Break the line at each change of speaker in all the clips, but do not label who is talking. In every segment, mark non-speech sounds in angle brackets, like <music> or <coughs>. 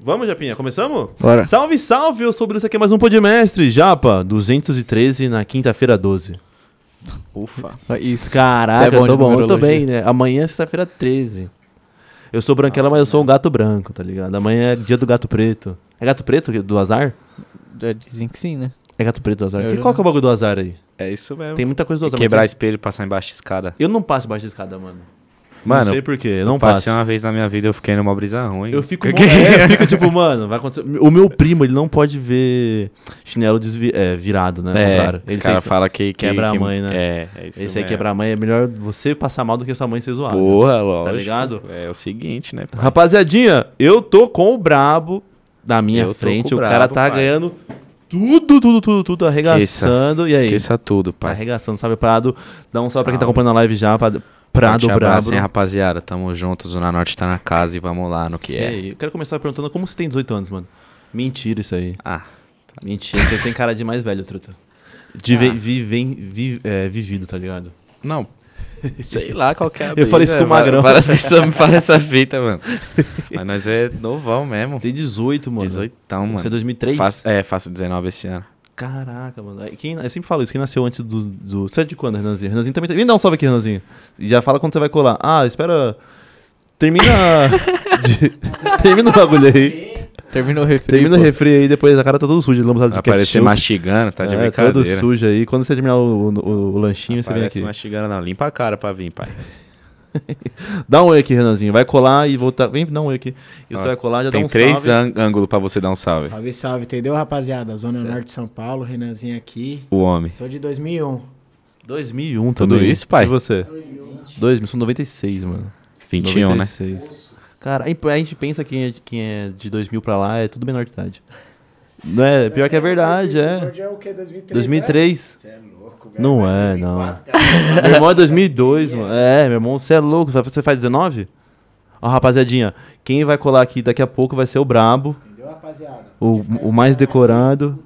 Vamos, Japinha, começamos?
Bora.
Salve, salve! Eu sou o Bruno, isso aqui é mais um Podmestre, Japa, 213 na quinta-feira 12.
Ufa.
Isso.
Caraca,
Você é bom
eu tô
de
bom, eu tô
numerologia.
bem, né? Amanhã é sexta-feira 13. Eu sou branquela, mas eu sou um gato branco, tá ligado? Amanhã é dia do gato preto. É gato preto do azar?
Já Dizem que sim, né?
É gato preto do azar.
Eu
Que,
já
qual que é o bagulho do azar aí?
É isso mesmo.
Tem muita coisa do
E
azar. mas
quebrar
tem-
espelho e passar embaixo de escada.
Eu não passo embaixo de escada, mano.
Mano,
não sei porquê, eu não passo.
passei uma vez na minha vida eu fiquei numa brisa ruim.
Eu <laughs> fico, mo- é, eu fico tipo, mano, vai acontecer. O meu primo, ele não pode ver chinelo desvi... é, virado, né? ao
É,
contrário.
esse
Ele
cara
sempre-
fala que, que-
Quebra a
que-
mãe, né?
É, é isso
Esse aí
mesmo.
quebrar a mãe é melhor você passar mal do que sua mãe ser zoada.
Porra, lógico.
ligado?
É o seguinte, né? pai?
Rapaziadinha, eu tô com o brabo na minha
Eu tô
frente.
com
O
o
cara
brabo,
tá
pai.
ganhando tudo, tudo, tudo, tudo,
Esqueça.
arregaçando. E aí?
Esqueça tudo,
Tá
pai.
arregaçando, sabe, Prado? Dá um salve pra quem tá
Salve.
acompanhando a live já, pra- Prado
Forte abraço,
Brabo.
hein, rapaziada. Tamo junto, Zona Norte tá na casa e vamos lá no que
E
é.
aí, eu quero começar perguntando como você tem 18 anos, mano. Mentira isso aí.
Ah,
Mentira, você tem cara de mais velho, truta. De vi- vivem- vi- é, vivido, tá ligado? <laughs>
não. Sei lá qual que é a
Eu falei isso
brisa,
com o
va-
Magrão.
Várias
<laughs>
pessoas me falam essa fita, mano. Mas nós é novão mesmo.
Tem 18, mano.
18,
Você é
mano.
2003?
Faço- é, faço 19 esse ano.
Caraca, mano. Aí, Quem, eu sempre falo isso. Quem nasceu antes do. do... Você é de quando, Renanzinho? Renanzinho também. tá- Vem dar um salve aqui, Renanzinho. E Já fala quando você vai colar. Ah, espera. Termina. de- <laughs> Termina o bagulho aí.
Termina o refri.
Termina o
pô.
refri aí. Depois a cara tá todo sujo de lâmpada de
Vai aparecer
ketchup.
mastigando, tá de
é, todo
brincadeira.
sujo aí. Quando você terminar o, o- o- o lanchinho, você vem
Parece
aqui.
mastigando, não. Limpa a cara pra vir, pai.
Dá um oi aqui, Renanzinho. Vai colar e voltar. Vem, dá um oi aqui. E você
Ó,
vai colar, já
Tem
dá um
três
salve.
ân- ângulos pra você dar um salve.
Salve, salve, entendeu, rapaziada? Zona Norte de São Paulo, Renanzinho aqui.
O homem.
Sou de 2001.
2001
Tudo
também.
isso, pai?
E você? 2000. Sou 96, mano.
21,
<laughs>
né?
96. Cara, aí a gente pensa que quem é, de- quem é de 2000 pra lá é tudo menor de idade. Não é? Pior que é verdade, é.
é o quê? 2003?
2003.
Você é louco,
Não é, não. Meu irmão é 2002, mano. É, meu irmão, você é louco. Você faz 19? Ó, rapaziadinha, quem vai colar aqui daqui a pouco vai ser o Brabo,
Entendeu, rapaziada?
o, o mais decorado.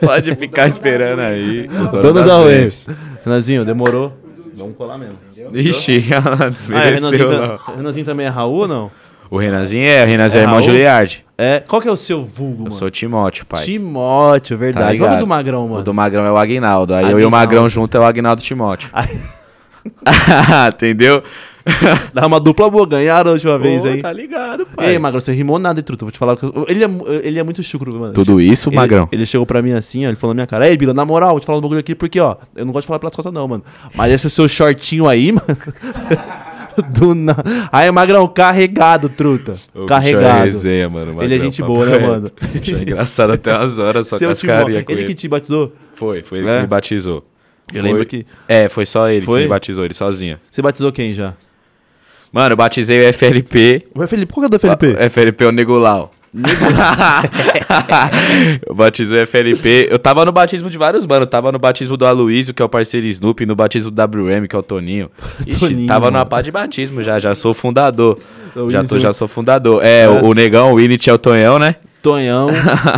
Pode ficar esperando aí. O
Dono da Waves. Renanzinho, demorou? Vamos colar mesmo.
Ixi, <laughs> ela
Ah, é, Renanzinho,
desmereceu.
tam-
não.
Renanzinho também é Raul ou não?
O Renanzinho é, o Renanzinho é,
É
irmão
Raul?
de Juliard.
É, qual que é o seu vulgo,
Eu
mano?
sou o Timóteo, pai.
Timóteo,
Tá
verdade.
ligado?
Olha o do Magrão, mano.
O do Magrão é o Aguinaldo. Aí eu e
Aguinaldo.
o Magrão junto é o Aguinaldo Timóteo. <laughs> Entendeu?
Dá uma dupla boa, ganharam a última vez,
Pô,
hein?
Tá ligado, pai.
Ei, Magrão, você rimou nada, hein, truta. Vou te falar. que eu- Ele é, mu- ele é muito chucro, mano.
Tudo isso,
Ele-
Magrão.
Ele, chegou pra mim assim, ó. Ele falou na minha cara: Ei, Bila, na moral, vou te falar um bagulho aqui, porque, ó, eu não gosto de falar pelas costas, não, mano. Mas esse seu shortinho aí, <laughs> mano. do na... Aí, Magrão, carregado, truta.
O bicho É
carregado.
resenha, mano,
Ele é
Magrão,
gente
papo
boa, né,
reto.
mano?
Bicho é engraçado até umas horas, só
Seu Timó-
cascaria com
Ele
ele.
que te batizou?
Foi, foi ele
É.
que me batizou.
Eu
Foi-
lembro que-
É, foi só ele
Foi?
que me batizou, ele sozinho.
Você batizou quem já?
Mano, eu batizei o FLP.
O Felipe, qual que é o do
<laughs>
Felipe?
O FLP é o Negulau. <laughs> eu batizei o FLP. Eu tava no batismo de vários, mano. Eu tava no batismo do Aloysio, que é o parceiro Snoopy, no batismo do WM, que é
<laughs>
o Toninho. Ixi,
Toninho,
tava
mano. É
numa pá de batismo já, já sou fundador.
O
Já,
Wilson.
tô, já sou fundador. É, O, o Negão, o Winit é o Tonhão, né?
Tonhão.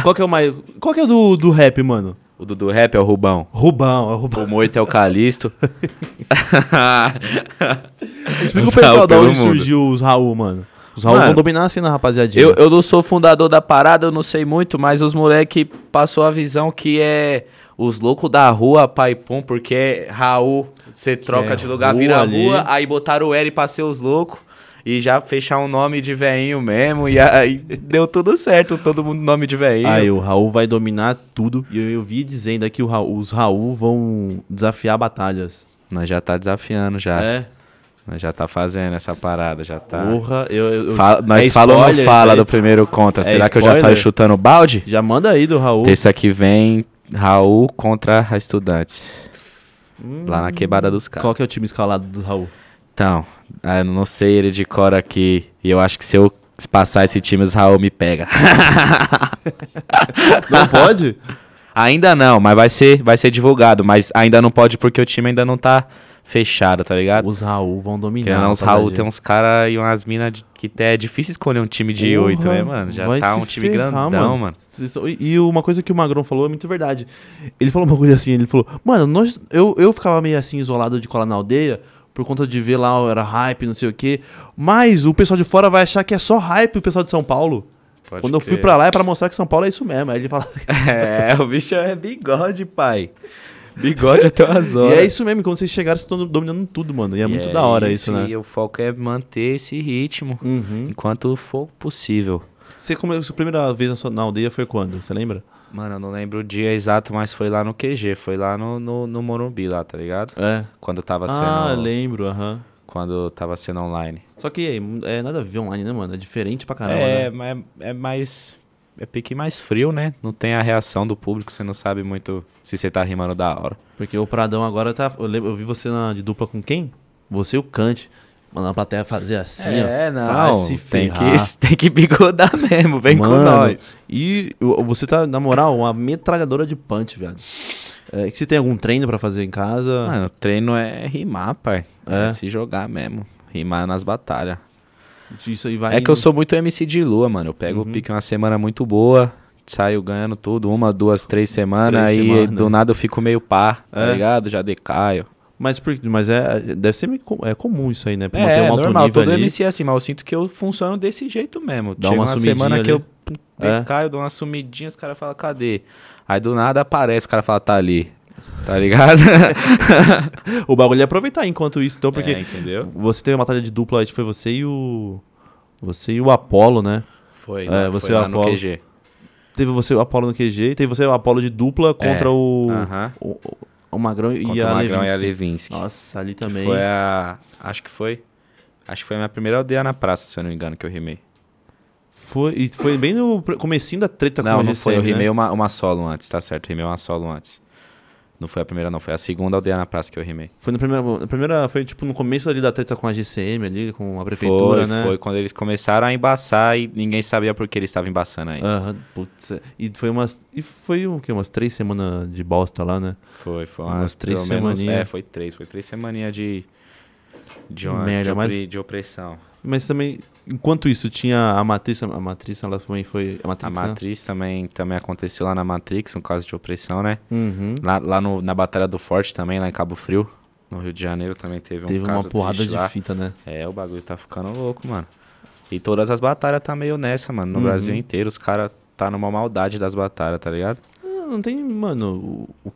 qual que é o mais. Qual que é o do, do rap, mano?
O do, do rap é o Rubão.
Rubão, é o Rubão.
O Moito é o Calisto.
<laughs> Explica o
Os Raul
pessoal da
pelo
onde
mundo.
surgiu os Raul, mano. Os Raul
Mano,
vão dominar a cena, rapaziadinha.
Eu, eu não sou o fundador da parada, eu não sei muito, mas os moleque passou a visão que é os loucos da rua, pai pum, porque é Raul, você troca
é
de lugar,
rua
vira
ali.
rua, aí botaram o L pra ser os loucos. E já fechar um nome de veinho mesmo, e aí deu tudo certo, todo mundo nome de veinho.
Aí, o Raul vai dominar tudo. E eu, eu vi dizendo aqui que o Raul- os Raul vão desafiar batalhas.
Nós já tá desafiando já,
É?
nós já tá fazendo essa parada, já tá.
Porra, eu. eu- eu-
Fala- nós
é
fala ou não
spoiler
fala
isso
do
aí?
primeiro conta,
É
será que eu já
spoiler?
saio chutando balde?
Já manda aí do Raul.
Terça que vem, Raul contra a Estudantes.
Hum.
lá na quebrada dos caras.
Qual que é o time escalado do Raul?
Então, ah, eu não sei ele de cor aqui. E eu acho que se eu passar esse time, os Raul me pega. <laughs>
Não pode?
ainda não, mas vai ser, vai ser divulgado. Mas ainda não pode porque o time ainda não tá fechado, tá ligado?
Os Raul vão
Porque
dominar.
não, os Raul tem
rapaziadinha.
uns caras e umas minas que até é difícil escolher um time de
Porra,
oito, né, mano? Já
vai
tá
se
um time
ferrar,
grandão,
mano.
mano.
Vocês são- E e uma coisa que o Magrão falou é muito verdade. Ele falou uma coisa assim, ele falou, mano, nós, eu, eu ficava meio assim isolado de colar na aldeia por conta de ver lá, era hype, não sei o quê. Mas o pessoal de fora vai achar que é só hype o pessoal de São Paulo.
Pode
Quando eu fui
crer.
pra lá é pra mostrar que São Paulo é isso mesmo. Aí ele fala.
É, o bicho é bigode, pai. Bigode até umas
e
horas.
é isso mesmo, quando vocês chegaram, vocês estão dominando tudo, mano. E é
E
muito
é
da hora isso, né?
E o foco é manter esse ritmo
Uhum.
enquanto for possível.
Você começou, sua primeira vez na, sua- na aldeia foi quando? Você lembra?
Mano, eu não lembro o dia exato, mas foi lá no QG, foi lá no, no, no Morumbi lá, tá ligado?
É.
Quando tava sendo,
Ah, lembro, aham.
quando tava sendo online.
Só que é, é nada a ver online, né, mano? É diferente pra caramba. né?
é, mas é, é mais é pique mais frio, né? Não tem a reação do público, você não sabe muito se você tá rimando da hora.
Porque o Pradão agora tá. Eu, lembro- eu vi você na, de dupla com quem? Você e o Kant. Mano, a plateia fazer assim, ó. Vai se
É, tem <laughs>
ferrar.
que tem que bigodar mesmo, vem com
Mano,
nós.
E o- você tá, na moral, uma metralhadora de punch, viado. É, que você tem algum treino pra fazer em casa?
Mano, treino é rimar, pai. Ah. É,
É?
se jogar mesmo, rimar nas batalhas.
Isso aí vai.
É que eu sou muito MC de lua, mano. Eu pego o pique uma semana muito boa, saio ganhando tudo, uma, duas, três semanas,
Três
aí
semanas.
do nada eu fico meio par,
É.
tá ligado? Já decaio.
Mas, por- mas é, deve ser meio com- é comum isso aí, né? Pra
É,
manter um
é
alto
normal,
nível
todo
ali.
MC é assim, mas eu sinto que eu funciono desse jeito mesmo.
Dá
Chega
uma
uma, É.
sumidinha
semana que
ali.
eu decaio, dou uma sumidinha, os caras falam, cadê? Aí do nada aparece, o cara fala, tá <laughs> ali. Tá ligado?
O bagulho é aproveitar enquanto isso, então, porque
É, entendeu?
você teve uma batalha de dupla, acho que foi você e o. Você e o Apolo, né?
Foi,
É, você
foi lá no
apola.
QG.
Teve você e o Apolo no QG, e teve você e o Apolo de dupla
É,
contra o,
Aham.
o, o- o Magrão e
Contra
a
o Magrão e a
Levinsky.
Levinsky.
Nossa, ali também.
Foi a. Acho que foi. Acho que foi a minha primeira aldeia na praça, se eu não me engano, que eu rimei.
Foi, e foi bem no pr- comecinho da treta com
não,
o
não foi. Eu
GCM, né?
rimei uma, uma solo antes, tá certo? Rimei uma solo antes. Não foi a primeira, não. Foi a segunda aldeia na praça que eu rimei.
Foi na primeira, na primeira. Foi tipo no começo ali da treta com a GCM ali, com a prefeitura,
foi,
né?
foi quando eles começaram a embaçar e ninguém sabia por que eles estavam embaçando ainda.
Aham, putz. é. E foi umas. E foi o quê? Umas três semanas de bosta lá, né?
Foi, foi
Umas
umas,
três
pelo menos-
semaninha.
É, foi três. Foi três semaninhas de. De, uma,
Merda,
de,
mas-
opri- de opressão.
Mas também, enquanto isso, tinha a matriz. A matriz, ela também foi. A né? matriz.
A Matrix também, também aconteceu lá na Matrix, um caso de opressão, né?
Né? Uhum.
Lá, lá no- na Batalha do Forte também, lá em Cabo Frio, no Rio de Janeiro, também teve um
Teve uma
caso
porrada
triste
de
lá.
fita, né?
É, o bagulho tá ficando louco, mano. E todas as batalhas tá meio nessa, mano. No
Uhum.
Brasil inteiro, os caras tá numa maldade das batalhas, tá ligado?
Não, não tem. Mano, o- o-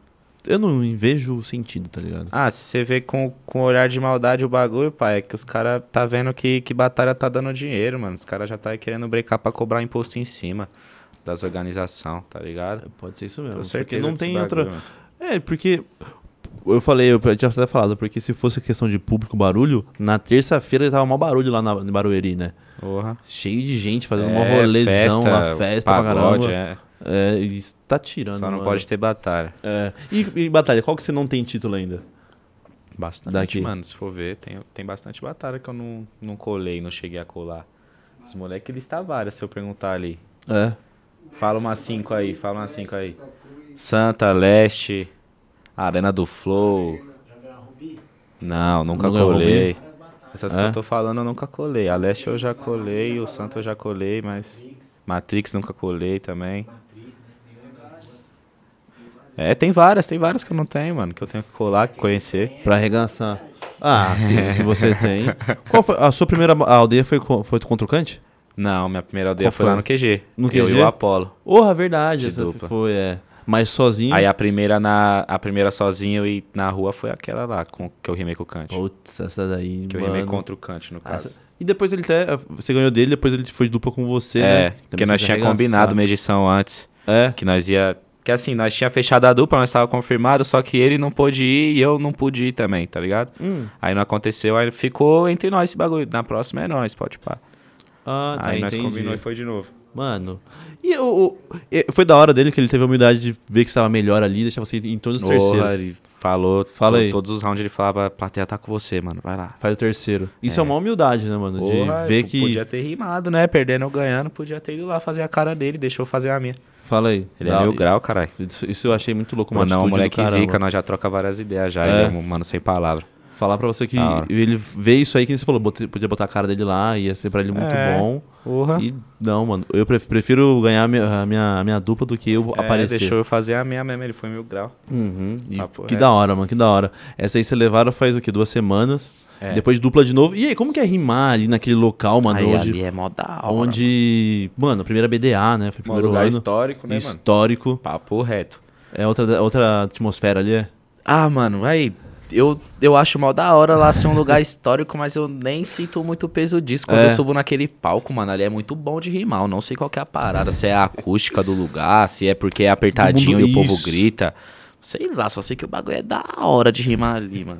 eu não vejo o sentido, tá ligado?
Ah, se você vê com, com olhar de maldade o bagulho, pai, é que os caras tá vendo que, que batalha tá dando dinheiro, mano. Os caras já tá querendo brecar pra cobrar imposto em cima das organizações, tá ligado?
Pode ser isso mesmo.
Com
Porque
certeza
não
desse
tem
bagulho,
outra.
mano.
É, porque. Eu falei, eu tinha até falado, porque se fosse questão de público barulho, na terça-feira tava mó barulho lá na, no Barueri, né?
Porra.
Cheio de gente fazendo uma
É,
rolezão, uma festa
pagode,
pra caramba.
é.
É, e isso tá tirando.
Só não
mano.
pode ter batalha.
É. E, e Batalha, qual que você não tem título ainda?
Bastante,
Daqui.
mano. Se for ver, tem, tem bastante batalha que eu não, não colei, não cheguei a colar. Os moleques listam várias, se eu perguntar ali.
É.
Fala umas cinco aí, fala umas cinco aí. Santa, Leste, Arena do Flow. Não, nunca
Nunca
colei. Essas que
É?
eu tô falando eu nunca colei. A Leste eu já colei, o Santa eu já colei, mas. Matrix nunca colei também. É, tem várias, tem várias que eu não tenho, mano, que eu tenho que colar, que conhecer.
Pra arregaçar. Ah, que, que você tem. Qual foi? A sua primeira ma- aldeia foi, co- foi contra o Kant?
Não, minha primeira aldeia
Qual
foi, lá no QG.
No
Eu
QG?
e o Apolo.
Porra, verdade. Essa
dupla.
foi, é. Mas sozinho.
Aí a primeira, na, a primeira sozinho e na rua foi aquela lá com, que eu rimei com o Kant.
Putz, essa daí.
que eu rimei
mano. Ah,
contra o Kant, no caso.
Essa- E depois ele até. ah, Você ganhou dele, depois ele foi dupla com você, né?
é,
Também
porque
você
nós
se
tinha
arregaçar.
combinado uma edição antes.
É.
Que nós ia. Que assim, nós tinha fechado a dupla, nós tava confirmado, só que ele não pôde ir e eu não pude ir também, tá ligado?
Hum.
Aí não aconteceu, aí ficou entre nós esse bagulho. Na próxima é nós, pode pá.
Ah, tá,
aí nós
entendi.
combinou e foi de novo.
Mano. E o, o- e foi da hora dele que ele teve a humildade de ver que estava melhor ali, deixar você em todos os
Porra,
terceiros.
ele falou,
Fala
to-
aí.
todos os rounds ele falava, a plateia tá com você, mano, vai lá.
Faz o terceiro. Isso é. uma humildade, né, mano?
Porra,
de ver
po-
que.
Podia ter rimado, né? Perdendo ou ganhando, podia ter ido lá fazer a cara dele, deixou eu fazer a minha.
Fala aí.
Ele
Dá-
é mil grau, caralho.
Isso, isso eu achei muito louco, uma
Mano, não,
atitude do
moleque
caramba.
zica, nós já troca várias ideias já.
É.
Ele é um mano sem palavra.
Falar pra você que
Da hora.
ele vê isso aí, que nem você falou, botei- podia botar a cara dele lá, ia ser pra ele muito
É.
bom.
Porra.
E não, mano, eu pref- prefiro ganhar a minha, a minha, a minha dupla do que eu
É,
aparecer.
deixou eu fazer a minha mesmo, ele foi mil grau.
Uhum. E
Papo
que
reto.
da hora, mano, que da hora. Essa aí você levaram faz o quê? Duas semanas.
É.
Depois dupla de novo. E aí, como que é rimar ali naquele local, mano?
Aí
onde,
ali é mó da hora.
onde. Mano, a primeira BDA, né? Foi o
Mó
primeiro
lugar
ano.
histórico, né, mano?
Histórico.
Papo reto.
É outra, outra atmosfera ali, é?
Ah, mano, aí. Eu, eu acho mal da hora lá ser um lugar <laughs> histórico, mas eu nem sinto muito o peso disso. Quando
É.
eu subo naquele palco, mano, ali é muito bom de rimar. Eu não sei qual que é a parada, se é a acústica do lugar, se é porque é apertadinho e o povo
isso.
grita. Sei lá, só sei que o bagulho é da hora de rimar ali, mano.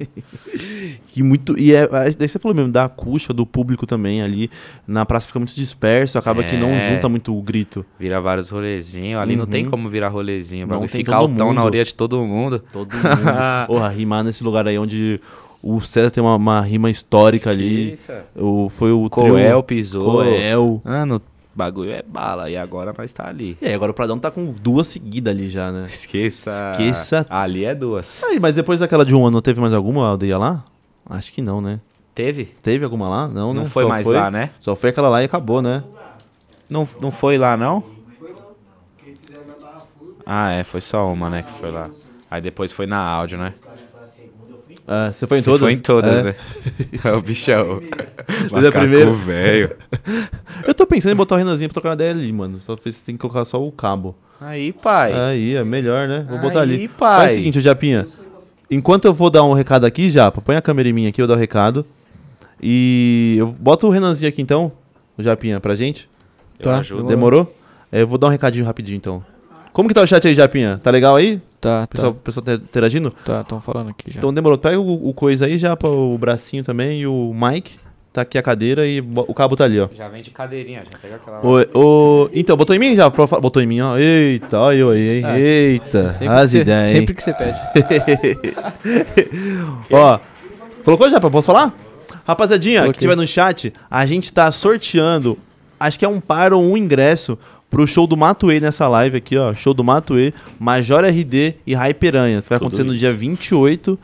Que muito. E é, é- daí você falou mesmo, da acústica do público também ali. Na praça fica muito disperso, acaba que não
É.
junta muito o grito.
<laughs> Vira vários rolezinhos. Ali não tem
Uhum.
como virar rolezinho. O
Não,
bagulho
tem
fica
todo
altão na
mundo.
orelha de <laughs> todo mundo.
Todo mundo. <laughs>
<laughs>
Porra, rimar nesse lugar aí onde o César tem uma, uma rima histórica ali. O, foi o trio-
Coel pisou.
Coel.
Mano, o bagulho é bala. E agora nós tá ali.
E aí, agora o Pradão tá com duas seguidas ali já, né?
Esqueça.
Esqueça.
Ali é duas.
Aí, mas depois daquela de um ano, teve mais alguma aldeia lá? Acho que não, né?
Teve?
Teve alguma lá? Não,
Não
né?
foi
Só
mais lá, né?
Só foi aquela lá e acabou, né?
Não, não foi lá, não? Ah, é. Foi só uma, né? Que foi lá. Aí depois foi na áudio, né?
Ah, você foi em
Você
todas?
Foi em todas,
É.
né? <laughs> o bichão.
Ele é primeiro.
velho.
Eu tô pensando em botar o Renanzinho pra trocar uma ideia ali, mano. Só que você tem que colocar só o cabo.
Aí, pai.
Aí, é melhor, né? Vou botar
Aí,
ali.
pai.
Faz o seguinte, ô Japinha. Enquanto eu vou dar um recado aqui, Japa, põe a câmera em mim aqui, eu dou o recado. E eu boto o Renanzinho aqui então, o Japinha, pra gente.
Eu
Tá,
ajudo.
Demorou? É, eu vou dar um recadinho rapidinho então. Como que tá o chat aí, Japinha? Tá legal aí?
Tá,
O pessoal,
tá.
o pessoal tá interagindo?
Tá, estão falando aqui já.
Então demorou. Pega o, o coisa aí, Japa, o bracinho também e o Mike. Tá aqui a cadeira e bo- o cabo tá ali, ó.
Já vem de cadeirinha, já pega aquela.
Oi, ô, então, botou em mim já? Profa- Botou em mim, ó. Eita, olha eu aí, hein? Eita,
É. sempre
as
que
ideias,
você,
hein?
Sempre que você
<laughs>
pede.
Ó, colocou já, posso falar? Rapaziadinha, que
Coloquei.
estiver no chat, a gente tá sorteando, acho que é um par ou um ingresso pro show do Matuê nessa live aqui, ó. Show do Matuê, Major RD e Rai Piranha. Isso vai
Tudo
acontecer no
isso.
dia 28,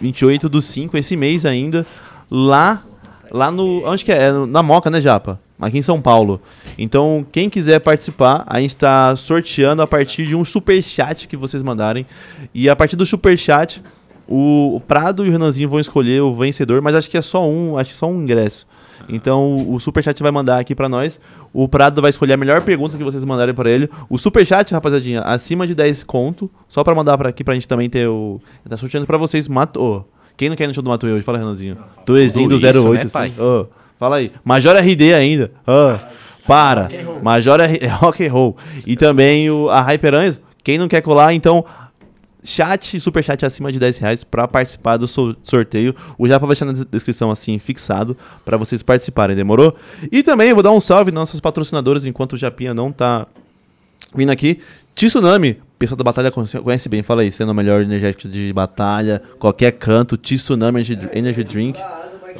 28 do 5, esse mês ainda, lá, lá no, onde que é? É no- Na Moca, né, Japa? Aqui em São Paulo. Então, quem quiser participar, a gente tá sorteando a partir de um superchat que vocês mandarem. E a partir do superchat, o o Prado e o Renanzinho vão escolher o vencedor, mas acho que é só um, acho que só um ingresso. Então o- o Superchat vai mandar aqui pra nós. O Prado vai escolher a melhor pergunta que vocês mandarem pra ele. O Superchat, rapaziadinha, acima de 10 conto, só pra mandar para aqui pra gente também ter o tá sorteando pra vocês Mato. Quem não quer ir no show do Mato hoje? Fala, Renanzinho. Tuezinho do
Tudo isso,
08.
né, pai?
assim. Ô, fala aí. Major RD ainda. Ô, para. Major R... <laughs> é Rock and Roll. E também o, a Hyperanhas. Quem não quer colar, então chat, superchat acima de 10 reais pra participar do so- sorteio. O Japa vai deixar na des- descrição assim, fixado, pra vocês participarem, demorou? E também vou dar um salve nos nossos patrocinadores, enquanto o Japinha não tá vindo aqui. Tsunami, pessoal da Batalha conhece conhece bem, fala aí, sendo o melhor energético de batalha, qualquer canto, Tsunami Energy- Energy Drink.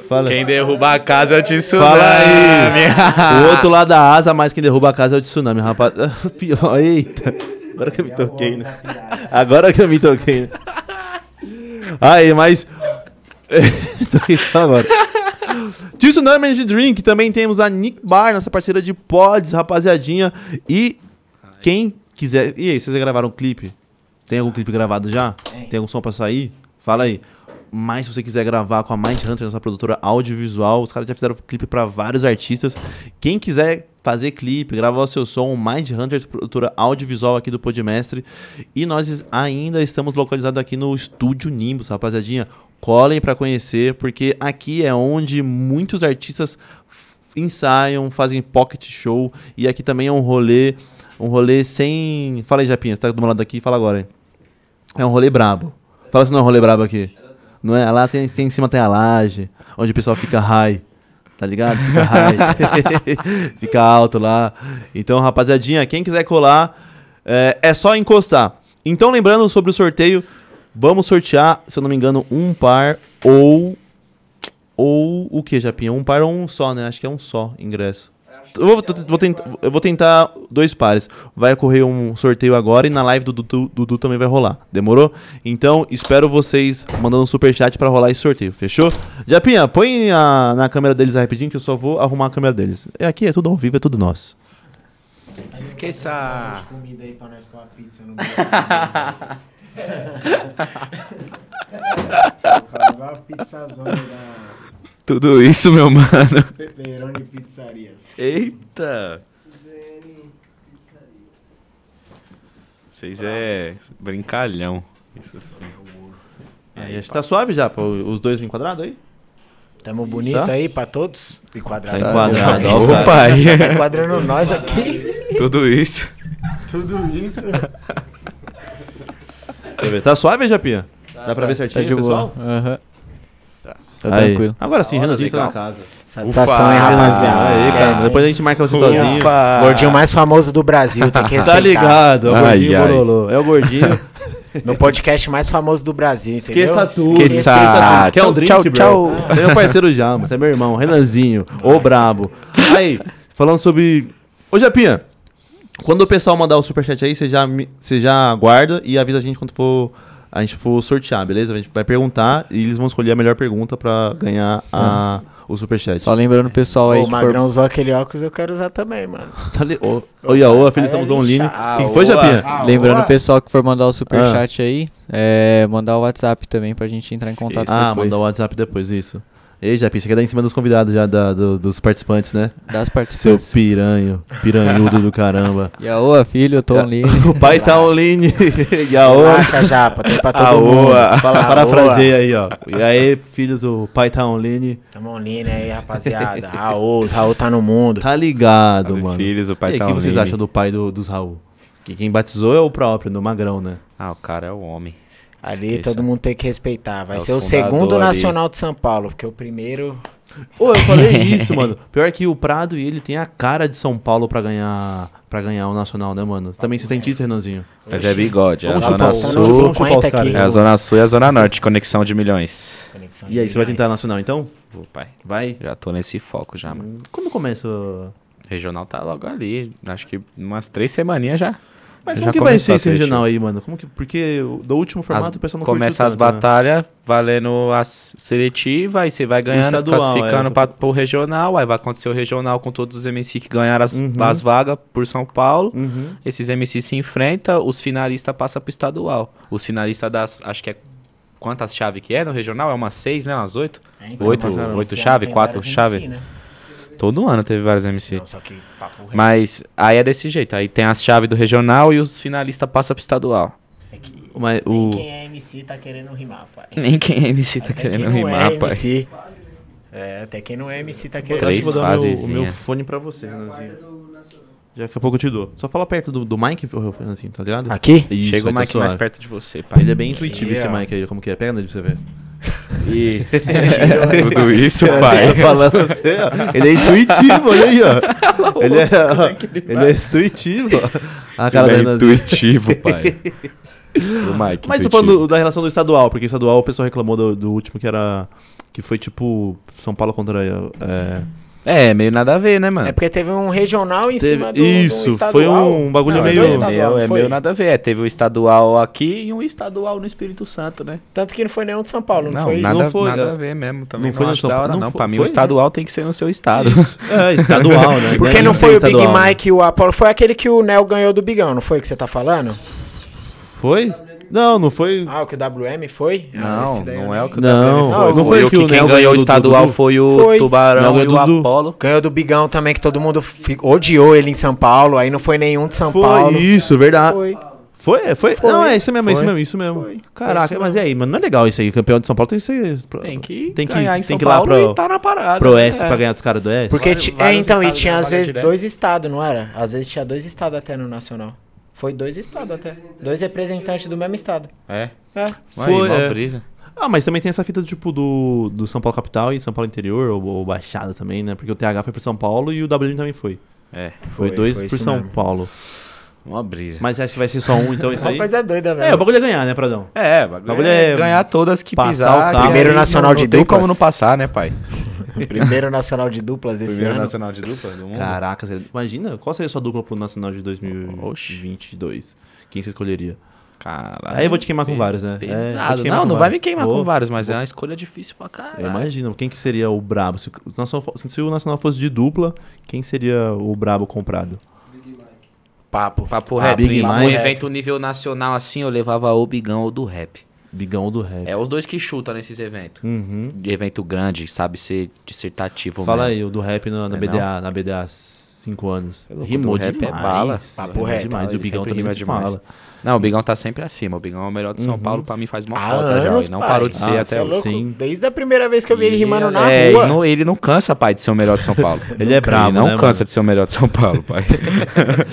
Fala.
Quem derruba a casa é o tsunami.
Fala aí! o outro lado da asa, mas quem derruba a casa é o tsunami, rapaz. <laughs> Pior, eita. Agora que eu me toquei, né? Agora que eu me toquei, né? Aí, mas. <laughs> Toquei só agora. Tsunami Energy Drink, também temos a Nick Bar, nossa parceira de pods, rapaziadinha. E quem quiser. E aí, vocês já gravaram um clipe? Tem algum clipe gravado já? Tem algum som pra sair? Fala aí. Mas se você quiser gravar com a Mind Hunter, nossa produtora audiovisual, os caras já fizeram clipe pra vários artistas. Quem quiser fazer clipe, gravar o seu som, Mind Hunter, produtora audiovisual aqui do Podmestre. E nós ainda estamos localizados aqui no estúdio Nimbus, rapaziadinha. Colhem pra conhecer, porque aqui é onde muitos artistas f- ensaiam, fazem pocket show e aqui também é um rolê, um rolê sem, fala aí, Japinha, você tá do meu lado aqui, fala agora. Aí. É um rolê brabo. Fala se não é um rolê brabo aqui. Não é? Lá tem, tem em cima tem a laje, onde o pessoal fica high. Tá ligado? Fica high. fica alto lá. Então, rapaziadinha, quem quiser colar, é, é só encostar. Então, lembrando sobre o sorteio, vamos sortear, se eu não me engano, um par ou. Ou o que, Japinha? Um par ou um só, né? Acho que é um só ingresso. Eu vou, tô- vou tent- eu vou tentar dois pares. Vai ocorrer um sorteio agora e na live do Dudu, Dudu também vai rolar. Demorou? Então, espero vocês mandando um superchat pra rolar esse sorteio. Fechou? Japinha, põe a- na câmera deles aí rapidinho que eu só vou arrumar a câmera deles. É aqui, é tudo ao vivo, é tudo nosso.
Esqueça.
Comida aí pra nós pôr a pizza no <laughs> pizza zona da.
Tudo isso, meu mano.
Peperoni Pizzarias.
Eita! Vocês é brincalhão. Isso sim.
Aí, acho que tá suave já, pô, os dois enquadrados aí?
Tamo bonito
Tá?
aí pra todos? E quadrado.
Tá enquadrado, ó,
Opa,
cara.
Tá
aí.
enquadrando nós aqui.
Tudo isso.
Tudo isso.
Deixa eu ver. Tá suave, Japinha? Dá pra ver certinho,
Tá de boa.
pessoal?
Aham. Tá
Aí.
tranquilo.
Agora sim,
Da hora,
Renanzinho tá
legal.
na casa.
Satisfação, hein,
Ufa.
rapaziada.
aí, cara.
Esquece, hein?
Depois a gente marca você sozinho.
Ufa.
Gordinho mais famoso do Brasil, tem que respeitar.
Ah. Tá ligado, é o
Ai,
gordinho
ai.
Bololô. É o gordinho.
No podcast mais famoso do Brasil, entendeu?
Esqueça tudo.
Esqueça.
tudo. Quer um
Tchau,
drink,
tchau,
bro?
tchau.
Você é meu parceiro já, mano. Você é meu irmão. Renanzinho, ô brabo. Aí, falando sobre... Ô, Japinha. Quando o pessoal mandar o superchat aí, você já, me- você já aguarda e avisa a gente quando for... A gente for sortear, beleza? A gente vai perguntar e eles vão escolher a melhor pergunta pra ganhar a, o superchat.
Só lembrando o pessoal aí
Ô, o
que for
Magrão usou aquele óculos, eu quero usar também, mano.
Tá li... Ô, ô Iaô, a Feliz Samusão Online. O que que foi, Japinha?
tá
Lembrando o pessoal que for mandar o
Ah.
superchat aí, é, mandar o WhatsApp também pra gente entrar em contato
Ah,
depois
mandar o WhatsApp depois, isso. Ei, Japinha, você quer dar em cima dos convidados já, da- do- dos participantes, né?
das
Seu
participantes.
piranho, piranhudo do caramba.
E a filho, eu tô ali.
<laughs> O pai tá online.
Tá
Iaô.
Relaxa, japa, tem
<laughs>
pra todo
tá
mundo.
Aoa. Fala,
Aoa.
parafraseia aí, ó. E aí, filhos, o pai tá online.
Tamo online aí, rapaziada. Raul, os Raul tá no mundo.
Tá ligado,
Salve,
mano.
filhos, o pai
e aí,
tá
o um que vocês
online.
acham do pai do- dos Raul? Que quem batizou é o próprio, do Magrão, né?
Ah, o cara é o homem.
Ali
Esqueça.
todo mundo tem que respeitar. Vai
É o
ser o
fundador
segundo
ali.
nacional de São Paulo, porque o primeiro.
Ô, eu falei <laughs> isso, mano. Pior que o Prado e ele tem a cara de São Paulo pra ganhar, pra ganhar o Nacional, né, mano? Também se sente isso, Renanzinho.
Mas é bigode, é a
Vamos
Zona
chupar
Passando
os-
Sul.
Sul,
os 50
chupa os
aqui.
É a Zona Sul e a Zona Norte, conexão de milhões.
Conexão
E aí,
de
você vai tentar
demais.
Nacional, então?
Ô, pai,
Vai.
já tô nesse foco já, mano.
Quando começa o-
Regional tá logo ali, acho que umas três semaninhas já.
Mas
Já
como que vai
começou
ser
a
esse
seletiva.
regional aí, mano? Como que... Porque o- do último formato
As-
o pessoal não
começa
curtiu
as
tanto, né?
batalhas valendo a seletiva, aí você vai ganhando, se
estadual,
classificando
é.
pra, pro regional, aí vai acontecer o regional com todos os MC que ganharam as,
Uhum.
as vagas por São Paulo.
Uhum.
Esses MC se enfrentam, os finalistas passam pro estadual. Os finalistas das, acho que é, quantas chaves que é no regional? É umas seis, né? Umas oito?
É, então,
Oito-
mas
oito
esse
chave,
ano tem
quatro
vários
chave.
MC, né?
Todo ano teve vários MC.
Não, só que papo reto.
Mas aí é desse jeito, aí tem as chaves do regional e os finalistas passam pro estadual.
É que
Mas
nem
o...
quem é MC tá querendo rimar, pai.
<laughs> Nem quem é MC tá
Até quem
querendo
não
rimar,
é
pai.
MC. É, até quem não é MC tá querendo
Eu acho que
Três é.
vou dar o meu, o
fasezinha.
meu fone pra você, Renanzinho. Já daqui a pouco eu te dou. Só fala perto do, do mic, Renanzinho, tá ligado?
Aqui?
Isso,
Ah, Chega o
aí tá
Mike mais
suave.
perto de você, pai.
Ele é bem intuitivo esse
Yeah.
mic aí, como que é? Pega nele pra você ver.
<laughs> E... <laughs> Tudo isso,
Eu tô
pai.
falando pra você, ó. Ele é intuitivo, olha aí, ó. Ele é, ele é intuitivo. ó. A cara
Ele
da
é
Renanzinho.
intuitivo, pai. O Mike,
Mas tô
intuitivo.
falando da relação do estadual, porque estadual o pessoal reclamou do, do último que era. Que foi tipo São Paulo contra. É,
É, meio nada a ver, né, mano?
É porque teve um regional em
Teve-
cima do.
isso,
do estadual.
foi um bagulho
Não, é
meio-
dois
É
estadual,
meio,
não
é
foi?
meio nada a ver. É, teve o estadual aqui e um estadual no Espírito Santo, né?
Tanto que não foi nenhum de São Paulo, não,
Não,
foi
nada,
Não foi,
nada
é.
a ver mesmo. Também
Não
não,
foi no
acho
São
da hora,
Paulo,
não.
não
Pra
foi- né?
mim, o
foi,
estadual tem que ser no seu estado.
é, estadual,
<laughs>
né?
Porque
Ganha
não
sem
foi o Big
estadual, né?
Mike e o Apollo. Foi aquele que o Nel ganhou do Bigão, não foi que você tá falando?
Foi? Não, não foi.
Ah, o que o WM foi? Ah,
Não,
esse daí eu
não é o
nem-
que o
Não,
Gabriel
não foi
Foi
o
o
que
que
o
quem
Nel ganhou
ganhou o
do
estadual
Dudu?
foi o
Foi.
Não,
Tubarão
ganhou
e
do
o
Dudu.
Apolo.
Ganhou do Bigão também, que todo mundo fi- odiou ele em São Paulo, aí não foi nenhum de São
Foi
Paulo.
isso, verdade.
Foi.
Foi, foi.
Foi.
Não, é isso mesmo, é isso
Foi.
mesmo, isso mesmo.
Foi.
Caraca,
Foi isso
mas e aí, mano? Não é legal isso aí. Campeão de São Paulo tem que ser. pro-
Tem que
tem que,
ganhar em
tem
São
que ir lá
Paulo
pro,
e tá na parada.
pro S
É.
pra ganhar dos caras do S.
Porque
Vários-
ti- é,
vários
então, e
estados
tinha
na
às
vaga
vezes
direta.
dois estados, não era? Às vezes tinha dois estados até no Nacional. Foi dois estados até. Dois representantes do mesmo estado.
É.
É.
Foi,
Foi,
é.
é. brisa.
Ah, mas também tem essa fita, tipo, do, do São Paulo capital e São Paulo interior, ou, ou Baixada também, né? Porque o TH foi pro São Paulo e o WM também foi.
É,
Foi,
Foi,
dois
foi
por
isso
São
mesmo.
Paulo.
uma brisa.
Mas você acha que vai ser só um, então, isso
Uma
aí?
coisa doida, velho.
<laughs> É, o bagulho é ganhar, né, Pradão?
É, o bagulho
Bagulho
é,
é
ganhar todas que
passar o
pisar.
carro.
que
Primeiro
aí
nacional
não,
de
não tem
duplas.
como não passar, né, pai?
Primeiro Nacional de duplas desse ano.
nacional de dupla do mundo.
Caraca, você- imagina, qual seria a sua dupla pro Nacional de 2022? Quem você escolheria?
Caralho.
Aí eu vou te queimar com
Ah, Pes-
vários, né? É, vou te
Pesado.
queimar
não,
com
não vai
vários.
me queimar
Vou. É,
com vários, mas é uma escolha difícil pra caralho.
Eu imagino, quem que seria o brabo? Se o Nacional, fo- se o Nacional fosse de dupla, quem seria o brabo comprado?
Papo.
Papo
Ah,
rap,
Big
em um
Mike.
evento nível nacional assim, eu levava o bigão ou do rap.
Bigão do rap.
É os dois que chutam nesses eventos.
Uhum.
De evento grande, sabe ser dissertativo
Fala
mesmo.
aí, o do rap na, na
É,
BDA, na BDA 5 anos.
louco,
Rimou
do rap é
demais.
bala. Papo
Rimou
reto,
demais. E
ele
o Bigão
sempre
também
rima
se
demais.
fala.
Não, o Bigão tá sempre acima. O Bigão é o melhor de São Paulo, pra mim faz mó
Há
falta já.
anos,
E não
pai.
parou de ser
Ah,
até
Cê é
hoje.
louco?
sim.
Desde a primeira vez que eu vi ele
E
rimando na
é,
rua.
Ele não, ele não cansa, pai, de ser o melhor de São Paulo.
Ele é bravo,
Ele não
né, mano?
cansa de ser o melhor de São Paulo, pai.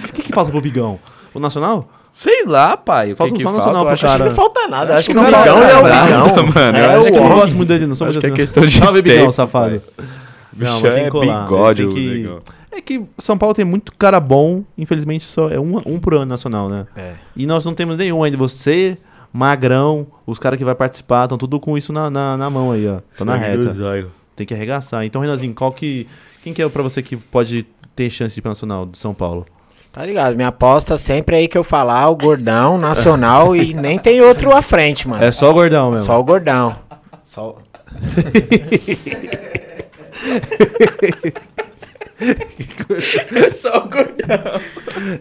O que que falta pro Bigão? O Nacional?
Sei lá, pai. O
Falta
que
um
que
só
falta?
nacional
Eu
pro
acho que <laughs>
Acho que
cara.
não falta nada. Acho que
que
o
não
Bigão
falta
é o
nada,
Bigão.
mano.
É
Eu acho
que
o
eu não
homem.
gosto muito dele, não sou
Acho
muito
que é
assim.
questão de
Salve, Bigão,
tempo,
safado.
Bichão
mas tem
é
que colar.
bigode,
Ele tem
o
que-
Negão.
É que São Paulo tem muito cara bom, infelizmente só é um, um por ano nacional, né?
É.
E nós não temos nenhum ainda. Você, Magrão, os caras que vai participar, estão tudo com isso na, na, na mão aí, ó. Tô na reta. Tem que arregaçar. Então, Renanzinho, qual que. Quem que é pra você que pode ter chance de ir pra Nacional do São Paulo?
Tá ligado? Minha aposta sempre é aí que eu falar, o gordão, nacional e nem tem outro à frente, mano.
É só o gordão mesmo.
Só o gordão. Só o-
Só o gordão.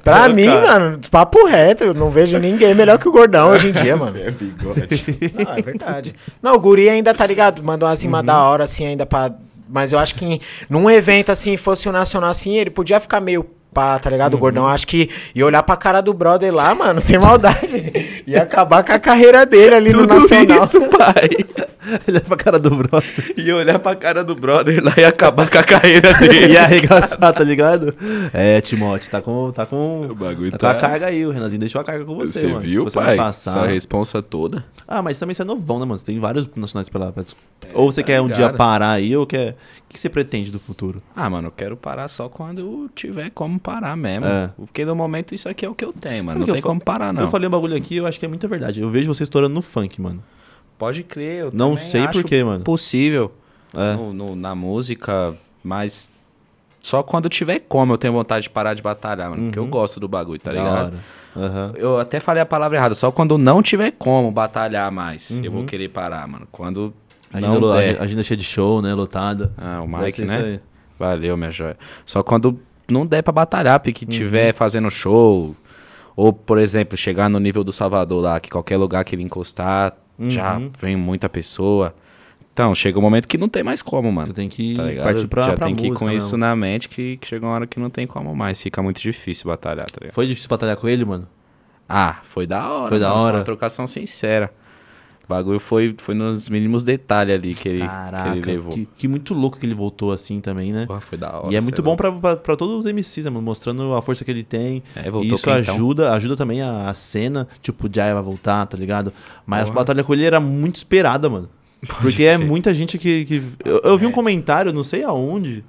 Pra mim, mano, papo reto, eu não vejo ninguém melhor que o gordão hoje em dia, mano.
É bigode.
Não, é verdade. Não, o Guri ainda, tá ligado? Mandou uma cima
Uhum.
da hora, assim, ainda pra. Mas eu acho que em- num evento assim, fosse o nacional assim, ele podia ficar meio pá, tá
Uhum.
ligado? O gordão, acho que ia olhar pra cara do brother lá, mano, sem maldade. Ia acabar com a carreira dele ali no <laughs>
Tudo
nacional.
isso, pai.
<laughs> Ele é pra cara do brother.
E olhar pra cara do brother lá e acabar com a carreira <laughs>
<laughs>
dele.
e arregaçar, tá ligado? É, Timote, tá com. Tá com,
O bagulho
tá com a
tá-
carga aí, o Renanzinho deixou a carga com você,
Você
mano.
viu,
Se você
pai?
vai
Essa
passar.
responsa toda.
Ah, mas também você é novão, né, mano? Você tem vários nacionais pela. pela- ou você
tá
quer um dia
ligado.
parar aí, ou quer. O que você pretende do futuro?
Ah, mano, eu quero parar só quando eu tiver como parar mesmo.
É.
Porque no momento isso aqui é o que eu tenho, mano.
Sabe
Não
que eu
tem
fa-
como parar, Ah, não.
Eu falei um bagulho aqui, eu acho que é muita verdade. Eu vejo você estourando no funk, mano.
Pode crer, eu
Não
também
sei
acho
por quê, mano.
possível
É.
no- no- na música, mas só quando eu tiver como eu tenho vontade de parar de batalhar, mano. Porque eu gosto do bagulho, tá
Uhum. da
ligado?
hora. Aham.
Eu até falei a palavra errada, só quando não tiver como batalhar mais, eu
Uhum.
vou querer parar, mano. Quando
Agenda,
não
lo-
der.
agenda cheia de show, né? Lotada.
Ah, o
Deve
Mike,
ser isso
né?
aí.
Valeu, minha joia. Só quando não der pra batalhar,
Uhum.
porque tiver fazendo show, ou, por exemplo, chegar no nível do Salvador lá, que qualquer lugar que ele encostar, já
Uhum.
vem muita pessoa. Então, chega um momento que não tem mais como, mano.
Tu tem que
Tá ligado?
partir pra,
já
pra
tem que ir
música
com
mesmo.
isso né? na mente que, que chega uma hora que não tem como mais. Fica muito difícil batalhar, tá ligado?
Foi difícil batalhar com ele, mano?
Ah, foi da hora.
Foi da
mano.
hora.
uma trocação sincera. O bagulho foi, foi nos mínimos detalhes ali que ele, que
Caraca,
ele levou.
que, que muito louco que ele voltou assim também, né?
Porra, foi da hora.
E é
cê
muito
louco.
bom pra, pra, pra todos os MCs, né, mano? Mostrando a força que ele tem.
É,
E
voltou
isso
quentão.
ajuda, ajuda também a, a cena. Tipo, o Jai vai voltar, tá ligado? Mas a batalha com ele era muito esperada,
<laughs>
mano. Porque é
crer.
muita gente que. que- eu, eu vi um comentário, não sei aonde.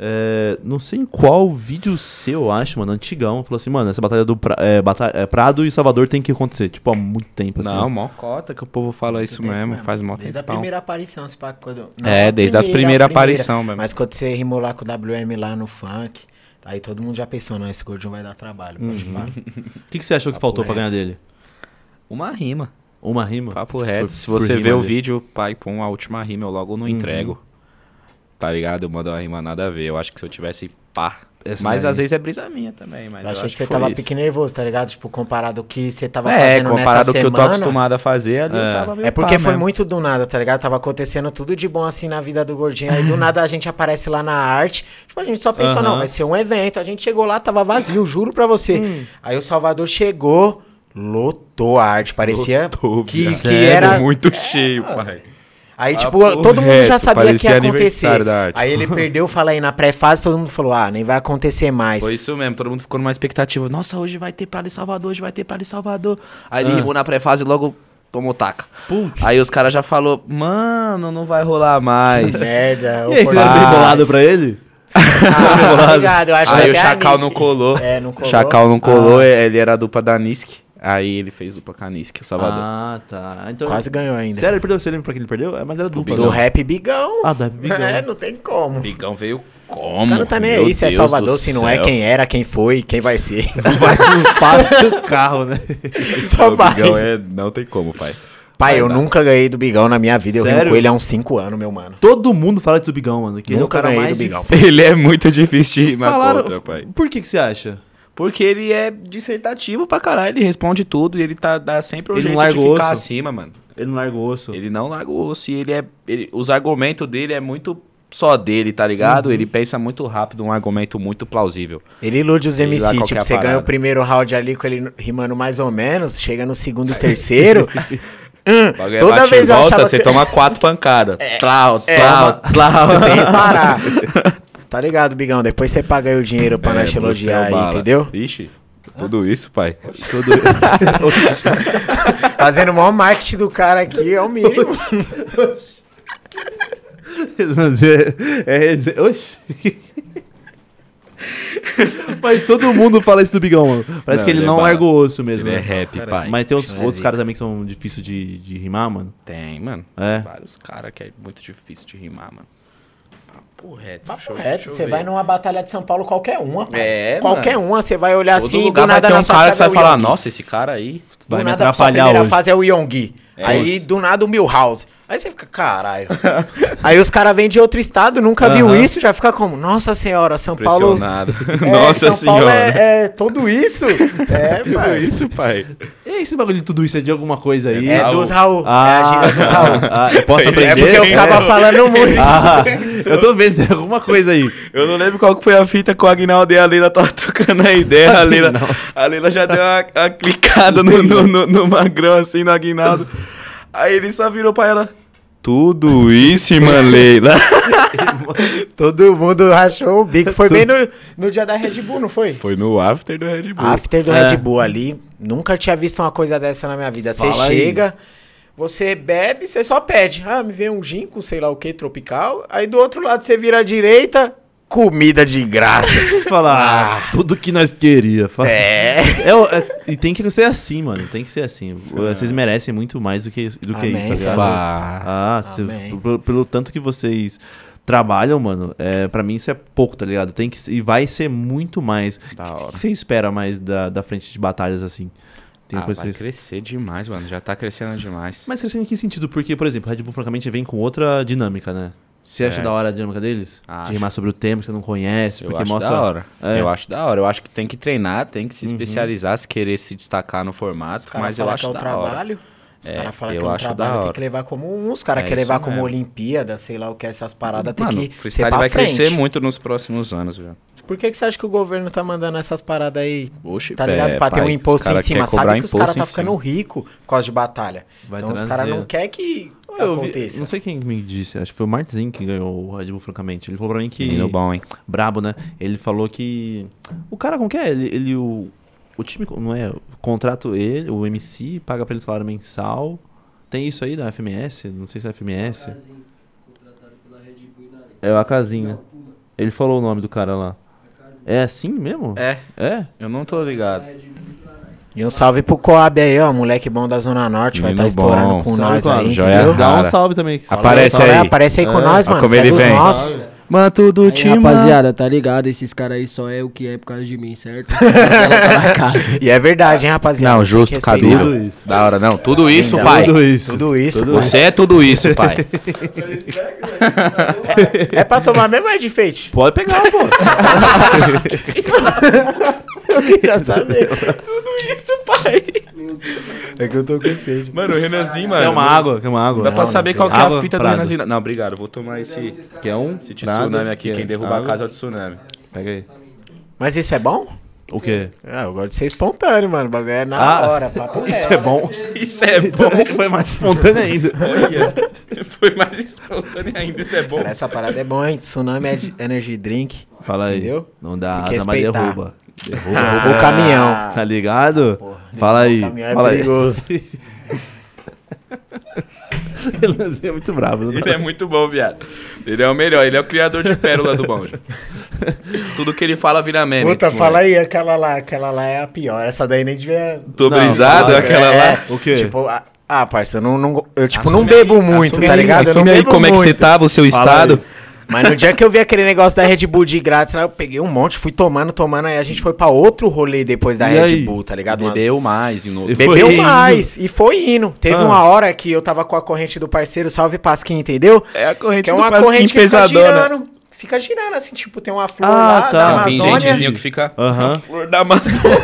é, não sei em qual vídeo seu, eu acho, mano, antigão. Falou assim, mano, essa batalha do Pra- é, bata- é, Prado e Salvador tem que acontecer. Tipo, há muito tempo, assim.
Não, mó cota que o povo fala isso
Tempo
mesmo, faz mó
Desde a
tempão.
primeira aparição, se pá, quando... não,
É,
a
desde as
primeira,
primeiras
a primeira.
aparição mesmo.
Mas quando você rimou lá com o WM lá no funk, aí todo mundo já pensou, não, esse gordinho vai dar trabalho,
Hum.
pode pá.
Uhum. <laughs> O que, que você achou que faltou pra ganhar dele?
Uma rima.
Uma rima?
Papo reto.
Por-
Se
por
você
rima
vê o
ali.
vídeo, pai, pum, a última rima, eu logo não
Uhum.
entrego. Tá ligado? Eu mando uma rima nada a ver. Eu acho que se eu tivesse pá.
Essa
mas
daí.
às vezes é brisa minha também, mas
Eu achei que você
foi
tava
isso.
pique nervoso, tá ligado? Tipo, comparado ao que você tava
É,
fazendo nessa
comparado ao que eu tô
semana.
acostumado a fazer, ali eu tava meio
É porque
pá
foi
mesmo.
muito do nada, tá ligado? Tava acontecendo tudo de bom assim na vida do gordinho. Aí do
<laughs>
nada a gente aparece lá na arte. Tipo, a gente só pensou,
Aham.
não, vai ser um evento. A gente chegou lá, tava vazio, juro pra você.
Hum.
Aí o Salvador chegou, lotou a arte. Parecia
Lotou,
que,
viado.
que era. Ah, é.
muito cheio, pai.
Aí, tipo,
Papo
todo mundo já
reto,
sabia que ia
parecia aniversário
acontecer.
da arte. <laughs>
Aí ele perdeu, fala aí, na pré-fase, todo mundo falou, ah, nem vai acontecer mais.
Foi isso mesmo, todo mundo ficou numa expectativa. Nossa, hoje vai ter pra de Salvador, hoje vai ter pra de Salvador. Aí
Ah.
ele rimou na pré-fase e logo tomou taca.
Putz.
Aí os caras já falou, mano, não vai rolar
<laughs>
mais. É,
Merda.
E aí, fizeram bem
oportunidade.
bolado pra ele?
Ah, tá ligado, eu acho que
Aí o
até a
Chacal
Alice-
não colou.
É, não colou.
Chacal não colou, é, ele era a dupla da Nisk. Aí ele fez dupla com a Nisk, o Salvador.
Ah, tá. Então,
Quase ganhou ainda.
Sério, ele perdeu? Você lembra pra que ele perdeu? É, mas era dupla.
Do
né?
rap bigão.
Ah, do rap bigão.
<laughs> É, não tem como.
O
O
Bigão veio como?
cara não tá nem
Meu
aí se é
Deus
Salvador,
do
se não
<laughs>
é,
céu.
quem era, quem foi, quem vai <laughs> ser.
Vai com passa o <laughs> carro, né?
<laughs> Só
O
vai.
Bigão é... Não tem como, pai.
Pai, eu nunca ganhei do bigão na minha vida. Eu rimo
Sério?
com ele há uns 5 anos, meu mano.
Todo mundo fala disso do Bigão, mano. Que ele é o
Nunca
cara
ganhei
mais
do Bigão.
difícil.
Ele é muito difícil de rimar
Falaram.
contra, pai.
Por que que você acha?
Porque ele é dissertativo pra caralho, ele responde tudo e ele tá, dá sempre um
Ele não
jeito
larga
de
o
ficar
osso.
acima, mano.
Ele não larga o osso. <laughs>
Ele não larga o osso e ele é. ele- os argumentos dele é muito só dele, tá ligado?
Uhum.
Ele pensa muito rápido, um argumento muito plausível.
Ele ilude os
Sei lá
MC,
qual que é
tipo,
a
você ganha
parada.
o primeiro round ali com ele rimando mais ou menos, chega no segundo e <laughs> terceiro. Hum,
O bagulho é
toda
bate e
vez eu
volta,
achava
você
que... É,
toma um
<laughs>
quatro pancadas. Tlau, tlau,
toma-
tlau.
<laughs> sem
<laughs>
parar. Tá ligado, Bigão? Depois você paga aí o dinheiro pra
É,
nós te
você é o
elogiar aí,
bala.
entendeu?
Ixi, tudo isso, pai.
Fazendo o maior marketing do cara aqui é o mínimo.
Renanzinho é, é reze-
<laughs>
Oxi. Mas todo mundo fala isso do Bigão, mano. Parece
Não,
que ele,
ele é
não
bala.
larga o osso mesmo.
Ele é
né?
rap, pai.
Mas tem outros,
Mas
outros
é.
caras também que são difíceis de, de rimar, mano.
Tem, mano.
É.
Vários caras que é muito difícil de rimar, mano. Papo reto. deixa eu- deixa eu
É, Você
ver.
vai numa batalha de São Paulo, qualquer uma, pá.
É,
Qualquer
mano.
uma, você vai olhar
Todo
assim,
lugar
do nada
vai ter
na
um
sua
cara
chave
que você
é
vai
o
falar,
Young.
nossa, esse cara aí.
Do
Vai me
nada, sua
atrapalhar
primeira
hoje.
fase é o Yonggi.
É
aí,
isso.
do nada, o Milhouse. Aí você fica, caralho.
<laughs>
aí os caras vêm de outro estado, nunca viu
Aham.
isso, já fica como, nossa senhora, São Paulo...
Impressionado. <laughs>
É,
Nossa
São Paulo
senhora.
é, é
<laughs>
tudo isso? É,
Tudo
parça.
<laughs> isso, pai.
E esse bagulho de tudo isso é de alguma coisa aí?
É
Raul.
dos Raul. é a gíria dos Raul.
ah, ah, eu posso
É porque
aprender?
Porque eu ficava falando muito.
Ah, eu tô vendo, tem alguma coisa aí.
Eu não lembro qual que foi a fita com o Agnaldo e a Leila tava trocando a ideia. A Leila, a Leila já deu uma, uma clicada no, no, no- no magrão, assim, no Agnaldo. Aí ele só virou pra ela. Tudo isso, irmã Leila.
Todo mundo rachou o
<laughs>
bico. Foi bem no, no dia da Red Bull, não foi?
Foi no after do Red Bull.
After do
É.
Red Bull ali. Nunca tinha visto uma coisa dessa na minha vida. Você
Fala aí.
chega, você bebe, você só pede. Ah, me vem um gin com sei lá o que, tropical. Aí do outro lado você vira à direita, comida de
<laughs>
graça.
Falar tudo que nós queria. Fala.
é.
Ah. É, o- é- e tem que ser assim, mano. Tem que ser assim. Vocês merecem muito mais do que, do que
Amém,
isso, tá ligado?
Fá.
Ah, cê-
Amém.
pelo, pelo tanto que vocês trabalham, mano, é, para mim isso é pouco, tá ligado? Tem que, ser- e vai ser muito mais.
Da
O que-
hora.
que você espera mais da, da frente de batalhas assim? Tem
Ah,
coisa
vai
que vocês...
crescer demais, mano. Já tá crescendo demais.
Mas crescendo em que sentido? Porque, por exemplo, Red Bull, francamente, vem com outra dinâmica, né? Você acha
Certo.
da hora a dinâmica deles?
Acho.
De rimar sobre o tema que você não conhece,
Eu
porque
acho
mostra.
da hora.
É. Uhum.
Eu acho da hora. Eu acho que tem que treinar, tem que se especializar, se querer se destacar no formato.
Os caras
mas eu
falam
acho
que é
da
um
hora.
trabalho. Os
É,
caras falam que
eu
é um
acho da
trabalho, tem
hora.
que levar como um. Os caras
É
querem levar
isso
como
mesmo.
Olimpíada, sei lá o que, essas paradas tem
Mano,
que
o
ser
freestyle
pra
vai
frente.
crescer muito nos próximos anos, velho.
Por que, que você acha que o governo tá mandando essas paradas aí?
Oxe, é,
Tá ligado? pra ter um imposto em cima. Sabe que os caras tá ficando rico por causa de batalha.
Vai
então os
trazer.
caras não querem que
Eu vi-
aconteça.
não sei quem me disse, acho que foi o Martzinho que ganhou o Red Bull, francamente. Ele falou pra mim que.
Menino bom, hein?
brabo, né? Ele falou que. O cara, como que é? Ele, ele, o, o time, não é? Contrato ele, o MC, paga pra ele salário mensal. Tem isso aí da FMS? Não sei se é FMS. É o Acazinho, né? Ele falou o nome do cara lá. É assim mesmo?
É,
É?
eu não tô ligado.
E um salve pro Coab aí, ó. Moleque bom da Zona Norte. Vai estar
Menino
estourando
bom.
com
Salve,
nós
Coab.
aí,
Joia.
entendeu?
Salve,
Dá um
É, Cara.
salve também. que você-
Aparece
Salve,
aí.
Aparece aí com
É,
nós,
ó
mano.
como
Cê é
ele
dos
vem.
nossos.
Mano, tudo
Aí, rapaziada, tá ligado? Esses caras aí só é o que é por causa de mim, certo? Ela tá na casa.
E é verdade, hein, rapaziada.
Não,
Tem que
justo,
respeitar.
Cadu.
Tudo isso.
Da hora, não. Tudo isso,
Ainda.
pai.
Tudo isso.
Tudo isso, pô.
Você é tudo isso, pai.
É pra tomar mesmo, é de
<laughs>
feite.
Pode pegar, pô.
Já sabe. Tudo isso, pai. É que eu tô com sede.
<laughs> Mano, o Renanzinho, mano.
Quer uma água? Quer uma água?
Dá pra saber qual que é
Água,
a fita do
prado.
Renanzinho. Não, obrigado. Vou tomar esse,
Quer um?
esse tsunami
Prado,
aqui.
quer
né, Quem derrubar a
água?
casa é o tsunami.
Pega aí.
Mas isso é bom?
O quê?
Ah, eu gosto de ser espontâneo, mano. O bagulho é na
Ah,
hora. Papo
Isso
reto.
é <laughs> bom.
<laughs> Isso é <laughs>
Bom
bom.
que foi mais espontâneo ainda.
Olha, foi mais espontâneo ainda. Isso é bom.
Cara, essa parada é boa, hein? Tsunami é de- Energy Drink.
Fala aí.
Entendeu?
Não dá
Tem que
asa, mas
respeitar.
derruba. Derruba.
Roubou o caminhão.
Tá ligado? Fala aí.
O caminhão é
Fala aí.
<laughs>
perigoso.
Ele é muito bravo. não
Ele é
dá.
muito bom, viado. Ele é o melhor, ele é o criador de pérola do bonde. Tudo que ele fala vira meme.
Puta,
esse
fala
moleque.
aí, aquela lá, aquela lá é a pior. Essa daí nem devia.
Tô
Não,
brisado,
fala,
aquela
É,
lá.
O quê?
Tipo, ah, ah, parça, eu não, não- eu tipo, não
Assume
bebo
aí,
muito,
assume
tá
aí,
ligado? Eu não
assume aí
bebo
como é que você
muito.
tava, o seu estado.
Mas no dia que eu vi aquele negócio da Red Bull de grátis, lá eu peguei um monte, fui tomando, tomando, aí a gente foi pra outro rolê depois da
E
Red
aí?
Bull, tá ligado? Umas-
Bebeu mais e no...
Ele
Bebeu
Foi indo. <laughs>
mais e foi indo. Teve
Ah.
uma hora que eu tava com a corrente do parceiro, salve Pasquim, entendeu?
É a corrente
Que é uma corrente que fica girando. fica girando assim, tipo, tem uma flor
Ah,
lá
tá.
da
Tem
Tem
Amazônia
gentezinho que fica
Aham.
a flor da Amazônia.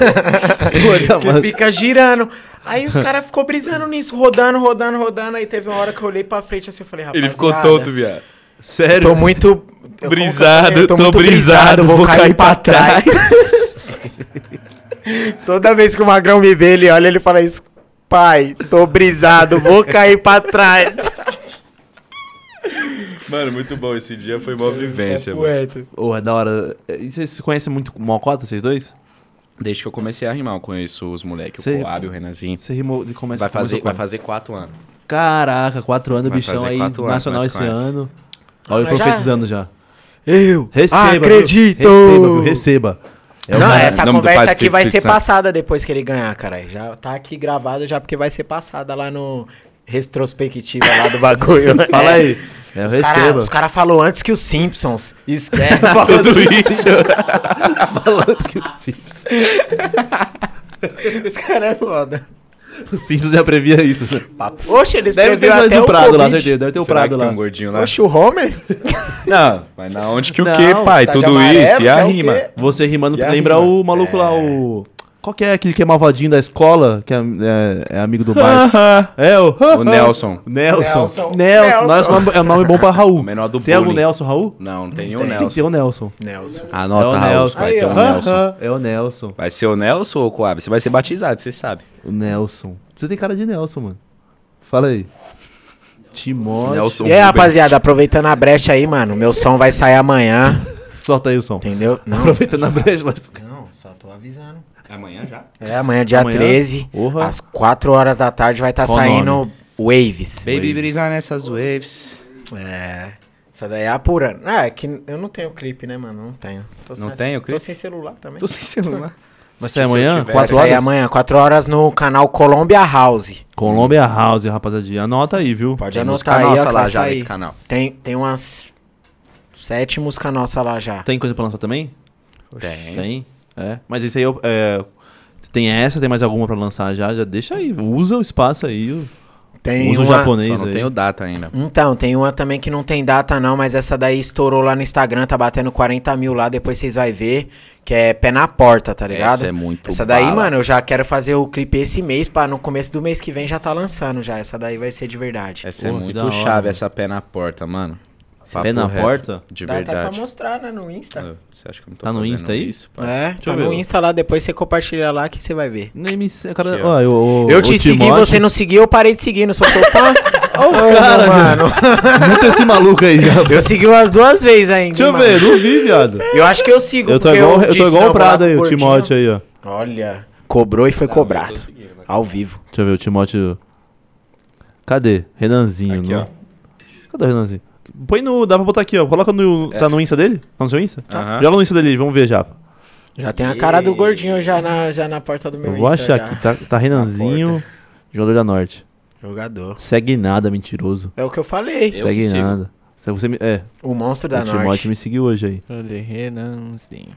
Tá
<laughs> que fica girando. Aí os caras ficou brisando nisso, rodando, rodando, rodando. Aí teve uma hora que eu olhei pra frente assim, eu falei, rapaz.
Ele ficou tonto, viado.
Sério?
Tô muito. eu-
Brisado,
eu
tô brisado, vou cair pra
<laughs> Toda vez que o Magrão me vê, ele olha ele fala isso. Pai, tô brisado, vou cair pra trás.
Mano, muito bom esse dia, foi uma vivência, mano.
Poeta.
Ô, é da hora. E Vocês se conhecem muito com Mocota, vocês dois?
Desde que eu comecei a rimar, eu conheço os moleques,
Cê-
o Coab, o Renanzinho.
Você rimou de começo
Vai
começou
fazer,
quando?
vai fazer quatro anos.
Caraca, quatro anos,
Vai
bichão
fazer
aí,
quatro anos,
nacional
nós
esse
conhece.
ano. Olha, eu
Mas já-
profetizando já.
Eu
Receba, viu?
acredito.
Receba, viu? Receba. É o
Não,
cara-
essa
nome do
conversa
Padre
aqui
Filho
vai ser
Espírito Santo.
passada depois que ele ganhar, cara. Já tá aqui gravada já porque vai ser passada lá no retrospectiva lá do bagulho.
<laughs> Fala
É.
aí. É, o
Os cara,
receba.
os cara falou antes que os Simpsons.
<laughs>
Esquece. assim,
Tudo isso.
Falando que os Simpsons.
os cara é foda.
<laughs> Os Simpsons já previa isso. né?
Papo. Oxe, eles
Ah, Deve ter
previram
mais
até
do
o
Prado lá,
Covid.
certeza. né? Deve ter o
Será
Prado
que
lá.
Tem um gordinho lá.
Oxe, o Homer?
Não, mas na onde que o
Não,
quê, pai?
tá de
Tudo
amarelo,
isso, e a
tá o quê?
rima.
Você rimando,
E a
lembra
rima?
o maluco lá, o... Qual que é aquele que é malvadinho da escola, que é, é- é amigo do bar? é o...
O Nelson.
<laughs> Nelson. Nelson.
Nelson.
Nelson.
Nelson.
Nelson é um nome bom pra Raul.
O menor do
Tem algum
bullying.
Nelson, Raul?
Não, não tem
um
nenhum
Tem que ter
Nelson.
o Nelson.
Nelson.
é o
Anota, Raul,
Nelson.
vai ter um
ó.
Nelson.
Aham, É o Nelson.
Vai ser o Nelson ou o Coab? Você vai ser batizado, você sabe.
O Nelson. Você tem cara de Nelson, mano. Fala aí. Timóteo.
Nelson
E aí,
Rubens.
rapaziada, aproveitando a brecha aí, mano. Meu som vai sair amanhã,
Solta aí o som.
entendeu? Não,
Aproveitando a brecha. nós-
não só tô avisando.
Amanhã já?
É, amanhã, dia
Amanhã?
13,
Porra.
às 4 horas da tarde, vai estar
Qual o
saindo Waves.
Baby brisa nessas waves.
É. Essa daí é a pura. Ah, é que eu não tenho clipe, né, mano? Não tenho. Tô
Não
sem-
tem o clipe?
Tô sem celular
<laughs>
também.
Tô sem celular.
Vai sair amanhã?
Vai
4
sair
horas?
amanhã, 4 horas no canal Colombia House.
Colômbia House, rapaziada. Anota aí, viu?
Pode
Tem música
anotar aí, ó,
nossa
que
lá
vai
já
sair.
nesse canal.
Tem, tem umas sete músicas nossas lá já.
Tem coisa pra lançar também?
Tem.
Tem. É. Mas isso aí eu- é. Tem essa, tem mais alguma pra lançar já? Já deixa aí. Usa o espaço aí. o-
Tem
usa o
uma-
japonês
Só não
aí.
tenho data ainda.
Então, tem uma também que não tem data não, mas essa daí estourou lá no Instagram, tá batendo 40 mil lá, depois vocês vão ver, que é pé na porta, tá ligado?
Essa é muito
Essa daí,
bala.
mano, eu já quero fazer o clipe esse mês, pra no começo do mês que vem já tá lançando já, essa daí vai ser de verdade.
Essa é
Porra, que
muito
da hora,
chave,
mano.
essa pé na porta, mano.
Pé
Papo
na
reto,
porta?
De
Dá até pra
verdade.
mostrar, né, no Insta.
Você acha que eu não tô
Tá no
fazendo
Insta aí?
isso, pai?
É,
Deixa eu
tá no
ver.
Insta lá, depois você compartilha lá que você vai ver.
Nem me. se- Cara,
Aqui, ó.
ó, eu, o-
Eu
o
te segui,
Timóteo-
você não seguiu, eu parei de seguir, não sou seu
<laughs>
fã. Ô,
cara,
mano.
Muta esse maluco aí já.
<laughs> Eu segui umas duas vezes ainda.
Deixa eu
hein,
ver,
mano.
não vi, viado.
Eu acho que eu sigo.
Eu tô
porque
igual, eu
disse,
tô
não,
igual o
vou lá
Prado
pro
aí, o
Portinho.
Timóteo aí, ó.
Olha. Cobrou e foi cobrado. Ao vivo.
Deixa eu ver, o Timóteo. Cadê? Renanzinho,
Aqui,
não?
ó.
Cadê o Renanzinho? Põe no. Dá pra botar aqui, ó. Coloca no.
É.
Tá no Insta dele? Tá no seu Insta?
Aham.
Joga no Insta dele, vamos ver já.
Já tem a cara do gordinho já na, já na porta do meu
Eu vou
Insta
achar
já.
aqui. Tá, tá Renanzinho, jogador da Norte.
Jogador.
Segue nada, mentiroso.
É o que eu falei.
Eu
Segue
que sigo.
nada. Se Você me, é,
O monstro da
o Timóteo
Norte.
me seguiu hoje aí.
Olha, Renanzinho.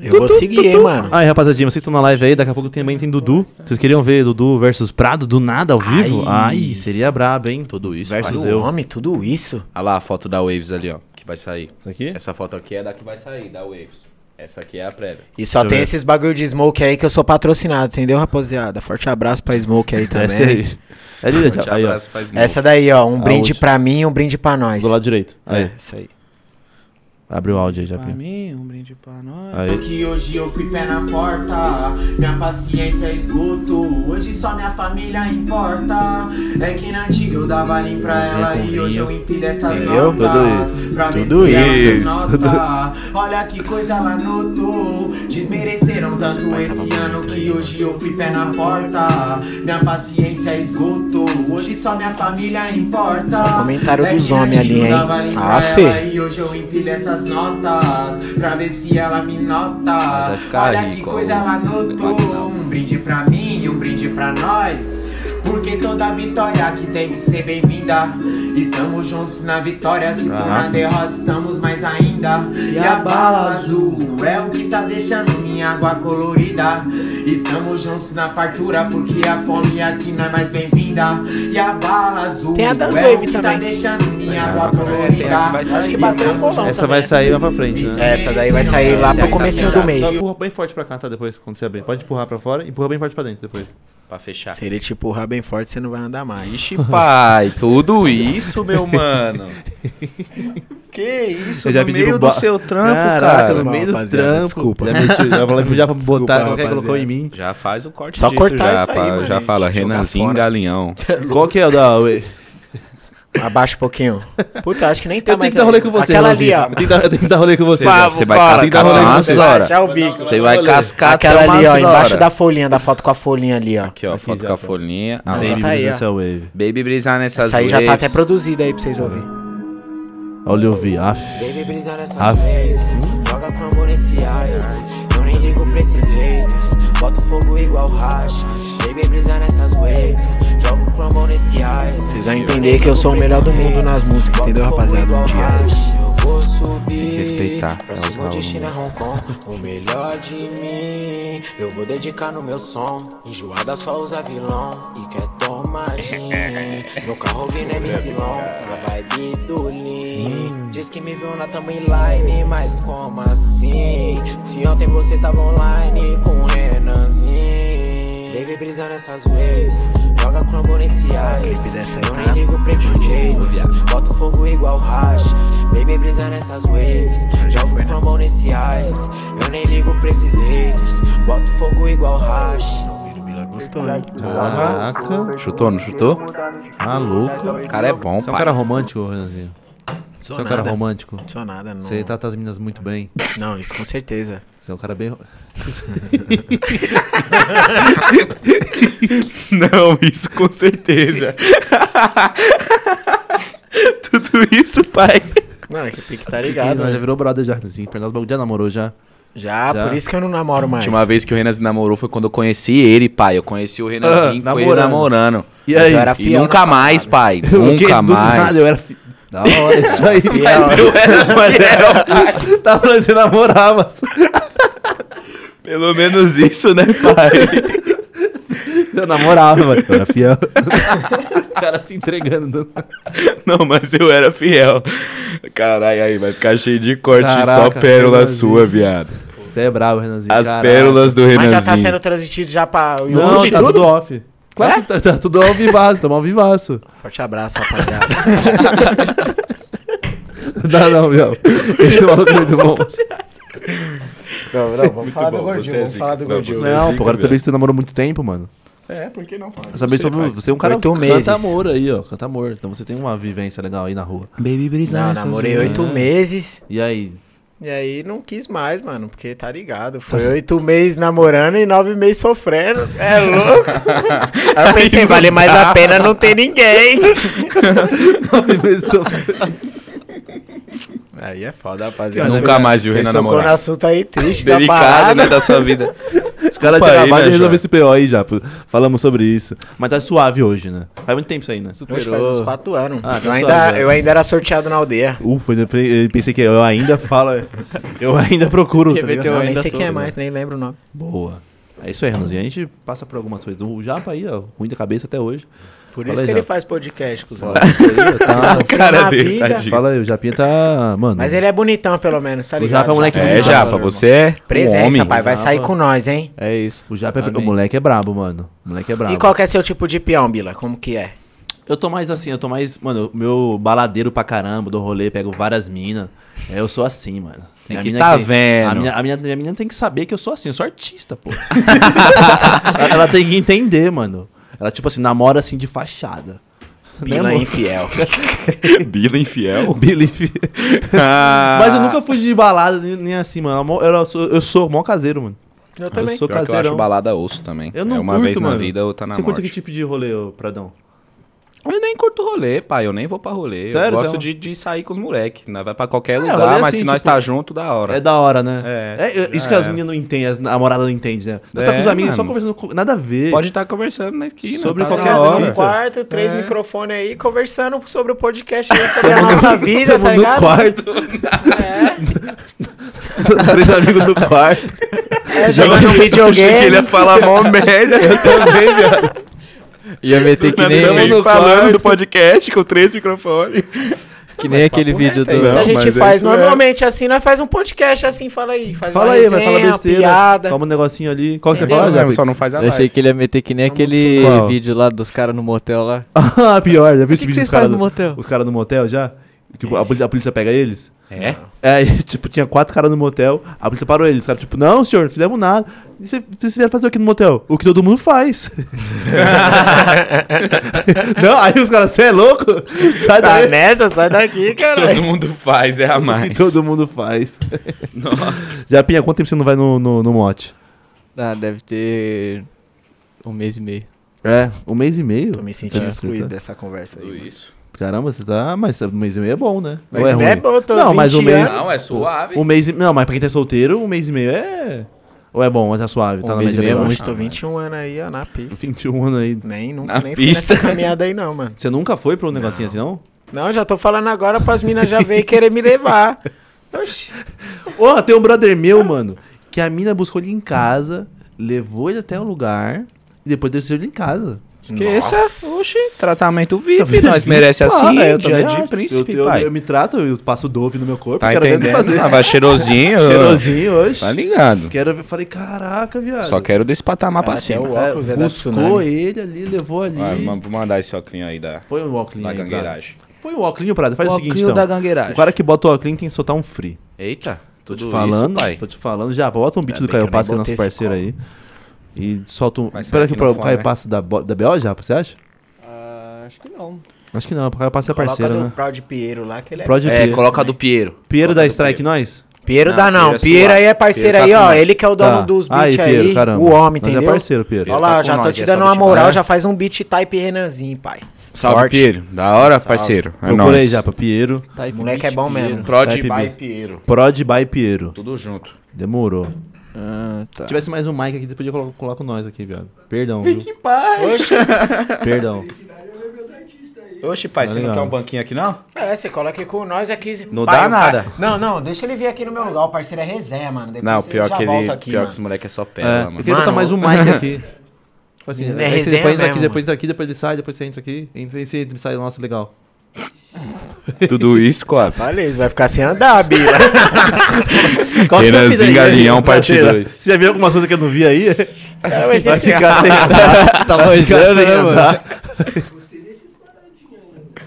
Eu vou seguir, hein, mano.
Aí, rapaziadinha, vocês que estão na live aí, daqui a pouco também tem Dudu. Vocês queriam ver Dudu versus Prado do nada ao vivo?
Ai.
Ai, seria brabo, hein?
Tudo isso,
Versus
pai.
Olha
eu.
o homem, tudo isso.
Olha lá a foto da Waves ali, ó. Que vai sair.
Isso aqui?
Essa foto aqui é da que vai sair, da Waves. Essa aqui é a prévia.
E só
eu
tem
ver.
esses bagulho de smoke aí que eu sou patrocinado, entendeu, rapaziada? Forte abraço pra smoke aí
<laughs>
também.
Essa aí. É ali,
Forte
aí, ó.
abraço, faz <laughs> muito.
Essa daí, ó. Um brinde
última.
pra mim e um brinde pra nós.
Do lado direito.
É,
Aí.
isso aí.
Abre o áudio aí, Japinha.
mim, um brinde pra nós.
Aí.
É Que hoje eu fui pé na porta, minha paciência é esgoto. Hoje só minha família importa. É que na antiga eu dava lim pra
é
ela e hoje eu empilho essas
Entendeu?
notas. Pra ver
Tudo
se
isso.
ela se nota. Olha que coisa ela notou. Desmereceram tanto esse ano que hoje eu fui pé na porta. Minha paciência é esgoto. Hoje só minha família importa.
Só comentário
É que
dos
na
homens
antiga
ali,
eu
hein?
dava lim pra
Ah,
ela
Fê.
e hoje eu empilho essas notas pra ver se ela me nota.
vai ficar
Olha que
rico,
coisa
ó.
ela notou. Um brinde pra mim e um brinde pra nós. Por Porque toda vitória aqui tem que ser bem-vinda. Estamos juntos na vitória, se for na derrota, estamos mais ainda. E a bala azul é o que tá deixando minha água colorida. Estamos juntos na fartura, porque a fome aqui não é mais bem-vinda. E a bala azul
Tem a das
é o
wave
que tá
também.
deixando minha água colorida.
Acho que bateu um bolão
Essa
também.
vai sair mais pra frente, né?
Essa daí vai sair lá pro comecinho do
Não,
mês.
empurra bem forte pra cá, tá? Depois, quando você abrir. Pode empurrar pra fora e empurra bem forte pra dentro depois.
Pra fechar.
Se ele te empurrar bem tipo, forte, você não vai andar mais.
Ixi, pai, tudo isso, meu mano. que isso,
Eu já
no
pedi
meio
pro
do
ba-
seu trampo,
Caraca,
cara.
no meio do
rapaziada,
trampo. é
desculpa.
Já, <laughs> meti, já falei pro Japa
Desculpa,
botar, qualquer
rapaziada.
colocou em mim.
Já faz o corte
Só
disso
cortar
já,
Tá isso aí,
pá.
mano,
já fala,
jogar
Renanzinho
fora.
Galeão.
Qual que é o da... Ué?
Abaixa um pouquinho. <laughs> Puta, acho que nem tá
eu tenho
mais
que dar
aí.
rolê com você,
Aquela ali,
Lanzinho.
ó.
Eu tenho que dar- eu tenho que dar rolê com você.
Pá,
Você vai
bora,
cascar
acabou,
até umas
acabou.
horas.
Já o bico.
Você vai cascar até
Aquela ali, ó,
umas
embaixo
horas.
da folhinha, da foto com a folhinha ali, ó.
Aqui, ó,
Aqui,
foto
já,
com a
pronto.
folhinha. Ah,
Baby
Baby
tá aí, ó.
Brisance é Wave.
Baby brisar nessas
Essa aí já tá
waves.
até produzida aí pra vocês ouvirem.
Olha o vi. Aff.
Baby brisa nessas
Ah.
waves Joga flambo nesse ice Eu nem ligo pra esses haters Boto fogo igual racha Baby brisa nessas waves Joga o crumble nesse ice Vocês
vão entender que eu sou o melhor do mundo nas músicas, entendeu, rapaziada? Um dia.
Eu vou subir
que respeitar,
Pra
é os
cima de
malucos.
China, Hong Kong O melhor de mim Eu vou dedicar no meu som Enjoada só usa vilão E quer tomar gin No carro vindo MC Long A vibe do Lean Diz que me viu na timeline Mas como assim? Se ontem você tava online Com o Renanzinho Baby brisa nessas waves Joga crumble nesse ice
dessa aí,
Eu
tá?
nem ligo pra esse jeito Boto fogo igual racha Baby brisa nessas waves Jogo
né?
crumble nesse ice Eu nem ligo pra esses haters Boto fogo igual racha
Gostou, hein?
Caraca.
Chutou, não chutou?
Maluco.
O cara é bom,
Você é um
pai.
cara romântico, Renanzinho. Você é um cara
nada.
romântico.
Sou nada, não.
Você trata as meninas muito bem.
Não, isso com certeza.
Você é um cara bem...
<laughs> Não, isso com certeza. tudo isso,
<laughs>
pai.
Não, é que tem que tá
Ih,
ligado.
nós
né?
já virou brother já, Renanzinho. Pernal bagulho já namorou já.
Já,
Já.
por isso que eu não namoro
A
mais.
última vez que o Renanzinho namorou foi quando eu conheci ele, pai. Eu conheci o Renanzinho
Ah,
com ele namorando.
E
Mas
aí? <laughs>
eu era
E
fiel
nunca
na
mais, pai.
Fiquei
Nunca
do
mais.
nada, eu era... fi- Da hora, isso <laughs> aí.
Fiel.
é
Tá falando que você namorava.
Pelo menos isso, né, pai?
Eu namorava, mano. Eu era fiel. o cara se entregando.
Não, mas eu era fiel. Caralho, aí vai ficar cheio de corte.
Caraca,
só pérola
Renanzinho.
sua, viado.
Você é bravo, Renanzinho.
As
caraca.
pérolas do
Mas
Renanzinho.
já tá sendo transmitido já pra YouTube
Não,
e
tá
tudo?
tudo off. Claro que tá, tá tudo ao vivaço, tamo ao vivaço.
Forte abraço, rapaziada.
<laughs> Não, não, meu. Esse maluco é muito bom.
não, não, vamos falar do
bom,
Gordinho,
você é
vamos
zica.
falar do
Não,
Gordinho.
você-
Não,
Zica,
pô, agora
meu.
também você namorou muito tempo, mano.
É, por que não, pai?
Eu Saber
Sei,
sobre
pai.
você é um cara
Oito
que
meses.
canta amor aí, ó. Canta amor. Então você tem uma vivência legal aí na rua.
Não, namorei oito meses.
E <laughs> aí?
E aí não quis mais, mano, porque tá ligado. Foi oito meses namorando e nove meses sofrendo. É louco. aí eu pensei, vale mais a pena não ter ninguém.
é
Aí é foda, rapaziada.
Nunca
Vocês-
mais vi o
vocês
Renan
tocou
namorar.
no assunto aí triste da
Delicado,
parada.
né, da sua <laughs> vida.
Os caras de
Opa, aí,
trabalho
né,
resolveram
Jorge?
esse PO aí já. pô. Falamos sobre isso. Mas tá suave hoje, né? Faz muito tempo isso aí, né?
Hoje faz uns
Superou.
quatro anos.
Ah,
eu,
tá suave,
ainda,
né?
eu ainda era sorteado na aldeia.
Ufa, eu pre- eu pensei que eu ainda falo. Eu ainda procuro.
Quer
Tá
ver
ligado?
Eu teu-
não, nem
ainda
sei
sou,
quem é
né?
mais, nem lembro o nome.
Boa. É isso aí, Renanzinho. A gente passa por algumas coisas. O Japa aí, ó, ruim da cabeça até hoje.
Por
Fala
isso
aí,
que ele
Japa.
faz podcast, cuzão.
Tá,
Sofreu
cara
na
dele,
vida,
tadinho.
fala aí, o Japinha tá. Mano.
Mas ele é bonitão, pelo menos, tá
O
ligado?
Japa é um moleque
Japa?
É,
Nossa,
Japa,
irmão.
você é um
Presença,
homem.
pai. Vai
Japa.
sair com nós, hein?
É isso.
O Japa é.
Amém.
O moleque é brabo, mano. O moleque é brabo.
E qual que é seu tipo de peão, Bila? Como que é?
Eu tô mais assim, eu tô mais. Mano, eu- meu baladeiro pra caramba, dou rolê, pego várias minas. É, eu sou assim, mano.
Tem
A
que
mina
tá vendo.
A mina, a, mina, a mina tem que saber que eu sou assim, eu sou artista, pô. <laughs> ela, ela tem que entender, mano. Ela, tipo assim, namora assim de fachada. Né,
Bila
amor?
infiel.
<laughs> Bila
<laughs>
infiel.
Believe.
Ah,
Mas eu nunca fui de balada nem, nem assim, mano. Eu, mo- eu sou, eu sou mó caseiro, mano.
Eu
também.
também.
sou
Pior que eu
caseirão.
acho balada osso também.
Eu não
é uma
curto,
vez
mano.
na vida, outra na
Você
morte.
curte que tipo de rolê, ô, Pradão?
Eu nem curto rolê, pai. Eu nem vou pra rolê.
Sério,
eu gosto
sério?
de, de sair com os moleques. Vai pra qualquer
rolê
lugar, mas
assim,
se nós
tipo,
tá junto, da hora.
É da hora, né?
É,
eu- isso
já
que as
é.
meninas não entendem, as namoradas não entendem, né? Nós tá
É,
com os amigos só
mano.
conversando com. Nada a ver.
Pode estar conversando na esquina.
Sobre
tá
qualquer
da
vida.
no quarto, três
É.
microfones aí, conversando sobre o podcast, aí, <laughs> sobre
<laughs>
a nossa vida,
Tamo
tá
no
ligado?
quarto. <laughs> Três amigos no quarto.
É, jogando um videogame.
falar
<laughs>
mó merda. Eu também, viado.
Ia meter que
Tamo
nem,
no quarto.
do podcast com três microfones.
que nem aquele vídeo
É isso que
do.
a gente
mas é
faz
isso
normalmente assim, nós faz um podcast assim, fala aí. Faz
Fala
uma
aí, vai
resenha,
falar
uma
besteira.
Piada.
Toma um negocinho ali. Qual que você
Entendeu?
fala,
Só,
Gabi?
só não faz a
Eu achei
live.
que ele ia meter que nem aquele
Qual?
vídeo lá dos caras no motel lá.
<laughs> Ah, pior, já vi
O
esse
que que
vídeo
vocês
dos caras
fazem
do-
no motel?
Os caras no motel já? Que a poli- a polícia pega eles?
É?
É, e, <laughs> tipo, tinha quatro caras no motel, a polícia parou eles. Os caras, tipo, não, senhor, não fizemos nada. E cê- Vocês vieram fazer o que no motel? O que todo mundo faz. <laughs> não, aí os caras, você é louco? Sai
Tá
daí.
nessa, sai daqui, cara.
Todo mundo faz, é a mais.
Todo mundo faz.
Nossa.
Japinha, quanto tempo você não vai no, no, no mote?
Ah, deve ter. Um mês e meio.
É, um mês e meio?
Tô me
Você
sentindo
tá-
excluído
você
dessa conversa aí.
Isso.
tá- Caramba, você tá. Mas um mês e meio é bom, né? Ou
Mas
ruim?
é bom, eu tô
Não,
20
mas o meio-
anos.
Não, é suave.
Um mês e... Não, mas pra quem tá solteiro, um mês e meio é. Ou é bom, mas tá suave,
Um
tá na
mês e
média
meio é
legal. <laughs>
muito.
Hoje tô 21 anos aí, ó, na pista.
21 anos aí.
Nem, nunca,
Na
nem fui nessa
pista.
caminhada aí não, mano.
Você nunca foi pra um negocinho assim, não?
Não, já tô falando agora pras minas já veio querer me <laughs> levar. Oxi.
Ó, tem um brother meu, mano, que a mina buscou ele em casa, levou ele até o lugar e depois deixou ele em casa.
é-
Esqueça. Oxi, tratamento
Tá
VIP.
vendo?
Nós merece
Ah,
assim,
é, eu
dia
também
de
acho.
príncipe,
eu, eu,
pai.
eu me trato, eu passo Dove no meu corpo,
Tá
quero ver ele
entendendo?
fazer.
Tava cheirosinho.
Ah, <laughs> Cheirosinho hoje.
Tá ligado.
Quero ver, falei, caraca, viado.
Só quero né?" desse patamar pra
Cara, até
cima.
o óculos é da
buscou
Tsunami.
ele ali, levou ali.
Ah, ma- vou mandar esse óculinho aí da,
Põe um óculos
da
aí, Prada.
gangueiragem.
Põe um óculos, Prada. Faz o, seguinte,
Óculinho
então.
da gangueiragem.
O cara que bota o óculos tem que soltar um free.
Eita.
Tô te
tudo
falando,
isso, pai.
tô te falando. Já, bota um beat
Ainda
do
bem que eu
Caio
nem
Passo, que é
botei
nosso
esse
parceiro
copo.
aí. E solta um.
Mas
Espera
será
que o
que
pro-
não foi,
Caio
né?
Passo da, bo- da BO já, você acha?
Ah,
acho que não.
Acho que não, o Caio Passo é
Coloca
parceiro,
do
né?
Proud Piero lá, que ele é...
Prod
É,
Piero.
coloca a do Piero.
Piero da Strike, nós?
Piero
Não,
dá não,
Piero é
Piero
suave.
aí é parceiro
Piero tá
aí,
com
ó,
nós.
ele que é o dono
Tá.
dos
Aí,
beats aí,
Piero, caramba.
o homem,
Nós é
entendeu?
parceiro, Piero.
Olha
Piero tá
lá,
com
já tô
nós,
te
essa
dando uma
última,
moral,
né?
já faz um beat type Renanzinho, pai.
Salve,
Forte.
Piero. Da hora, parceiro. É
Procura aí
nóis.
já pra Piero.
Type
Moleque é
beat
bom mesmo.
Piero.
Prod
Type
by
B.
Piero.
Prod by Piero.
Tudo junto.
Demorou.
Ah, tá.
Se tivesse mais um mic aqui, depois eu coloco, coloco nós aqui, viado. Perdão, viu?
<laughs>
Perdão.
Oxe, pai, você não
legal.
quer um banquinho aqui, não?
É, você coloca aqui com nós aqui.
Não
Pai,
dá
o
nada.
pai- Não, não, deixa ele vir aqui no meu lugar, o parceiro é resenha, mano. Depois
Não,
você
pior
já
que ele.
volta aqui,
Pior
mano.
que esse moleque é só
É,
pérola,
eu
mano.
queria botar mais um mic
<laughs>
aqui. Tipo Assim,
Menino, é
aí você
resenha
depois entra aqui,
mesmo,
depois entra aqui, depois ele sai, depois você entra aqui, entra e você entra e sai, nossa, legal.
Tudo isso, quase.
Falei, você vai ficar sem andar, Bira.
<laughs> Qual que é a
Renanzinho
vida aí,
Gavião,
né?
parte
Parceira,
dois.
Você já viu algumas coisas que eu não vi aí?
Cara, vai ser
Vai
assim.
ficar sem andar.
<laughs>
Tá
Vai ficar
manjando,
sem
né, mano?
andar.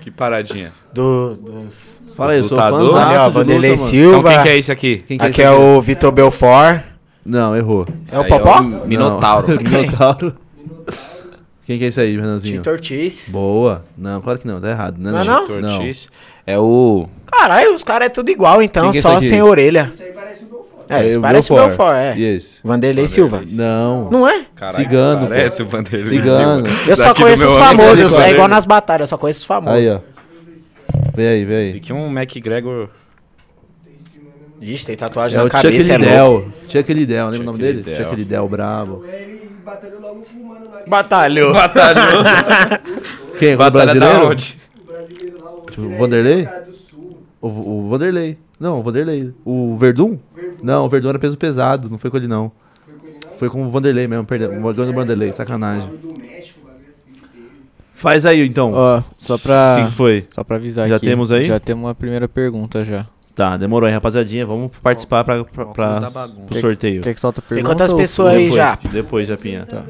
Que paradinha.
Do, do...
Fala aí, eu sou
Lutador.
fãzão
Olha, ó,
de
Vanderlei
luta, mano.
Então
Silva.
quem que é esse aqui?
Quem que
Aqui
esse
é o Vitor Belfort.
Não, errou.
É o
Aí, ó,
Popó?
Não.
Minotauro.
<laughs> Minotauro. Quem que é esse aí, Renanzinho?
Vitor Ortiz.
Boa. Não, claro que não, tá errado. Não,
Não é
não?
não?
Vitor Ortiz. É o.
Caralho, os caras é tudo igual, então,
Quem que é
só
esse aqui?
sem orelha. É,
É,
esse
o
parece o
Belfort.
Belfort, é.
E esse?
Vanderlei Silva.
Não.
Não é?
Cigano,
Parece o Vanderlei.
Cigano.
Eu só
Daqui do
conheço
meu né?
os
amigo
famosos,
Vanderlei.
é igual nas batalhas, eu só conheço os famosos.
Aí, ó. Vem aí, vem aí.
Que um Mac Gregor.
Vixe, tem tatuagem
É
na
o Chuck
cabeça, é louco.
Liddell. Chuck Liddell, lembra o nome dele?
Liddell.
Chuck Liddell, brabo.
Batalhou.
Tá
Quem?
Batalha
o
da
brasileiro?
tá onde?
Tipo, o Vanderlei? O, o Vanderlei. Não, o Vanderlei. O Verdun? Não, o Verdun era peso pesado, não foi com ele não. Foi com o Vanderlei mesmo, perdeu. Ganhou do Vanderlei, sacanagem. Faz aí então. O
Ó, ah. só
que
pra.
que foi?
Só pra avisar
Já
aqui.
temos aí?
Já temos uma primeira pergunta já.
Tá, demorou aí, rapaziadinha. Vamos participar pra, pra, pra-
da bagunça.
pro sorteio.
Quer que solta a
Tem
pergunta?
quantas
ou-
pessoas aí
depois,
já?
Depois, Japinha.
Tá.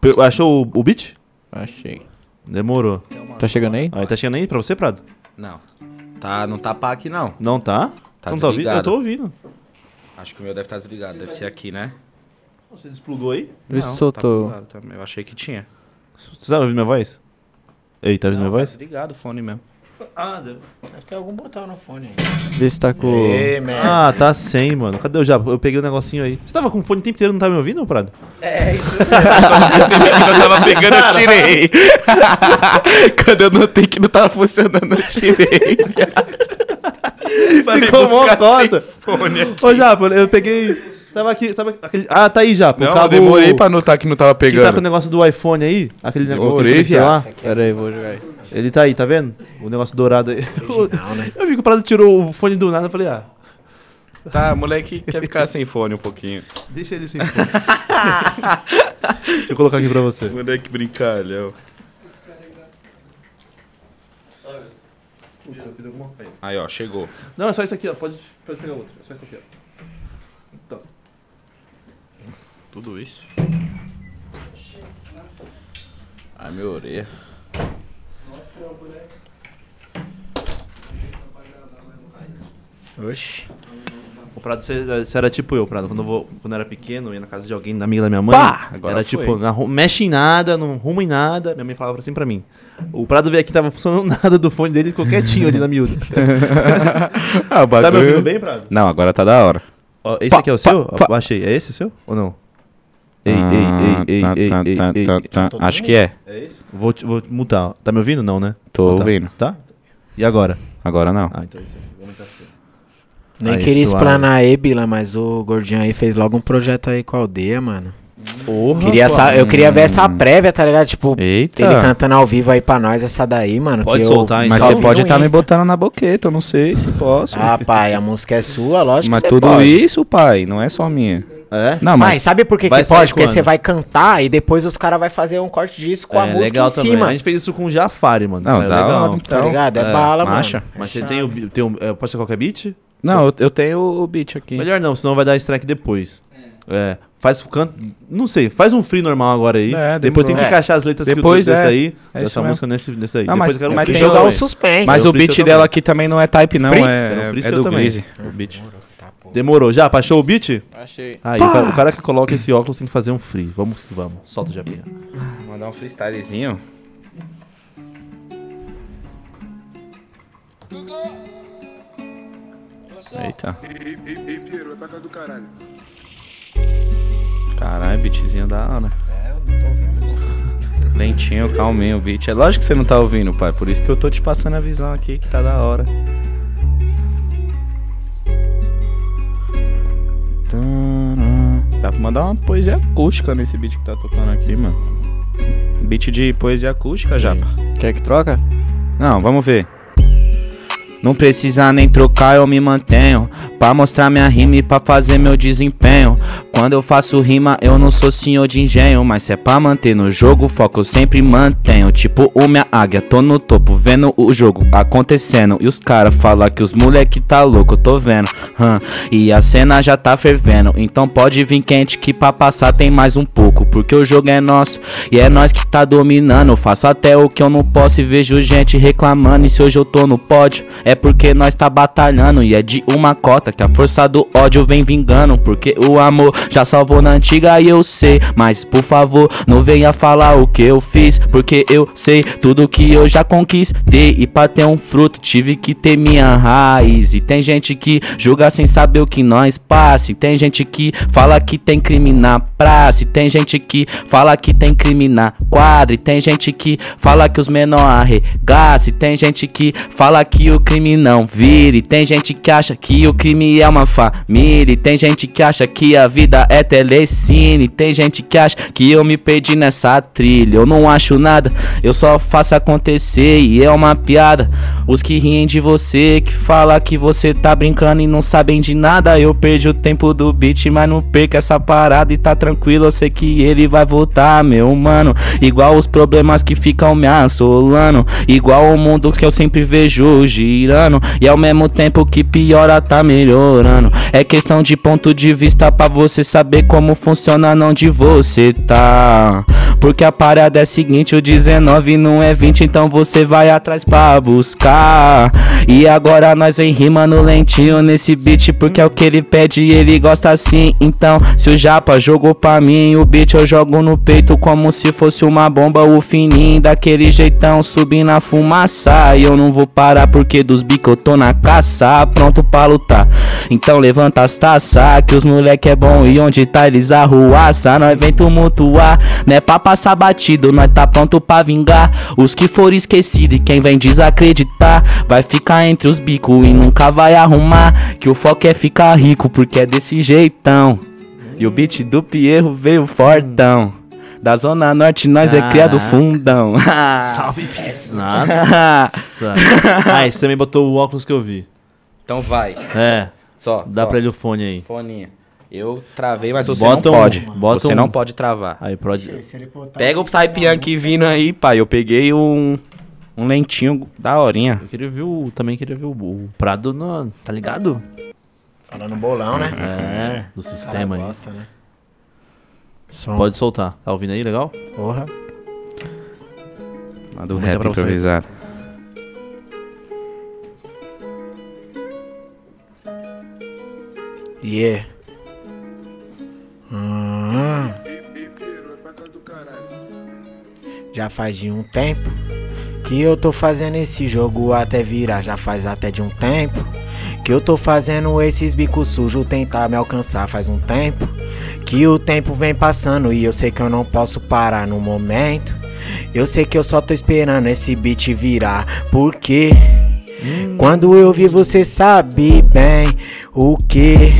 Pe- Achou o, o beat?
Achei.
Demorou.
Tá chegando aí?
Aí tá chegando aí pra você, Prado?
Não. Tá, não tá pá aqui, não.
Não tá?
Tá
não tá ouvindo?
desligado.
Eu tô ouvindo.
Acho que o meu deve estar desligado. Deve ser aqui, né?
Você desplugou aí?
Vê
Não,
se
tá
soltou.
ligado também. Eu achei que tinha.
Você tá ouvindo minha voz? Ei, tá ouvindo minha
Não, tá
voz?
Desligado o fone mesmo.
Acho que tem algum botão no fone aí.
Vê se tá com.
Ei, mestre.
Ah, tá sem, mano. Cadê o Japa? Eu peguei o negocinho aí. Você tava com o fone o tempo inteiro, não tá me ouvindo, Prado?
Quando <laughs> eu tava pegando, eu <laughs> tirei. Quando eu notei que não tava funcionando, eu tirei.
Ficou mó torta.
fone aqui.
Ô, Japa, eu peguei... Tava aqui, tava... aquele- Ah, tá aí, Japa.
Não,
o cabo...
eu demorei pra notar que não tava
Que tá com o
pegando.
negócio do iPhone aí, aquele negócio
Demorei,
que lá.
Pera aí, vou jogar aí.
Ele tá aí, tá vendo? O negócio dourado aí.
né?
Eu vi que o Prado tirou o fone do nada, eu falei, ah,
Tá, moleque quer ficar sem fone um pouquinho.
deixa ele sem
<laughs>
fone. Deixa eu colocar aqui pra você.
Moleque brincalhão. Aí, ó, chegou.
Não, é só isso aqui, ó. Pode, pode pegar outro. É só isso aqui, ó.
Tudo isso? Ai, minha orelha.
Oxi.
O Prado, você você era tipo eu, Prado. Quando eu, vou, quando eu era pequeno, eu ia na casa de alguém, da amiga da minha mãe.
Pá, agora
era
foi.
tipo, não arru- mexe em nada, não arruma em nada. Minha mãe falava assim pra mim. O Prado veio aqui, tava funcionando <laughs> nada do fone dele, ficou quietinho ali na miúda.
<laughs>
Ah, o
tá me ouvindo
bagulho.
bem, Prado?
Não, agora tá da hora.
Ó, esse
Pá,
aqui é o
pá,
seu?
pá.
Baixei. É esse o seu? Ou não? Ei,
Ah,
ei, ei,
tá,
ei,
tá,
ei,
tá,
ei, ei,
tá,
ei.
tá. Acho que é.
É esse? Vou, te- vou te mutar. Tá me ouvindo? Não, né?
Tô
Tá.
ouvindo.
Tá? E agora?
Agora não.
Ah, então é isso aí. Vou aumentar pra você.
Nem
Aí,
queria
suave.
explanar aí, Bila, mas o gordinho aí fez logo um projeto aí com a aldeia, mano.
Porra,
Queria essa, eu queria ver essa
Hum.
prévia, tá ligado? Tipo,
Eita.
ele cantando ao vivo aí pra nós, essa daí, mano.
Pode
que
soltar, hein?
eu,
Mas
Salve
você pode estar me
botando.
botando na boqueta, eu não sei se
<laughs>
posso.
Ah, pai, a música é sua, lógico
mas
que você
tudo
pode.
isso, pai, não é só minha.
É?
Não,
Mas,
mas.
sabe por que,
vai
que
sair
pode? Porque
quando?
você vai cantar e depois os caras vão fazer um corte disso com a
é
música
legal
em
também.
cima.
A gente fez isso com o Jafari, mano.
Não,
Isso é
da
legal.
hora,
Tá
então.
ligado? É,
é,
bala,
marcha.
mano.
Mas você tem o... bi- Tem um, é, pode ser qualquer beat?
Não, eu, eu tenho o beat aqui.
Melhor não, senão vai dar strike depois. É. Faz o canto... Não sei. Faz um free normal agora aí.
É,
depois tem que
demorou.
encaixar as letras
Depois,
que o, desse
é.
daí.
É isso
dessa
mesmo.
música nesse, nesse daí.
Não,
depois
mas-
eu quero um
mas
Tem que
free.
tem
jogar
o-
o suspense.
Mas
Eu
o
fiz
beat
seu
dela
também.
aqui também não é type, não.
Free? Era um
É, é
freestyle
do
também.
Greasy. O beat.
Demorou. Já? Achou o beat?
Achei.
Aí, o cara, o cara que coloca esse óculos tem que fazer um free. Vamos que vamos. Solta o Japinha.
Mandar um freestylezinho. Eita. Caralho, beatzinho da hora. Lentinho, calminho o beat. É lógico que você não tá ouvindo, pai. Por isso que eu tô te passando a visão aqui que tá da hora. Tadã. Dá pra mandar uma poesia acústica nesse beat que tá tocando aqui, mano. Beat de poesia acústica, já.
Quer que troca?
Não, vamos ver. Não precisa nem trocar, eu me mantenho. Pra mostrar minha rima e pra fazer meu desempenho. Quando eu faço rima, eu não sou senhor de engenho. Mas se é pra manter no jogo, o foco eu sempre mantenho. Tipo o minha águia, tô no topo, vendo o jogo acontecendo. E os cara falam que os moleque tá louco, eu tô vendo. hã. E a cena já tá fervendo. Então pode vir quente que pra passar tem mais um pouco. Porque o jogo é nosso e é nós que tá dominando. Eu Faço até o que eu não posso e vejo gente reclamando. E se hoje eu tô no pódio, é porque nós tá batalhando. E é de uma cota que a força do ódio vem vingando. Porque o amor já salvou na antiga e eu sei. Mas por favor, não venha falar o que eu fiz. Porque eu sei tudo que eu já conquistei. E pra ter um fruto, tive que ter minha raiz. E tem gente que julga sem saber o que nós passa. E tem gente que fala que tem crime na praça. E tem gente que fala que tem crime na quadra. E tem gente que fala que os menor arregaça. E tem gente que fala que o crime não vira. E tem gente que acha que o crime é uma família. E tem gente que acha que a vida é telecine. E tem gente que acha que eu me perdi nessa trilha. Eu não acho nada, eu só faço acontecer. E é uma piada. Os que riem de você, que fala que você tá brincando e não sabem de nada. Eu perdi o tempo do beat, mas não perca essa parada e tá tranquilo. Eu sei que ele vai voltar, meu mano. Igual os problemas que ficam me assolando. Igual o mundo que eu sempre vejo girando. E ao mesmo tempo que piora, tá melhorando. É questão de ponto de vista pra você saber como funciona, não de você tá. Porque a parada é a seguinte: o 19 não é 20, então você vai atrás pra buscar. E agora nós vem rimando lentinho nesse beat, porque é o que ele pede e ele gosta assim. Então, se o Japa jogou pra mim, o beat eu jogo no peito como se fosse uma bomba. O fininho daquele jeitão subindo a fumaça. E eu não vou parar porque dos bicos eu tô na caça, pronto pra lutar. Então levanta as taças, que os moleque é bom e onde tá eles arruaça. Nós vem tumultuar, não é pra passar batido, nós tá pronto pra vingar. Os que foram esquecidos e quem vem desacreditar, vai ficar entre os bicos e nunca vai arrumar. Que o foco é ficar rico, porque é desse jeitão. E o beat do Pierro veio fortão. Da Zona Norte nós é criado
Caraca.
fundão.
Salve, Piz.
<laughs>
Nossa. ah, esse também botou o óculos que eu vi.
então vai,
É,
só.
dá
só.
pra ele o fone aí.
Foninha. Eu travei, mas você
Bota
não
um-
pode.
bota
você
um-
não pode travar.
Aí, pode.
tá
Pega o Taipian que vindo aí, pai. Eu peguei um, um lentinho da horinha.
Eu queria ver o. Também queria ver o, o Prado, no, tá ligado?
Falando bolão, né?
É, do sistema aí.
Gosta, né? Som.
Pode soltar. Tá ouvindo aí, legal?
Porra.
Manda o
Vou botar
rap
pra você.
improvisado.
Yeah. Hum. Já faz de um tempo que eu tô fazendo esse jogo até virar. Já faz até de um tempo que eu tô fazendo esses bicos sujos tentar me alcançar. Faz um tempo que o tempo vem passando e eu sei que eu não posso parar no momento. Eu sei que eu só tô esperando esse beat virar. Porque quando eu vi, você sabe bem o que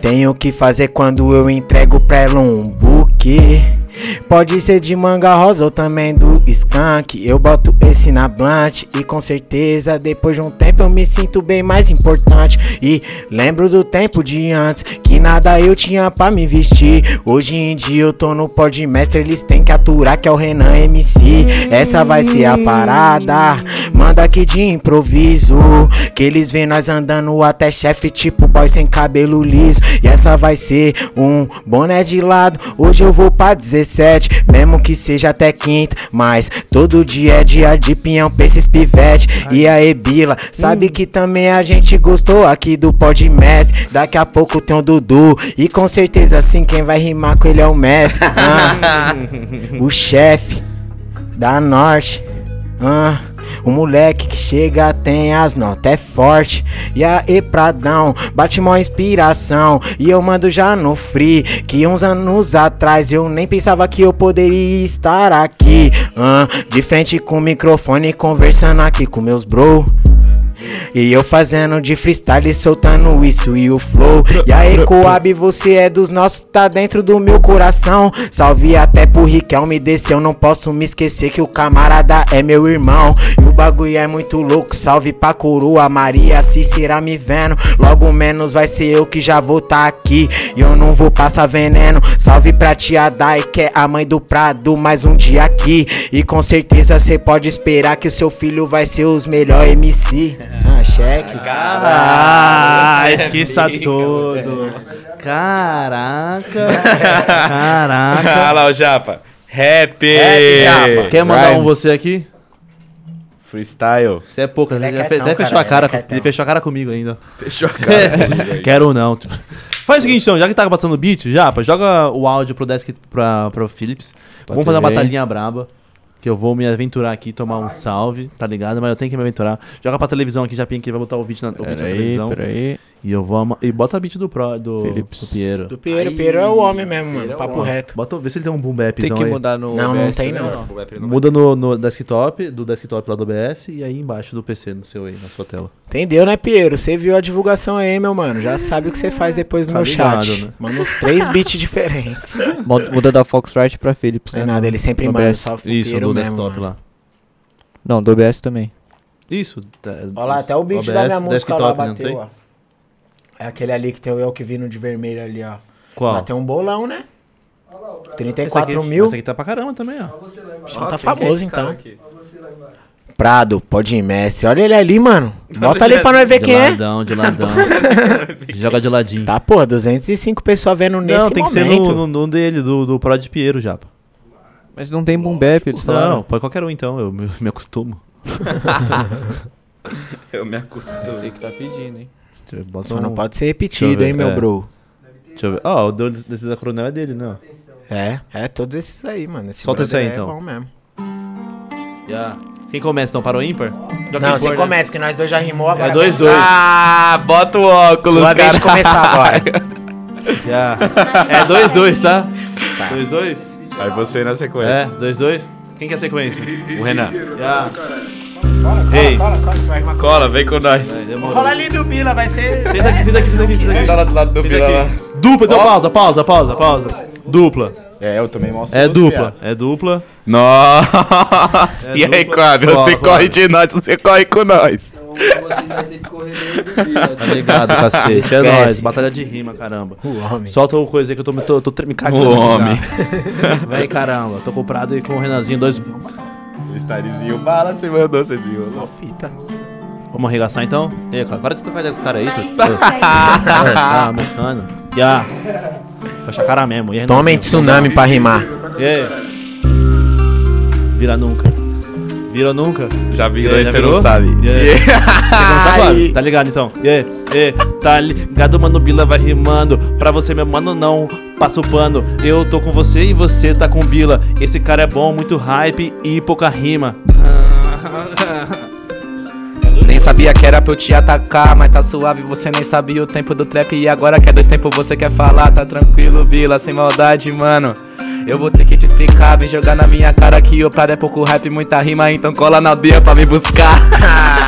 tenho que fazer quando eu entrego pra ela um buquê. Pode ser de manga rosa ou também do skunk. Eu boto esse na blunt e com certeza depois de um tempo eu me sinto bem mais importante. E lembro do tempo de antes que nada eu tinha pra me vestir. Hoje em dia eu tô no pod mestre, eles têm que aturar que é o Renan MC. Essa vai ser a parada. Manda aqui de improviso. Que eles vê nós andando até chefe, tipo boy sem cabelo liso. E essa vai ser um boné de lado. Hoje eu vou pra 17, mesmo que seja até quinta. Mas todo dia é dia de pinhão pra esses pivete. E aí, Bila, sabe que também a gente gostou aqui do pod mestre. Daqui a pouco tem o Dudu. E com certeza, sim, assim, quem vai rimar com ele é o mestre. Ah, o chefe da Norte. Ah, o moleque que chega tem as notas, é forte. E aê, Pradão, bate mó inspiração. E eu mando já no free. Que uns anos atrás eu nem pensava que eu poderia estar aqui. Ah, de frente com o microfone, conversando aqui com meus bro. E eu fazendo de freestyle, soltando isso e o flow. E aí, Coab, você é dos nossos, tá dentro do meu coração. Salve até pro Riquel me desceu, não posso me esquecer que o camarada é meu irmão. E o bagulho é muito louco, salve pra coroa, Maria Cícera me vendo. Logo menos vai ser eu que já vou tá aqui. E eu não vou passar veneno. Salve pra tia Dai, que é a mãe do Prado, mais um dia aqui. E com certeza você pode esperar que o seu filho vai ser os melhor MC. <laughs> Ah, cheque.
Ah, esqueça tudo. <laughs> Caraca. Caraca.
Olha lá o Japa. Rap!
Quer mandar um
Rhymes.
você aqui?
Freestyle.
Você é pouca. Ele
Ele é
já fe-
quietão,
até fechou a cara.
caralho, ele é quietão.
Ele fechou a cara comigo ainda.
Fechou
<laughs>
a cara.
Quero não. Faz o seguinte, então, já que tá batendo o beat, Japa, joga o áudio pro desk pra, pro Philips. Vamos fazer uma
TV.
batalhinha braba. Que eu vou me aventurar aqui, tomar um salve, tá ligado? Mas eu tenho que me aventurar. Joga pra televisão aqui, Japinha, que vai botar o vídeo na, o vídeo na
Peraí,
televisão.
peraí.
E eu vou ama- E bota a beat do, pro, do,
Philips.
do Piero.
Do Piero, Piero é o homem mesmo, mano. Papo reto.
Bota, vê se ele tem um boom
Tem
bapzão
que
aí.
mudar no.
Não, não
OBS
tem
também,
não.
né?
Muda no, no desktop, do desktop lá do OBS e aí embaixo do PC no seu aí, na sua tela.
Entendeu, né, Piero? Você viu a divulgação aí, meu mano. Já sabe o que você faz depois no
Tá
meu
ligado,
chat.
né?
Manda uns três beats <laughs> diferentes.
Muda- Muda da Foxrite pra Philips,
Não
né?
é nada, ele sempre
No
manda.
OBS.
Salve pro
Isso,
Piero
do
mesmo. né?
desktop
mano.
lá.
Não, do OBS também.
Isso. tá-
Olha lá, até o beat da
OBS,
minha música lá
desktop, não tem?
bateu, ó. É aquele ali que tem o El que vino de vermelho ali, ó.
Qual?
Bateu um bolão, né?
Esse aqui-
34 mil.
Esse aqui é tá pra caramba também, ó.
Então tá famoso, então. Prado, pode ir, mestre. Olha ele ali, mano. Bota ali pra nós ver
de
quem é.
ladão, de ladão. Joga de ladinho.
Tá, porra, 205 pessoas vendo nesse
não, tem que
momento.
ser no, no, no dele, do, do Prod Piero já. pô.
Mas não tem boom bap, eles falaram.
Não, pode qualquer um então, eu me, me acostumo.
Eu me
Eu
acostumo.
sei que tá pedindo, hein.
Deixa eu- bota
Só não
um-
pode ser
Deixa eu
repetido,
ver,
hein, meu
é.
bro.
Deixa eu ver. Ó, o do- desse da coronel é dele, não.
É, é todos esses aí, mano. Esse
Solta esse
brother
aí, então.
É bom mesmo.
Já. Quem começa então? Para o ímpar? Joga
Não,
ímpar,
você
né?
começa, que nós dois já rimou agora.
É dois, dois.
Ah, bota o óculos,
Sua vez
cara.
de começar agora.
<laughs> Já. É 2-2, dois, dois, tá? 2-2? Dois, dois?
Aí você na
É,
sequência.
2-2. Dois, dois. Quem quer sequência?
É, O Renan.
Já.
Cola, cola,
Ei.
cola, cola, você vai rimar.
Cola, vem com nós.
Demorou.
Rola ali do Bila, vai ser.
Senta aqui, senta aqui, senta aqui, senta aqui.
Tá lá do lado do
Senta
Vila lá.
aqui. Dupla, então pausa, pausa, pausa, pausa. Dupla.
É, eu também mostro.
É dupla, é dupla.
Nossa,
É
e aí,
dupla.
Cláudio?
Cola,
Você
cola.
corre de nós, você corre com nós.
Então vocês vão ter que correr dentro do dia.
Tá ligado, cacete. É
Esquece.
nóis. Batalha de rima, caramba.
O homem.
Solta o coisa aí que eu tô me, tô, tô tre- me cagando.
O
já.
homem.
<laughs> Vem, caramba. Tô comprado aí com o Renanzinho. Dois...
Estarezinho bala, você mandou, você desenrolou. Fita.
Vamos arregaçar então? E aí, cara, para de tocar ideia com os caras aí. Tu...
Mas
tu-
isso
Ah, tá, moscando. Já. Fecha a cara mesmo. E aí,
Tomem
Renanzinho?
tsunami pra rimar.
E aí? Vira nunca. Virou nunca?
Já virou
E aí,
e
já
você
virou?
não sabe.
E aí?
Yeah.
Quer começar agora?
Aí.
Tá ligado então? E, e, tá ligado, mano, Bila vai rimando. Pra você, meu mano, não passa o pano. Eu tô com você e você tá com o Bila. Esse cara é bom, muito hype e pouca rima.
Nem sabia que era pra eu te atacar, mas tá suave, você nem sabia o tempo do trap. E agora que é dois tempos, você quer falar, tá tranquilo, Vila, sem maldade, mano. Eu vou ter que te explicar, vem jogar na minha cara que o prado é pouco rap, muita rima, então cola na aldeia pra me buscar.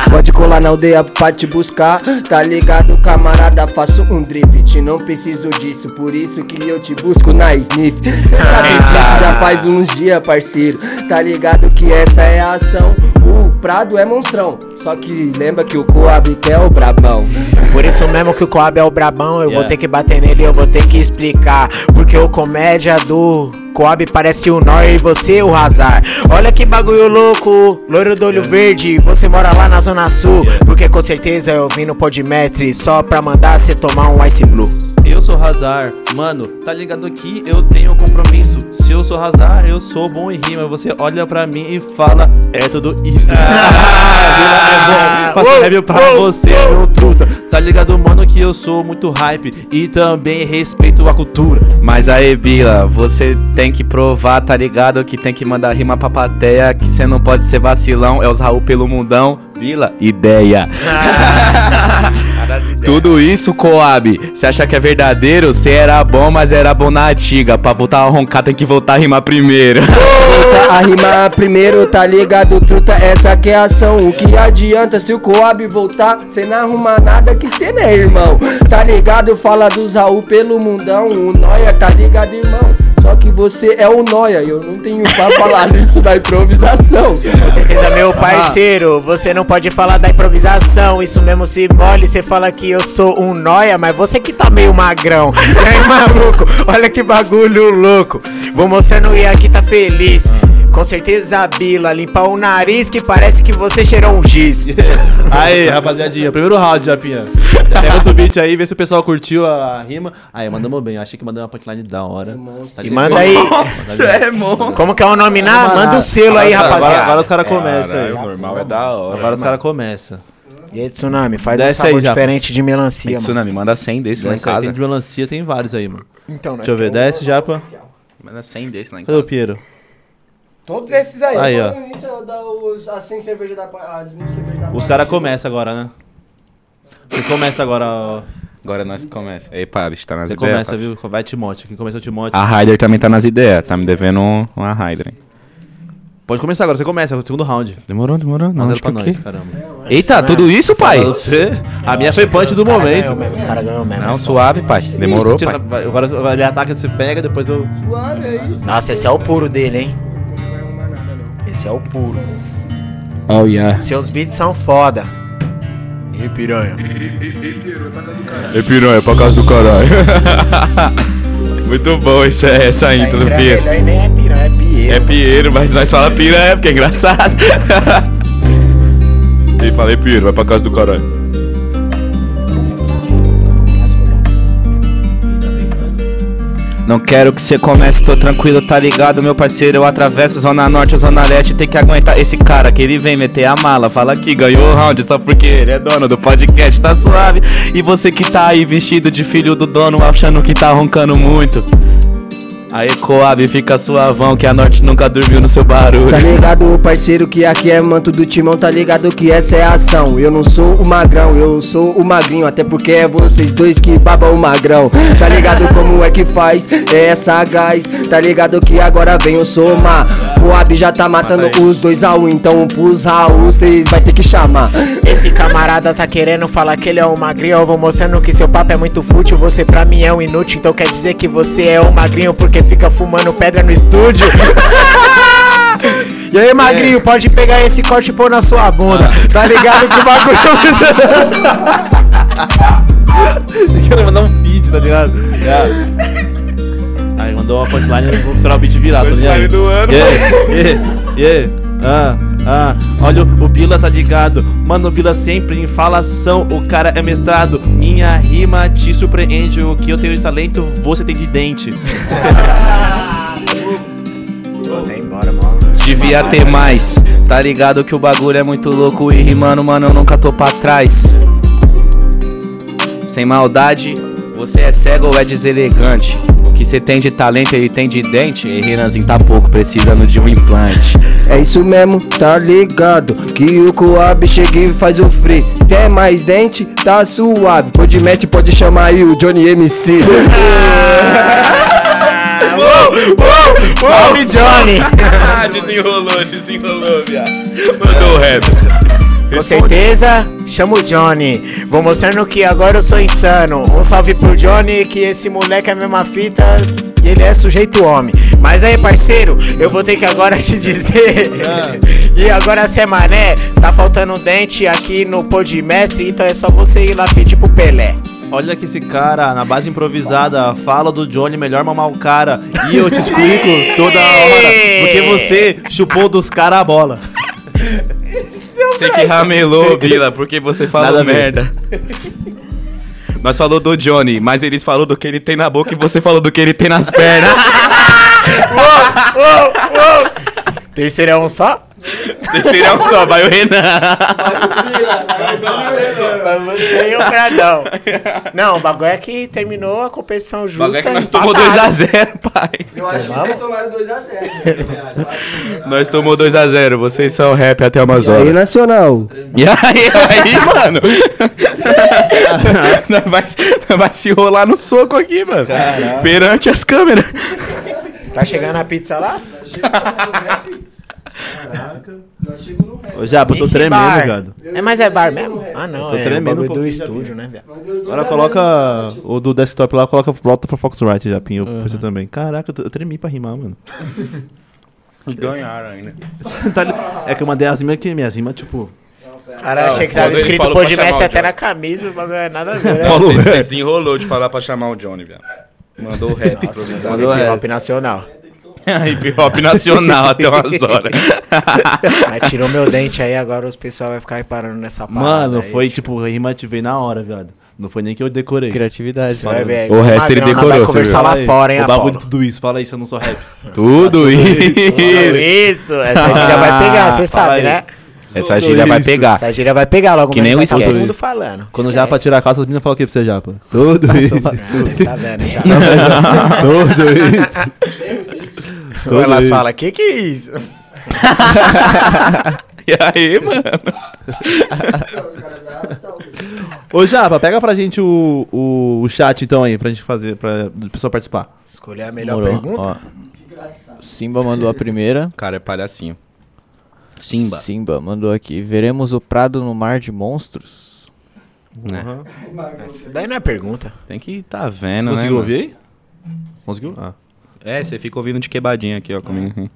Pode colar na aldeia pra te buscar, tá ligado, camarada? Faço um drift, não preciso disso, por isso que eu te busco na sniff. Cê sabe disso já faz uns dias, parceiro, tá ligado que essa é a ação. O Prado é monstrão, só que lembra que o Coab que é o brabão.
Por isso mesmo que o Coab é o brabão, eu vou
Yeah.
ter que bater nele, eu vou ter que explicar. Porque o comédia do Coab parece o Nor e você o Razar. Olha que bagulho louco, loiro do olho verde, você mora lá na Zona Sul. Porque com certeza eu vim no Podmestre só pra mandar você tomar um Ice Blue.
Eu sou Razar, mano, tá ligado aqui, eu tenho compromisso. Se eu sou Razar, eu sou bom em rima. Você olha pra mim e fala, é tudo isso. <laughs> Ah, Vila é bom, faço rap pra você,
ah,
meu truta. Tá ligado, mano, que eu sou muito hype e também respeito a cultura.
Mas aí, Bila, você tem que provar, tá ligado? Que tem que mandar rima pra plateia, que você não pode ser vacilão, é os Raul pelo mundão. Bila, ideia. <laughs> Tudo isso, Coab. Você acha que é verdadeiro? Você era bom, mas era bom na antiga. Pra voltar a roncar, tem que voltar a rimar primeiro.
<laughs> Volta a rima primeiro, tá ligado, truta? Essa que é a ação. O que adianta se o Coab voltar? Cê não arruma nada que cê não é irmão. Tá ligado? Fala dos Raul pelo mundão. O Noia, tá ligado, irmão? Só que você é o Noia e eu não tenho pra <laughs> falar isso na improvisação.
Com certeza, meu parceiro, você não pode falar da improvisação. Isso mesmo se mole, você fala que eu sou um noia, mas você que tá meio magrão. <laughs> E aí, maluco, olha que bagulho louco. Vou mostrando e aqui tá feliz. Com certeza, Bila, limpar o nariz que parece que você cheirou um giz.
Aí, rapaziadinha, primeiro round, Japinha. Já Pega outro beat aí, vê se o pessoal curtiu a rima. Aí, mandamos bem, achei que mandamos uma punchline da hora. Tá
E
<laughs>
manda aí.
É, monstro.
Como que é o nome na? Manda o selo aí,
Agora- Agora
rapaziada.
os caras começam aí.
Caralho, o normal é da hora.
Agora os caras começam.
E aí, Tsunami, faz um
Desce aí,
sabor
Japa.
diferente de melancia, mano.
Tsunami, manda 100 desse lá em
Desce aí, Tem
casa. é
de melancia, tem vários aí, mano.
Então, nós
Deixa
um
eu ver,
temos
desce, Japa.
Manda 100 desse lá em
Cadê o
casa.
Piero?
Todos esses aí.
Aí, ó.
é As 100 cervejas da as
Os caras começam agora, né? Vocês começam agora, ó.
Agora nós começa.
Ei, pá, bicho, tá nas
Você
ideias.
começa,
pá.
viu? Vai Timóteo. Quem começa é o Timóteo.
A Raider também tá nas ideias. Tá me devendo um- uma Raider. hein?
Pode começar agora, você começa, é o segundo round.
Demorou, demorou. Não,
Mas era
acho que
pra
o quê?
nós, caramba.
Eita, tudo isso, pai?
Fala pra você. A minha foi punch do momento.
Os caras ganham mesmo. né?
Não, suave, pai. Demorou,
Você tira-
pai.
vai- Agora agora ele ataca, você pega, depois eu.
Nossa, esse é o puro dele, hein? Esse é o puro.
Oh yeah.
Seus beats são foda. E piranha.
E É piranha, pra casa do caralho. <laughs> Muito bom esse, essa
Tá
intro do Piero.
e nem é piranha, é
É
Piero.
Piero, mas nós fala piranha porque é engraçado. <laughs> e falei Piero, vai pra casa do caralho. Não quero que você comece, tô tranquilo, tá ligado, meu parceiro. Eu atravesso Zona Norte, Zona Leste, tem que aguentar esse cara que ele vem meter a mala. Fala que ganhou o round só porque ele é dono do podcast, tá suave. E você que tá aí vestido de filho do dono, achando que tá roncando muito. Aê, Coab, fica suavão, que a Norte nunca dormiu no seu barulho.
Tá ligado, parceiro, que aqui é manto do timão, tá ligado que essa é a ação. Eu não sou o magrão, eu sou o magrinho, até porque é vocês dois que babam o magrão. Tá ligado como é que faz, é sagaz. Tá ligado que agora vem o somar. O Ab já tá matando os dois a um, então pros Raul cês vai ter que chamar.
Esse camarada tá querendo falar que ele é um magrinho. Eu vou mostrando que seu papo é muito fútil. Você pra mim é um inútil. Então quer dizer que você é um magrinho porque fica fumando pedra no <laughs> estúdio. E aí, magrinho, pode pegar esse corte e pôr na sua bunda. Tá ligado
<laughs>
que o bagulho.
Quero mandar um feed, tá ligado? É. Aí mandou uma punchline e vou tirar o beat virado, tá ligado? do ano. Yeah, yeah, yeah. Ah, ah. Olha, o o Bila tá ligado. Mano, o Bila sempre em falação. O cara é mestrado. Minha rima te surpreende. O que eu tenho de talento, você tem de dente.
Devia ter mais, tá ligado que o bagulho é muito louco e rimando, mano, eu nunca tô pra trás. Sem maldade, você é cego ou é deselegante? O que você tem de talento, ele tem de dente. E Renanzinho tá pouco, precisando de um implante.
É isso mesmo, tá ligado? Que o Coab chega e faz o free. Quer mais dente? Tá suave. Pode mete, pode chamar aí o Johnny MC.
Salve, Johnny!
Ah, desenrolou, desenrolou, viado. Mandou o rap.
Com certeza, chamo o Johnny. Vou mostrando que agora eu sou insano. Um salve pro Johnny, que esse moleque é a mesma fita e ele é sujeito homem. Mas aí, parceiro, eu vou ter que agora <laughs> te dizer.
Ah.
e agora se é mané, tá faltando dente aqui no pô de mestre, então é só você ir lá pedir pro Pelé.
Olha que esse cara, na base improvisada, fala do Johnny melhor mamar o cara. E eu te explico toda hora. Porque você chupou dos caras a bola.
Você que ramelou, Bila, porque você falou
Nada a ver.
merda. Nós falou do Johnny, mas eles falou do que ele tem na boca e você falou do que ele tem nas pernas.
Terceiro é um só?
Terceiro é um só, vai o Renan.
Mas você e o Bradão. um Não, o bagulho é que terminou a
O
competição
bagulho
justa.
é que nós
e
tomou
empatado.
2x0, <laughs> pai.
Eu acho que vocês tomaram 2x0.
Nós tomou 2x0, vocês são rap até umas
E aí,
horas.
Nacional?
E aí, aí, mano? <laughs> Nós vai, nós vai se rolar no soco aqui, mano. Perante as câmeras.
Tá chegando a pizza lá?
Ô, Japa, eu tô
Nick
tremendo,
Bar.
viado.
É, mas é bar mesmo? Ah, não. é
tremendo
o bagulho
um
do
pouquinho,
estúdio, né, viado?
Agora coloca o do desktop lá, coloca volta pro Foxrite, Japinho, você também. Caraca, eu, t- eu tremi pra rimar, mano.
E ganharam ainda.
<laughs> Tá li- é que eu mandei as rimas aqui, minhas rimas, tipo...
Cara, achei que
foda,
tava
ele
escrito
falou pra
Podmestre
chamar o
até
Jordan.
na camisa, o bagulho é <laughs> nada a ver, né?
Não, você, você <laughs> desenrolou de falar pra chamar o Johnny, velho. Mandou o rap improvisado.
Mandou
Hip
é.
hop nacional.
Hip hop nacional até umas horas.
Mas tirou meu dente aí, agora os pessoal vai ficar reparando nessa parada.
Mano,
aí.
foi tipo, rima ativei na hora, viado. Não foi nem que eu decorei.
Criatividade,
Vai
mano.
ver aí.
O resto ele
Magrão, nós
decorou,
Vai conversar
Fala
lá
aí,
fora, hein,
O bagulho
Apolo.
de tudo isso, fala isso, eu não sou rap.
Tudo
Tudo
isso.
Isso, essa gíria vai pegar, você
Ah, Fala
sabe,
aí.
né?
Essa gíria vai
<laughs>
pegar.
Essa gíria vai pegar logo
Que nem o
menos, já tá todo
esquece.
mundo falando.
<laughs> Quando o
Esquece.
Japa tirar a calça, as meninas falam o que pra você, Japa? Tudo isso.
Tá
<laughs>
vendo, já.
<laughs>
Tudo isso.
Então elas falam, que que é isso?
E <laughs> aí, mano?
Ô, Japa, pega pra gente o, o, o chat então aí, pra gente fazer, pra o pessoal participar.
Escolher a melhor
Demorou.
pergunta.
Ó. Simba mandou a primeira.
Cara, é palhacinho.
Simba. Simba mandou aqui. Veremos o Prado no mar de monstros?
Isso daí não é pergunta.
Tem que tá vendo,
Você
né?
conseguiu
mano?
ouvir aí? Conseguiu? Ah.
É, você fica ouvindo de quebadinha aqui, ó, comigo. assim.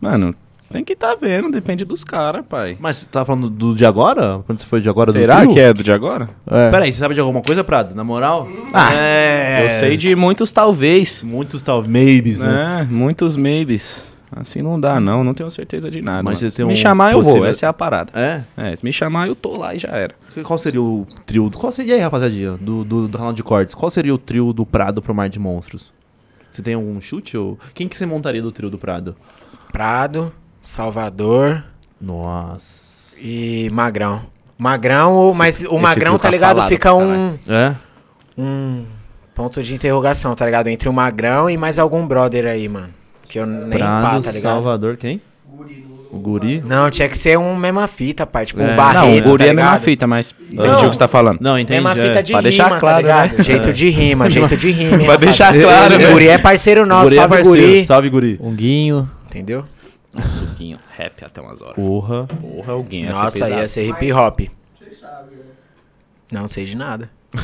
Mano, tem que tá vendo, depende dos caras, pai.
Mas tu tava falando do de agora? Quando você foi de agora do
Será
trio?
que é do de agora?
É.
Peraí, você sabe de alguma coisa, Prado? Na moral?
Ah,
é...
Eu sei de muitos talvez.
Muitos tal, maybes, né?
É, muitos maybes. Assim não dá, não. Não tenho certeza de nada.
Mas
mano.
você
se
tem
me
um
chamar, eu vou.
possível-
Essa é a parada.
É?
É, se me chamar, eu tô lá e já era.
Que- Qual seria o trio? Qual seria e aí, rapaziadinha, do, do, do canal de cortes? Qual seria o trio do Prado pro Mar de Monstros? Você tem algum chute? Ou... Quem que você montaria do trio do Prado?
Prado, Salvador
Nossa.
e Magrão. Magrão, ou- mas o Magrão,
trio
tá
tá
ligado?
falado,
Fica um,
É?
um ponto de interrogação, tá ligado? Entre o Magrão e mais algum brother aí, mano. Que eu nem pá,
Prado,
tá ligado?
Salvador, quem? O Guri.
Não, tinha que ser um mesma fita, pai. Tipo,
É,
um
Não, o
barreto,
guri
tá
é a mesma
ligado?
fita, mas entendi
Não.
o que você tá falando.
Não, entendi.
Mesma fita
é.
de
pra
rima,
deixar claro,
tá ligado?
né?
Jeito de
<laughs>
rima, jeito de rima. hein,
Pra
rapaz?
deixar claro,
O
né?
guri é parceiro nosso,
Guri é
salve
parceiro.
guri.
Salve, Guri.
Unguinho.
Entendeu?
Suquinho, rap até umas horas. é
Porra.
Porra, alguém ia ser
Nossa,
pesado.
ia ser hip hop. Não sei de nada.
<laughs>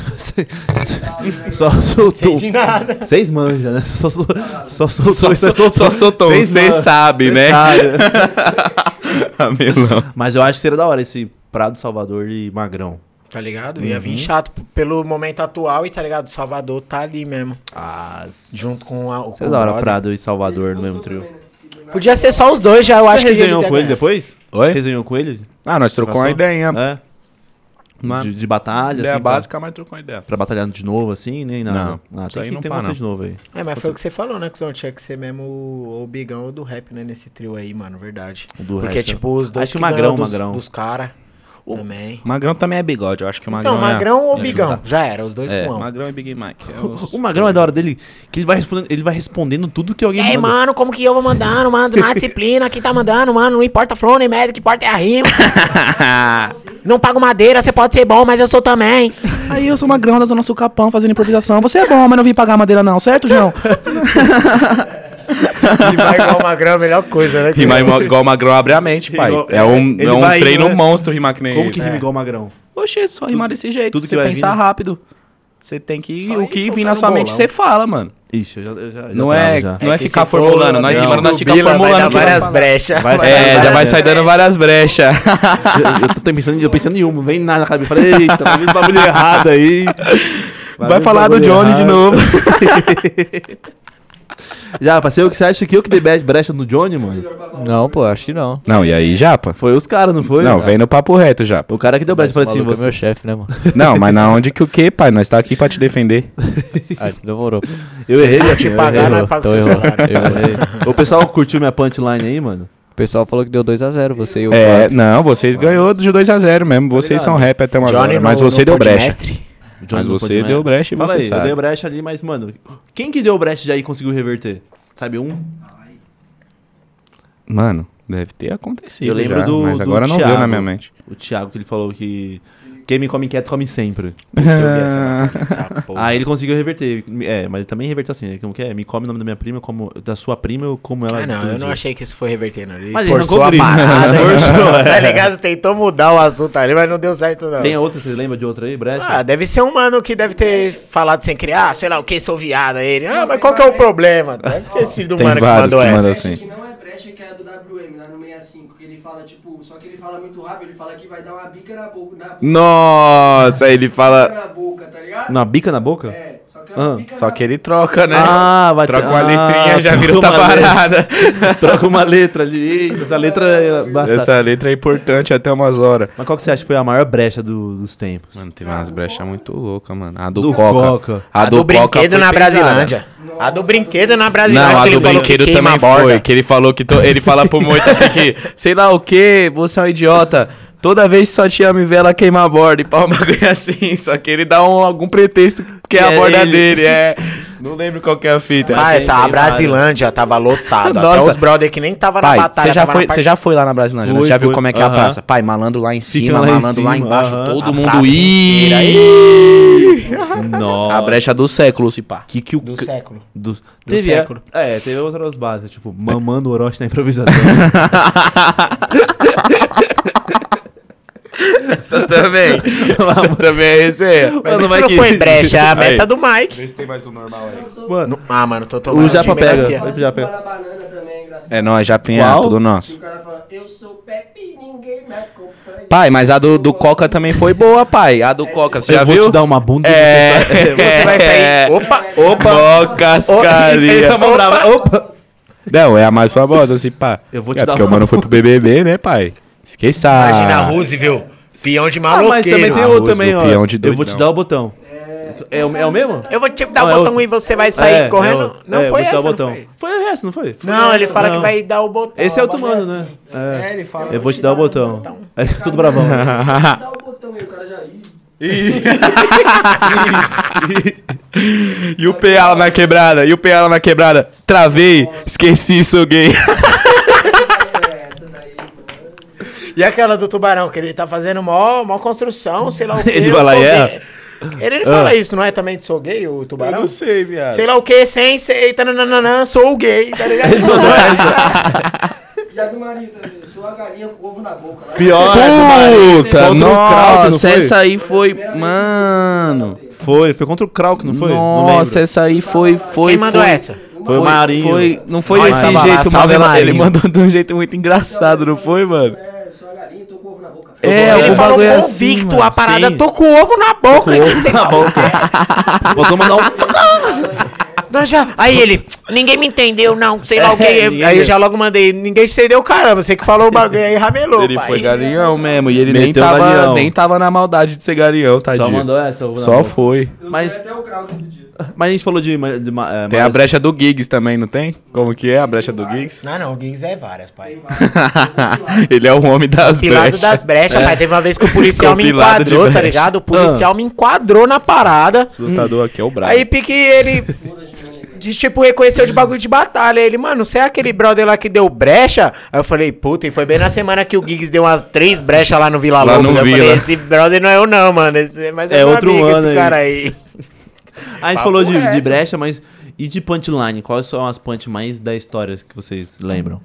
Só soltou.
nada.
Seis manja, né? Só, sol- só soltou. Só soltou.
Só soltou,
Seis
você
manja.
sabe, né?
Cara,
Melão.
Mas eu acho que seria da hora esse Prado, Salvador e Magrão.
Tá ligado? Ia
Uhum.
vir chato p- pelo momento atual e tá ligado? Salvador tá ali mesmo.
Ah,
Junto com a, o com
seria
o
é da hora
brother.
Prado e Salvador no mesmo trio.
Podia ser só os dois já, eu acho
Você
que eles é
resenhou
iam
com ele
ganhar.
depois?
Oi?
Resenhou com ele?
Ah, nós trocamos uma
Passou?
ideia.
É.
Uma
De, de batalha,
ideia
assim, pra,
básica, mas trocou uma ideia.
pra batalhar de novo, assim, nem nada.
Não,
ah,
isso
tem
aí
que
não
ter
pá,
vontade
não.
de novo aí.
É, mas foi o que você falou, né, Cusão? Tinha que ser mesmo o, o bigão ou do rap, né, nesse trio aí, mano, verdade.
O do
Porque,
rap, né?
tipo, os dois
Acho que o Magrão,
ganhou dos,
Magrão.
dos caras também.
Magrão também é bigode, eu acho que o Magrão
então,
é-
Magrão ou
é
Bigão?
juntar.
Já era, os dois
É,
com um.
Magrão e Big Mike.
<laughs>
é os-
O Magrão é da hora dele, que ele vai respondendo, ele vai respondendo tudo que
E
alguém
aí,
manda.
mano, como que eu vou mandando, mano? Na disciplina, quem tá mandando, mano? Não importa a flow nem média, que importa é a rima. Não pago madeira, você pode ser bom, mas eu sou também.
Aí eu sou magrão da Zona Sul Capão fazendo improvisação. Você é bom, mas não vim pagar madeira não, certo, João?
Rimar igual Magrão é a melhor coisa, né?
Rimar igual- igual o Magrão abre a mente, pai.
Igual-
É um,
ele
é um
vai,
treino
né?
monstro rimar que nem
Como
ele.
é.
que rima igual o Magrão?
Oxê, só rimar desse jeito.
tudo que
você
vai
pensar
vir-
rápido. Você tem que.
Só
o
ir
que vir
soltando
na sua mente,
bolão.
você fala, mano.
Ixi, eu já, eu já, já
Não
travo
é,
já.
não é,
que
ficar
se for-
formulando. Nós
não,
rimando, nós ficamos
Bila, vai dar
formulando. que vai
várias
falar.
brechas.
Vai né? dar
É, já vai
várias
sair dando várias brechas.
Eu, eu tô pensando, eu pensando em uma, não vem nada na cabeça. Eu Falei, eita, vai vir um bagulho errado aí. Vai, vir um bagulho errado.
novo.
<laughs> Já, parceiro, o que você acha que eu que dei be- brecha no Johnny, mano?
Não, pô, acho que não.
<laughs> Não, e aí, Japa?
Foi os caras, não foi?
Não, vem no papo reto, Japa.
O cara que deu brecha, falei assim,
Maluco é
você...
meu chefe,
<laughs>
né, mano?
Não, mas na onde que o quê, pai? Nós tá aqui pra te defender.
Ah,
<laughs>
demorou. pô.
Eu errei,
Vou
eu
te
te
Tá
pagar,
errou,
nós paga o
então
seu
errou.
salário.
Eu
<laughs>
errei.
O pessoal curtiu minha punchline aí, mano?
O pessoal falou que deu 2x0, você e o
É, não, vocês ganhou de 2x0 mesmo. Vocês são rap até uma agora, mas você deu brecha.
O Johnny
Mas
do
você
punchline.
deu brecha e
Fala
você
aí, eu
sabe.
dei brecha ali, mas, mano, quem que deu brecha já e conseguiu reverter? Sabe, um...
Mano, deve ter acontecido
Eu lembro
já,
do-
mas
do
agora não veio
Thiago.
na minha mente.
O Thiago, que ele falou que... Quem me come quieto, come sempre.
Ah,
Aí ele conseguiu reverter. É, mas ele também reverteu assim, né? Como que é? Me come o nome da minha prima, eu como da sua prima, eu como ela.
Ah, não,
todo
eu não
dia.
achei que isso foi revertendo. Ele
Mas ele
forçou
arrancou
a
o grito.
parada. <laughs>
Forçou, é.
Tá ligado? Tentou mudar o assunto ali, mas não deu certo, não.
Tem a outra, você lembra de outra aí, brecha?
Ah, deve ser um mano que deve ter falado sem criar, ah, sei lá o que, sou viado. Aí ele, ah, mas qual que é o problema? Deve ter sido o
Tem
mano que
vários
mandou
que
essa.
brecha
mandam assim.
que não é brecha, que é a do WM, lá no 65, que ele fala, tipo, só que ele fala muito rápido, ele fala que vai dar uma bica na boca, na boca,
Nossa, ele fala.
na boca, tá ligado?
Na bica na boca?
É, só que é uma
Ah,
bica
Só
na
que ele troca, né?
Ah, vai
troca
ter-
uma
ah,
letrinha, já
troca
vira outra
uma letra.
parada.
<laughs> Troca uma letra ali. Eita, essa letra é embaçada.
Essa letra é importante até umas horas.
Mas qual que você acha que foi a maior brecha do- dos tempos?
Mano, teve umas brechas muito loucas, mano. A do,
Do
Coca.
Coca.
A do,
Coca
brinquedo
foi
na
pesada.
Brasilândia. a do brinquedo na Brasilândia.
Não, a
que
do
ele falou que
brinquedo
queima
também
a borda. Ah,
foi. Que ele falou que. to- Ele fala pro Moita aqui que, <laughs> sei lá o que, você é um idiota. Toda vez que sua tia me vê, ela queima a borda. E pau, um bagulho assim. Só que ele dá um- algum pretexto que é a
É
borda
ele.
dele. É. Não lembro qual que é a fita.
Ah, essa, a Brasilândia tava lotada. Até
Nossa.
os brother que nem tava
Pai,
na batalha.
você já,
tava na
foi,
parte-
você já foi lá na Brasilândia, né?
Fui,
Você já viu
fui.
como é que é a
Aham.
praça? Pai, malandro lá em cima,
lá em
malandro lá
cima,
embaixo,
aham.
todo
A
mundo.
praça
Ih,
inteira,
Nossa.
a brecha do século, se pá.
Que que o...
Do
ca-
século.
do- teve,
século.
É, é, teve outras bases, tipo, mamando o Orochi
<laughs>
na improvisação.
Essa também. <laughs> Essa também é resenha.
Mas
Mano,
isso
vai
não
que-
foi
<laughs>
brecha, é a meta do Mike.
Vê se tem mais um normal aí.
Mano,
Ah, mano, tô tomando
o
de
Japa pega.
melancia.
Olha pro Japa.
boca, na banana também, é engraçado.
É nóis, Japinha,
Qual?
tudo
O
nosso.
cara fala, eu sou Pepe, ninguém me acompanha. É tipo
Pai, mas a do, do Coca também foi boa, pai. A do Coca, você já
eu vou
viu?
te dar uma bunda
É,
e você
<laughs>
sabe.
Você vai sair. Opa!
Opa! tá Cascaria.
Opa!
Não, é a mais famosa, assim, pá.
Eu vou te
é
dar
porque o
uma-
mano foi pro BBB, né, pai? Esqueça.
Imagina a Rose, viu? Peão de
Ah, mas
maloqueiro.
também tem
Arroz
outro
do
também, ó.
peão de
Eu vou
doidão.
te dar o botão. É o, é o mesmo?
Eu vou te dar
Não, é
o botão
outro.
e você vai sair
É,
correndo.
é outro.
não
É,
foi
vou te dar
essa,
o botão.
não foi?
foi essa, não foi? Foi
Não, ele
essa,
fala
não.
que vai dar o botão.
Esse é outro
o bagulho
mano,
é
né?
assim.
É.
É, ele fala.
Eu vou te dar o botão. Aí fica tudo bravão.
Dá o botão aí, o cara já. Ih,
E o PA lá na quebrada, e o PA lá na quebrada. Travei, esqueci, sou gay.
é essa daí, mano.
assim. E aquela do tubarão, que ele tá fazendo mó, mó construção, sei
<laughs>
lá o que.
Ele vai lá e erra?
Ele, ele
Ah.
fala isso, não é também de sou gay, o tubarão?
sei, viado.
Sei lá o que, sem, sei, tananana, sou gay, tá ligado? Ele só
E a do marido também. Sou a galinha com ovo na boca. Lá.
Pior. é do Marinho.
Puta,
Contra o Krauk, não
nossa,
foi?
essa aí foi. Mano.
<laughs> Foi, foi contra o Krauk, não foi?
Nossa, essa aí foi. foi
Quem mandou
foi-
essa?
Foi o Marinho.
foi- não foi
Nós
desse
tava lá,
jeito,
salve,
mano. Ele
Marinho.
mandou de um jeito muito engraçado, não foi, mano?
É, sou a galinha, tô com ovo na boca.
É,
ele
o
falou
bagulho é assim,
convicto
mano.
a parada,
Sim.
tô com ovo na boca, hein, sei lá.
lembro. <laughs> Botou mandar um.
Nós já- Aí ele, ninguém me entendeu, não, sei lá o que.
É,
aí eu já logo mandei, ninguém entendeu, caramba, você que falou o bagulho aí, ramelou,
Ele
pai.
foi garião mesmo, e ele nem
Meteu
tava,
garião.
nem tava na maldade de ser garião, tadinho.
Só mandou essa. o
Só
namoro.
foi.
Eu
Mas-
sei até o cravo desse dia.
Mas a gente falou de. ma- de ma- é,
Tem a
malas-
brecha do Giggs também, não tem? Como que é a brecha do <laughs> Giggs?
Não, não, o Giggs é várias, pai.
ele é o homem das
Compilado
brechas.
das brechas, pai. Teve uma vez que o policial me
Compilado de
enquadrou, tá
brecha.
ligado? O policial me enquadrou na parada.
Lutador aqui é o brabo.
Aí pique ele, de, tipo, reconheceu de bagulho de batalha. Ele, mano, você é aquele brother lá que deu brecha? Aí eu falei, puta, e foi bem na semana que o Giggs deu umas três brechas lá no Vila
Lá
Lobo.
no
eu
Vila.
falei, esse brother não é eu não, mano. Esse- mas é,
É
meu
outro
amigo,
mano
esse
aí.
cara aí.
A gente falou de, de brecha, mas. E de punchline? Quais são as punch mais da história que vocês lembram?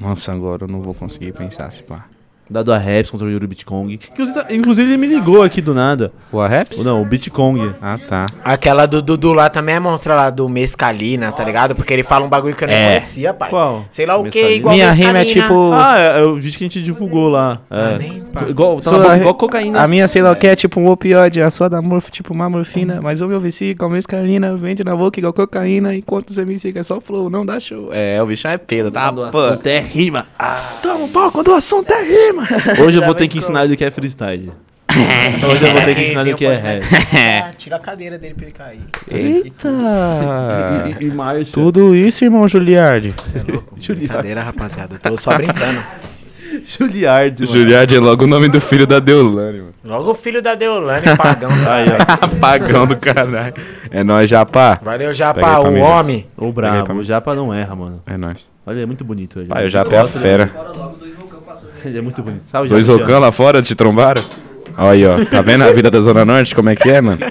Nossa, agora eu não vou conseguir pensar se pá.
Dado a Raps contra o Yuri Bitcoin. Inclusive, inclusive, ele me ligou aqui do nada.
O Arraps?
Não, o Bitcoin.
Ah, tá.
Aquela do Dudu lá também é monstra lá do Mescalina, tá ligado? Porque ele fala um bagulho que eu não conhecia, pai.
Qual?
Sei lá o que,
Mescalina?
igual
Minha
Mescalina.
rima é tipo.
Ah, é, é o vídeo que a gente divulgou lá. É.
nem, pá.
igual, tá
sua-
na boca, igual cocaína.
A minha sei lá o que é tipo um opioide, a sua da morfo tipo uma morfina, mas o meu vici com a mescalina, vende na boca igual cocaína, enquanto os MC que é só flow, não dá show. É, o bichão é pelo, tá?
Quando o
pô?
assunto é rima.
Tamo pau, quando o assunto é rima.
Hoje eu vou ter que ensinar ele o que é <laughs> freestyle. Hoje eu vou ter que ensinar ele o que é rap.
Ah, tira a cadeira dele pra ele cair.
Eita!
E, e mais.
Ah. <laughs> Tudo isso, irmão Juliard.
é
<laughs>
Brincadeira, rapaziada. Eu tô só brincando.
Juliard. mano.
Juliard é logo o nome do filho da Deolane, mano.
Logo o filho da Deolane, pagão.
<laughs>
né?
Apagão do caralho. É nóis, Japá.
Valeu,
Pega aí
Japa,
pra
o
mim. né?
homem.
O
Peguei
brabo,
pra mim.
o Japa não erra, mano.
É nóis.
Olha, é muito bonito ele.
Pai, o Japa é a fera.
<laughs> Ele é muito bonito. Sabe,
Dois
Japa?
rocão lá fora te trombaram? Olha aí, ó. Tá vendo a vida da Zona Norte como é que é, mano?
Mas
<laughs>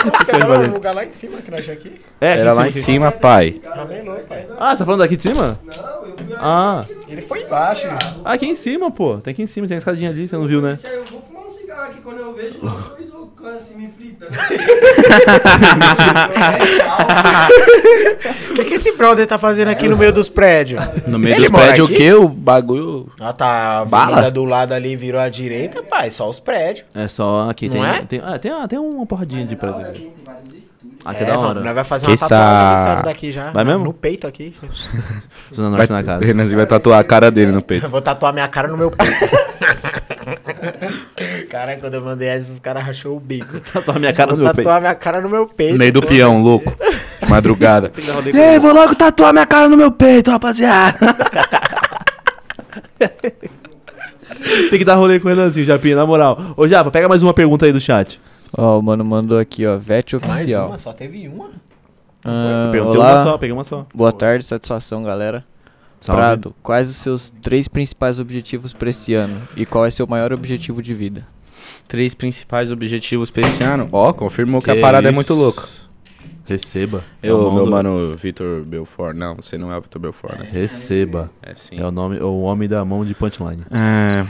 como você mora num lugar lá em cima que nós já aqui?
É,
Era lá em cima, pai.
Ramelou, pai.
Ah, você tá falando daqui de cima? Não, eu fui Ah,
Ele foi
É.
embaixo, mano.
aqui em cima, pô. Tem aqui em cima, tem a escadinha ali, você não viu, né?
Isso aí, eu vou fumar um cigarro aqui quando eu vejo logo dois loucão assim me fritando.
O que, que esse brother tá fazendo aqui no meio dos prédios?
É. No meio
Ele
dos
mora
prédios, o
aqui?
quê? O bagulho.
Ah, tá. A avenida do lado ali virou à direita, pai. Só os prédios.
É só aqui. Tem,
Não é?
tem, ah, tem, ah, tem uma porradinha de pra ver.
Ah,
Aqui é,
É,
da
vamos,
hora.
nós vai fazer
Esqueça.
uma tatuagem nessa daqui já.
Vai
na-
mesmo?
No peito aqui.
Zona
Vai,
Norte na
o
casa. <laughs>
Renanzinho vai tatuar a cara dele no peito.
Eu vou tatuar minha cara no meu peito.
<laughs>
Cara, quando eu mandei essa, os caras rachou o bico.
Tatuar Tá minha cara
Vou
no meu peito.
tatuar minha cara no meu peito.
No meio do
pô.
peão, louco. De madrugada.
E
É,
aí, vou logo tatuar minha cara no meu peito, rapaziada.
Tem que dar rolê com o Renanzinho, Japinha, na moral. Ô, Japa, pega mais uma pergunta aí do chat.
Ó, o mano mandou aqui, ó, VET
Mais
oficial.
uma, só teve uma.
Ah,
Perguntei uma só,
olá,
peguei uma só.
boa tarde, satisfação, galera.
Salve.
Prado, quais os seus três principais objetivos pra esse ano? E qual é seu maior objetivo de vida?
Três principais objetivos pra esse ano. Ó, confirmou que, a parada é muito louca.
Receba. É o
Eu, meu
nome do-
mano, Vitor Belfort. Não, você não é o Vitor Belfort, né?
Receba.
É sim.
É o nome, o homem da mão de punchline.
É,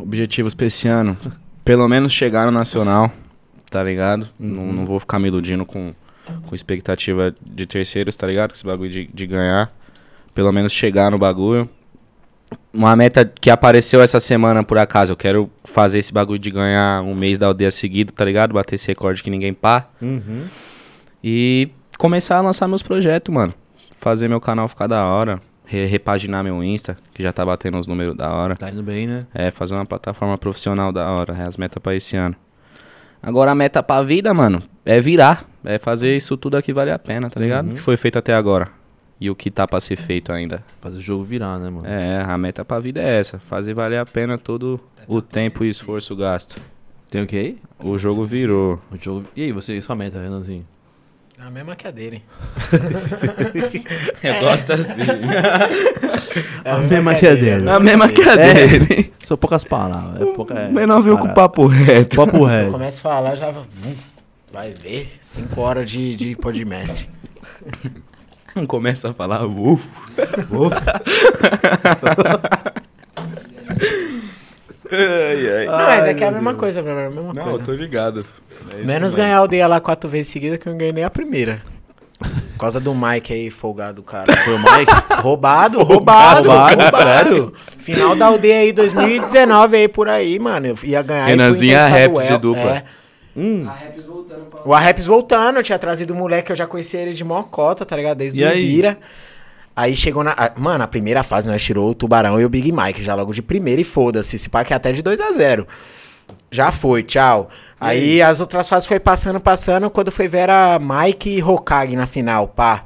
objetivos pra esse ano. Pelo menos chegar no Nacional, tá ligado? Não, não vou ficar me iludindo com, com expectativa de terceiros, tá ligado? Com esse bagulho de, de ganhar. Pelo menos chegar no bagulho. Uma meta que apareceu essa semana, por acaso. Eu quero fazer esse bagulho de ganhar um mês da aldeia seguido, tá ligado? Bater esse recorde que ninguém pá. E começar a lançar meus projetos, mano. Fazer meu canal ficar da hora. re- Repaginar meu Insta, que já tá batendo os números da hora.
Tá indo bem, né?
É, fazer uma plataforma profissional da hora, é as metas pra esse ano.
Agora a meta pra vida, mano, é virar. É fazer isso tudo aqui valer a pena, tá ligado?
Uhum.
O que foi feito até agora. E o que tá pra ser feito ainda.
Fazer o jogo virar, né, mano?
É, a meta pra vida é essa. Fazer valer a pena todo o tempo e esforço gasto.
Tem o que aí?
O jogo virou.
O jogo... E aí, você, sua meta, Renanzinho?
A mesma que a dele.
<laughs> Eu gosto
<laughs>
assim.
É
A <laughs> mesma que a dele.
A mesma que
<laughs>
a dele.
São poucas palavras. É pouca... é
Menor veio com o
parada.
papo reto.
É tipo Papo
Eu
reto.
começo a falar, já vai- vai ver. Cinco horas
<laughs>
de, de podmestre.
<laughs> Começa a falar, uff.
Não, mas é que é a mesma coisa, meu, irmão, é a mesma coisa.
ligado.
Menos ganhar o DEA lá quatro vezes seguida que eu não ganhei a primeira. Por causa do Mike aí, folgado, cara.
Foi o Mike?
Roubado, roubado,
roubado,
roubado, Final da aldeia aí, 2019 aí, por aí, mano. Eu ia ganhar. aí por
Renanzinha
intenção
Raps
do
de
El-
dupla.
é.
A Raps voltando pra.
O Arreps voltando, eu tinha trazido o moleque, eu já conhecia ele de mocota, tá ligado? Desde
E
o
aí?
Ibira. Aí chegou na. ah, Mano, a primeira fase nós tirou o Tubarão e o Big Mike, já logo de primeira e foda-se. Esse pack é até de 2 a 0 Já foi, tchau. Aí, as outras fases foi passando, passando. Quando foi ver era Mike e Hokage na final, pá.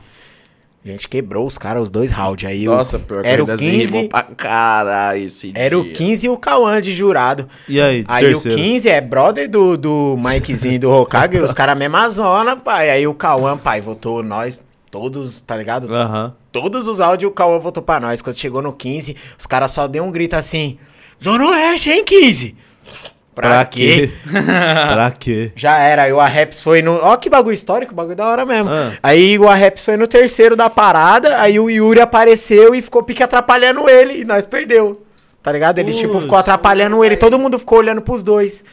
A gente quebrou os caras, os dois rounds. Aí o-
Nossa, pior que
era o
ainda se rimou
15.
pra caralho esse
Era o
dia.
15 e o Cauã de jurado.
E aí,
Aí
terceiro?
o 15 é brother do, do Mikezinho e do Hokage, os caras mesma zona, pai. Aí o Cauã, pai, votou nós todos, tá ligado?
Aham.
Todos os áudios o Cauã votou pra nós. Quando chegou no 15, os caras só deu um grito assim, Zona Oeste, hein, 15? Pra, quê?
<laughs> pra quê?
Já era, aí o Arreps foi no... Ó que bagulho histórico, bagulho da hora mesmo.
Ah.
Aí o Arreps foi no terceiro da parada, aí o Yuri apareceu e ficou pique atrapalhando ele, e nós perdeu. Tá ligado? Ele, tipo, ficou atrapalhando ele, todo mundo ficou olhando pros dois.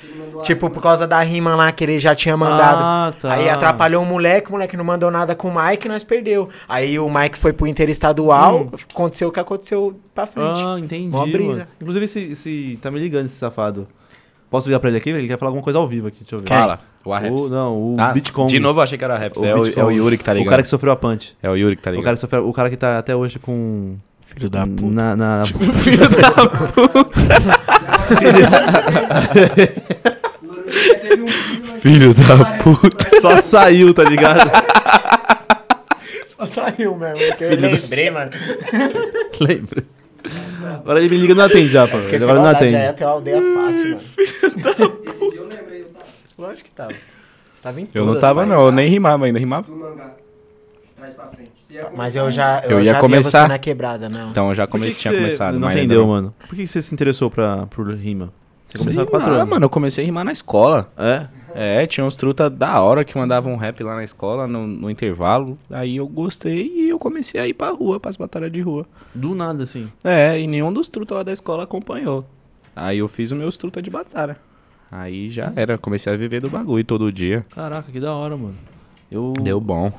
Tipo, por causa da rima lá que ele já tinha mandado.
Ah, tá.
Aí atrapalhou o moleque, o moleque não mandou nada com o Mike, nós perdeu. Aí o Mike foi pro
Hum.
interestadual, aconteceu o que aconteceu pra frente.
Ah, entendi.
Mó brisa.
mano. Inclusive, esse, esse. Tá me ligando esse safado. Posso ligar pra ele aqui? Ele quer falar alguma coisa ao vivo aqui, deixa eu ver.
Fala. O Arraps.
O, não, o
Ah,
Bitcoin.
De novo eu achei que era Raps.
O
É, o,
Bitcoin.
é o Yuri que tá ligado.
O cara que sofreu a punch.
É o Yuri que tá
O
ligado.
cara, que sofreu, o cara que tá até hoje com.
Filho
Na, na- <laughs>
Mano, teve um filho, mas
Filho da
Só saiu, tá ligado? <laughs> Ah.
<laughs> Saiu mesmo, porque eu lembrei, mano.
Lembra? Agora ele me liga e não atende já, pô. Ele
Porque essa
agora não
maldade
atende.
já é até uma aldeia fácil, mano.
esse dia eu lembrei, eu tava
Lógico que tava. Você tava em
Eu não
todas,
tava,
pai.
não. Eu nem rimava ainda. Rimava.
do mangá. Trás pra frente. Você ia
Mas
começar
eu já, eu
Eu ia
já
começar.
via você na quebrada, não.
Então eu já
Por que
comecei,
que
tinha
você
começado.
Não
mas ainda
entendeu, mano. Por que que você se interessou pra, por rima? Você começou há quatro
ah,
anos.
mano, eu comecei a rimar na escola.
É?
É, tinha uns truta da hora que mandavam um rap lá na escola, no, no intervalo. Aí eu gostei e eu comecei a ir pra rua, pras batalhas de rua.
Do nada, assim.
É, e nenhum dos truta lá da escola acompanhou. Aí eu fiz os meus truta de batalha. Aí já era, comecei a viver do bagulho todo dia.
Caraca, que da hora, mano. Eu.
Deu bom.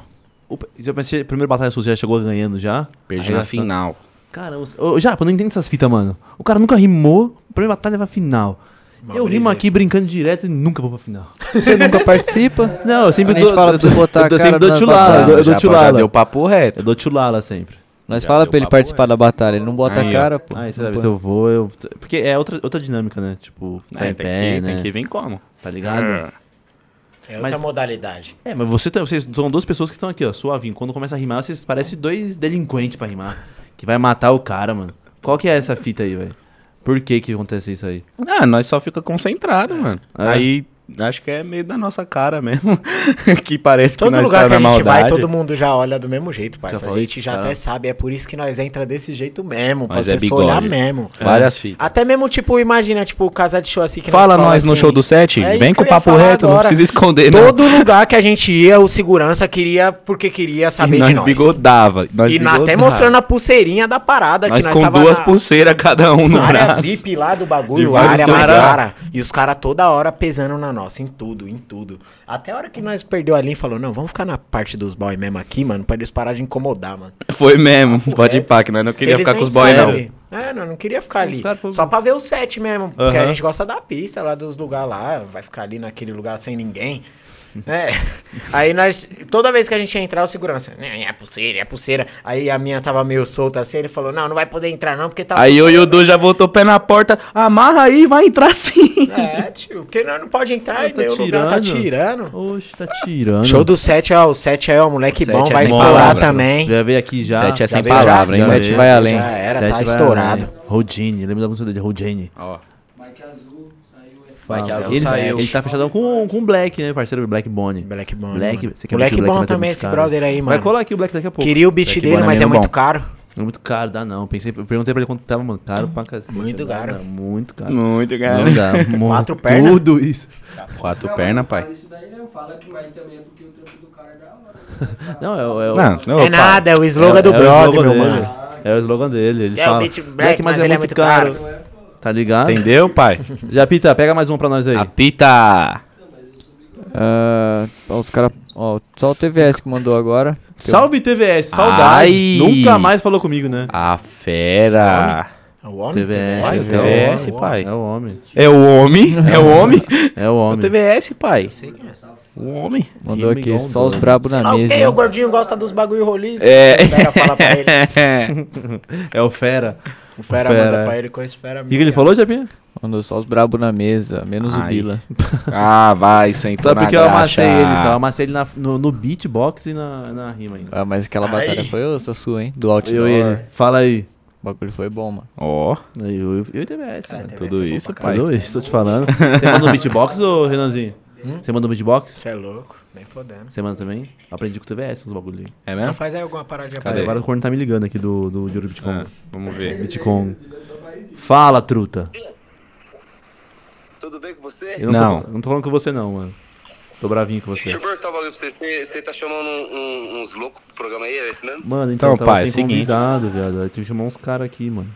O, já pensei, a primeira batalha sua você já chegou ganhando já?
Perdi
Aí
na
essa-
final.
Caramba, os- ô, Japa, eu não entendo essas fitas, mano. O cara nunca rimou, a primeira batalha vai pra final. eu rimo aqui brincando direto e nunca vou pra final.
<laughs>
Você nunca participa?
Não, eu sempre
A gente
dou.
fala
eu,
pra você botar a
eu sempre
cara
dou
nas
tchulala, Ah, eu
batalhas.
dou- eu dou
Já- já
tchulala.
deu papo reto.
Eu dou tchulala sempre.
Nós
Já
fala
deu
pra ele
papo
participar da batalha, ele não bota
Aí, ó.
a cara, pô.
Ah,
Não
você sabe,
põe.
se eu vou, eu. Porque é outra, outra dinâmica, né? Tipo, sai
É,
em
tem,
pé,
que,
né?
tem que vir como?
Tá ligado?
É outra
Mas-
modalidade.
É, mas você tá- vocês são duas pessoas que estão aqui, ó, suavinho. Quando começa a rimar, vocês parecem dois delinquentes pra rimar. Que vai matar o cara, mano. Qual que é essa fita aí, velho? Por que que acontece isso aí?
Ah, nós só fica concentrado, mano.
É.
Aí acho que é meio da nossa cara mesmo. <laughs> que parece que
Todo
nós
lugar
tá
que
na
a gente
maldade.
vai, todo mundo já olha do mesmo jeito, parça. A
falou
gente
isso,
já
cara?
até sabe, é por isso que nós entra desse jeito mesmo, pra
Mas
as
é
pessoas olhar
bigode. É.
mesmo.
É.
Várias fitas.
Até mesmo, tipo, imagina, tipo, casa de show assim que
Fala
fala
nós no
assim,
show do set,
É
vem
isso
com
que eu ia
papo
falar
reto, não
agora.
precisa esconder, não.
Todo lugar que a gente ia, o segurança queria porque queria saber
e nós
de nós.
bigodava. Nós
e na- até
bigodava.
mostrando a pulseirinha da parada
Nós
que nós
com
tava
duas
na-
pulseiras cada um no
A área
braço.
VIP lá do
De
bagulho, a
vários
área mais
caras.
cara. E os caras toda hora pesando na nossa, em tudo, em tudo. Até a hora que nós perdeu ali e falou, não, vamos ficar na parte dos boy mesmo aqui, mano, pra eles parar de incomodar, mano.
<laughs> Foi mesmo, pode ir pá, que nós não queria
É. Eles
ficar
nem
com os boys, não.
sabem. É, não, não queria ficar ali.
caras foram-
Só pra ver o set mesmo, porque
Aham.
a gente gosta da pista lá, dos lugares lá, vai ficar ali naquele lugar sem ninguém.
<laughs>
É. Aí nós. Toda vez que a gente ia entrar, o segurança. "Não, É a pulseira, é a pulseira. Aí a minha tava meio solta assim, ele falou, não, não vai poder entrar, não, porque tá
Aí eu e o Du já voltou o pé na porta, amarra aí, vai entrar sim.
É, tio, porque não, não pode entrar,
Ah,
aí
tá
meu lugar tá
tirando.
tirtirando.
Oxe, tá tirando.
Show do 7, ó. O 7 é o moleque
O
bom,
Sete é
vai
sem
estourar
palavra.
também.
Já veio aqui já.
Sete é
Já
sem
veio
palavra,
já,
hein?
já
Sete
veio.
vai além.
Já era,
Sete
tá
vai
estourado.
além. Rodine, lembra da música dele? Rodine.
Mike Azul saiu.
Vai que
Ah,
<laughs> azul
ele,
saiu.
ele tá fechadão com com o Black, né, parceiro? Black Bonnie.
Black bom.
Black,
mano.
você quer
Moleque
muito Black,
bom
mas é
também,
muito
esse
caro.
brother aí,
Vai
mano.
colar aqui o Black daqui a pouco.
Queria o beat
Black
dele,
bom é
mas é
menino
muito
bom.
caro.
É muito caro, dá não. Pensei, eu perguntei pra ele quanto tava, mano. Caro pra cacete.
Muito
dá,
caro.
dá, Muito caro.
Muito, cara.
Não dá. mo-
Quatro pernas?
Tudo isso.
Quatro
Não,
pernas,
mas não
pai.
fala Isso daí não fala que Mike também é porque o trampo do cara é da hora.
Não, é, é, o-
Não, não,
é nada, é o slogan
é-
do
é o
brother,
slogan
meu
dele.
mano.
É o slogan dele. Ele
É o
fala,
Beat Black, mas ele é muito caro."
Tá ligado?
Entendeu, <laughs> pai?
Japita, pega mais um pra nós aí.
Apita!
Ah, ó, os cara, ó, só o TVS que mandou agora.
Salve TVS, saudade.
Ai. Ah,
Nunca mais falou comigo, né?
A fera!
O homem.
TVS.
Vai,
é o homem.
TVS, pai.
É o homem.
É o homem? É o
<laughs>
homem?
É o homem.
TVS, pai.
é,
O homem.
Mandou
Rima
aqui,
igual um
só os
doido.
brabo na
Ah,
mesa.
ok, o
hein?
gordinho gosta dos bagulho roliço.
É.
O fera fala pra <laughs> ele.
É o fera.
O fera,
Fera.
manda pra ele com esse fera
O que, que ele falou, Japinha?
Mandou só os brabo na mesa, menos o
Ai.
Bila.
Ah, vai, sentou
Sabe
na
porque eu amassei
graxa.
ele, só. Eu amassei ele na- no, no beatbox e na, na rima ainda.
Ah, mas aquela batalha foi ouça sua, hein? Do outdoor.
Eu e ele. Fala aí.
O bagulho foi bom,
<laughs>
mano.
Ó,
Eu, eu, eu e TBS, mano.
tudo isso, pai.
Tudo isso, tô te falando. Você manda um beatbox, ô Renanzinho? Você manda um beatbox?
Você é louco, nem fodendo.
Você manda também? Aprendi com o TBS uns bagulho aí.
É
Então
mesmo?
faz aí alguma paradinha pra
Cara,
ele.
agora o corno tá me ligando aqui do, do Juro Bitcoin.
Ah, vamos ver.
<laughs> Bitcoin. Fala, truta.
Tudo bem com você?
Eu
Não.
Tô, não tô falando com você, não, mano. Tô bravinho com você.
Deixa eu perguntar um bagulho pra você. Você você tá chamando um- um- uns loucos pro programa aí, é esse mesmo?
Mano, então,
Então,
eu tava
pai,
sem
seguinte.
convidado, viado. Eu tive que chamar uns caras aqui, mano.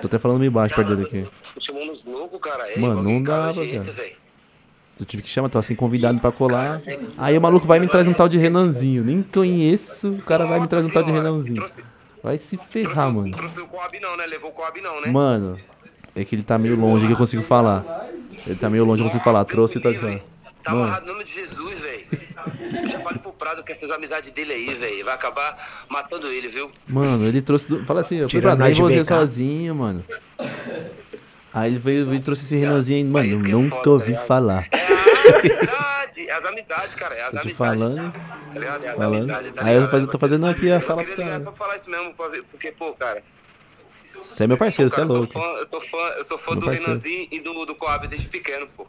Tô até falando meio baixo perto dele aqui.
Tô Tá chamando uns loucos, cara. Ei,
Mano,
bagulho
não
cara,
dava,
gente,
cara.
velho.
Eu tive que chamar, tava sem convidado pra colar. Aí o maluco vai me trazer um tal de Renanzinho. Nem conheço, o cara vai me trazer um tal de Renanzinho.
Trouxe,
Vai se ferrar, mano.
trouxe o Coab não, né? Levou o Coab não, né?
Mano, é que ele tá meio longe que eu consigo falar. Ele tá meio longe que eu consigo falar. Trouxe e tá
Livre. Tá amarrado no nome de Jesus, velho. Eu já falei pro Prado que essas amizades dele aí, velho, vai acabar matando ele, viu?
Mano, ele trouxe. do- Fala assim, eu fui
Tirando
pra trás
nós de
você
BK.
sozinho, mano. Aí ele veio e trouxe esse Renanzinho aí. Mano, eu
Isso que é
nunca
foda,
ouvi
tá ligado?
falar.
É a amizade, é as amizades, cara. É as
Tô te
amizades.
falando,
tá ligado? É as
falando.
amizades, tá
Aí eu
ligado?
faz- tô fazendo aqui a
Eu
sala pros
queria ligar
caras.
só pra falar isso mesmo, pra ver, porque, pô, cara.
Você é meu parceiro, você é
Cara, eu, sou
louco.
fã, eu sou fã, eu sou fã
Meu
do
parceiro.
Renanzinho e do, do Coab desde pequeno,
<laughs>
pô.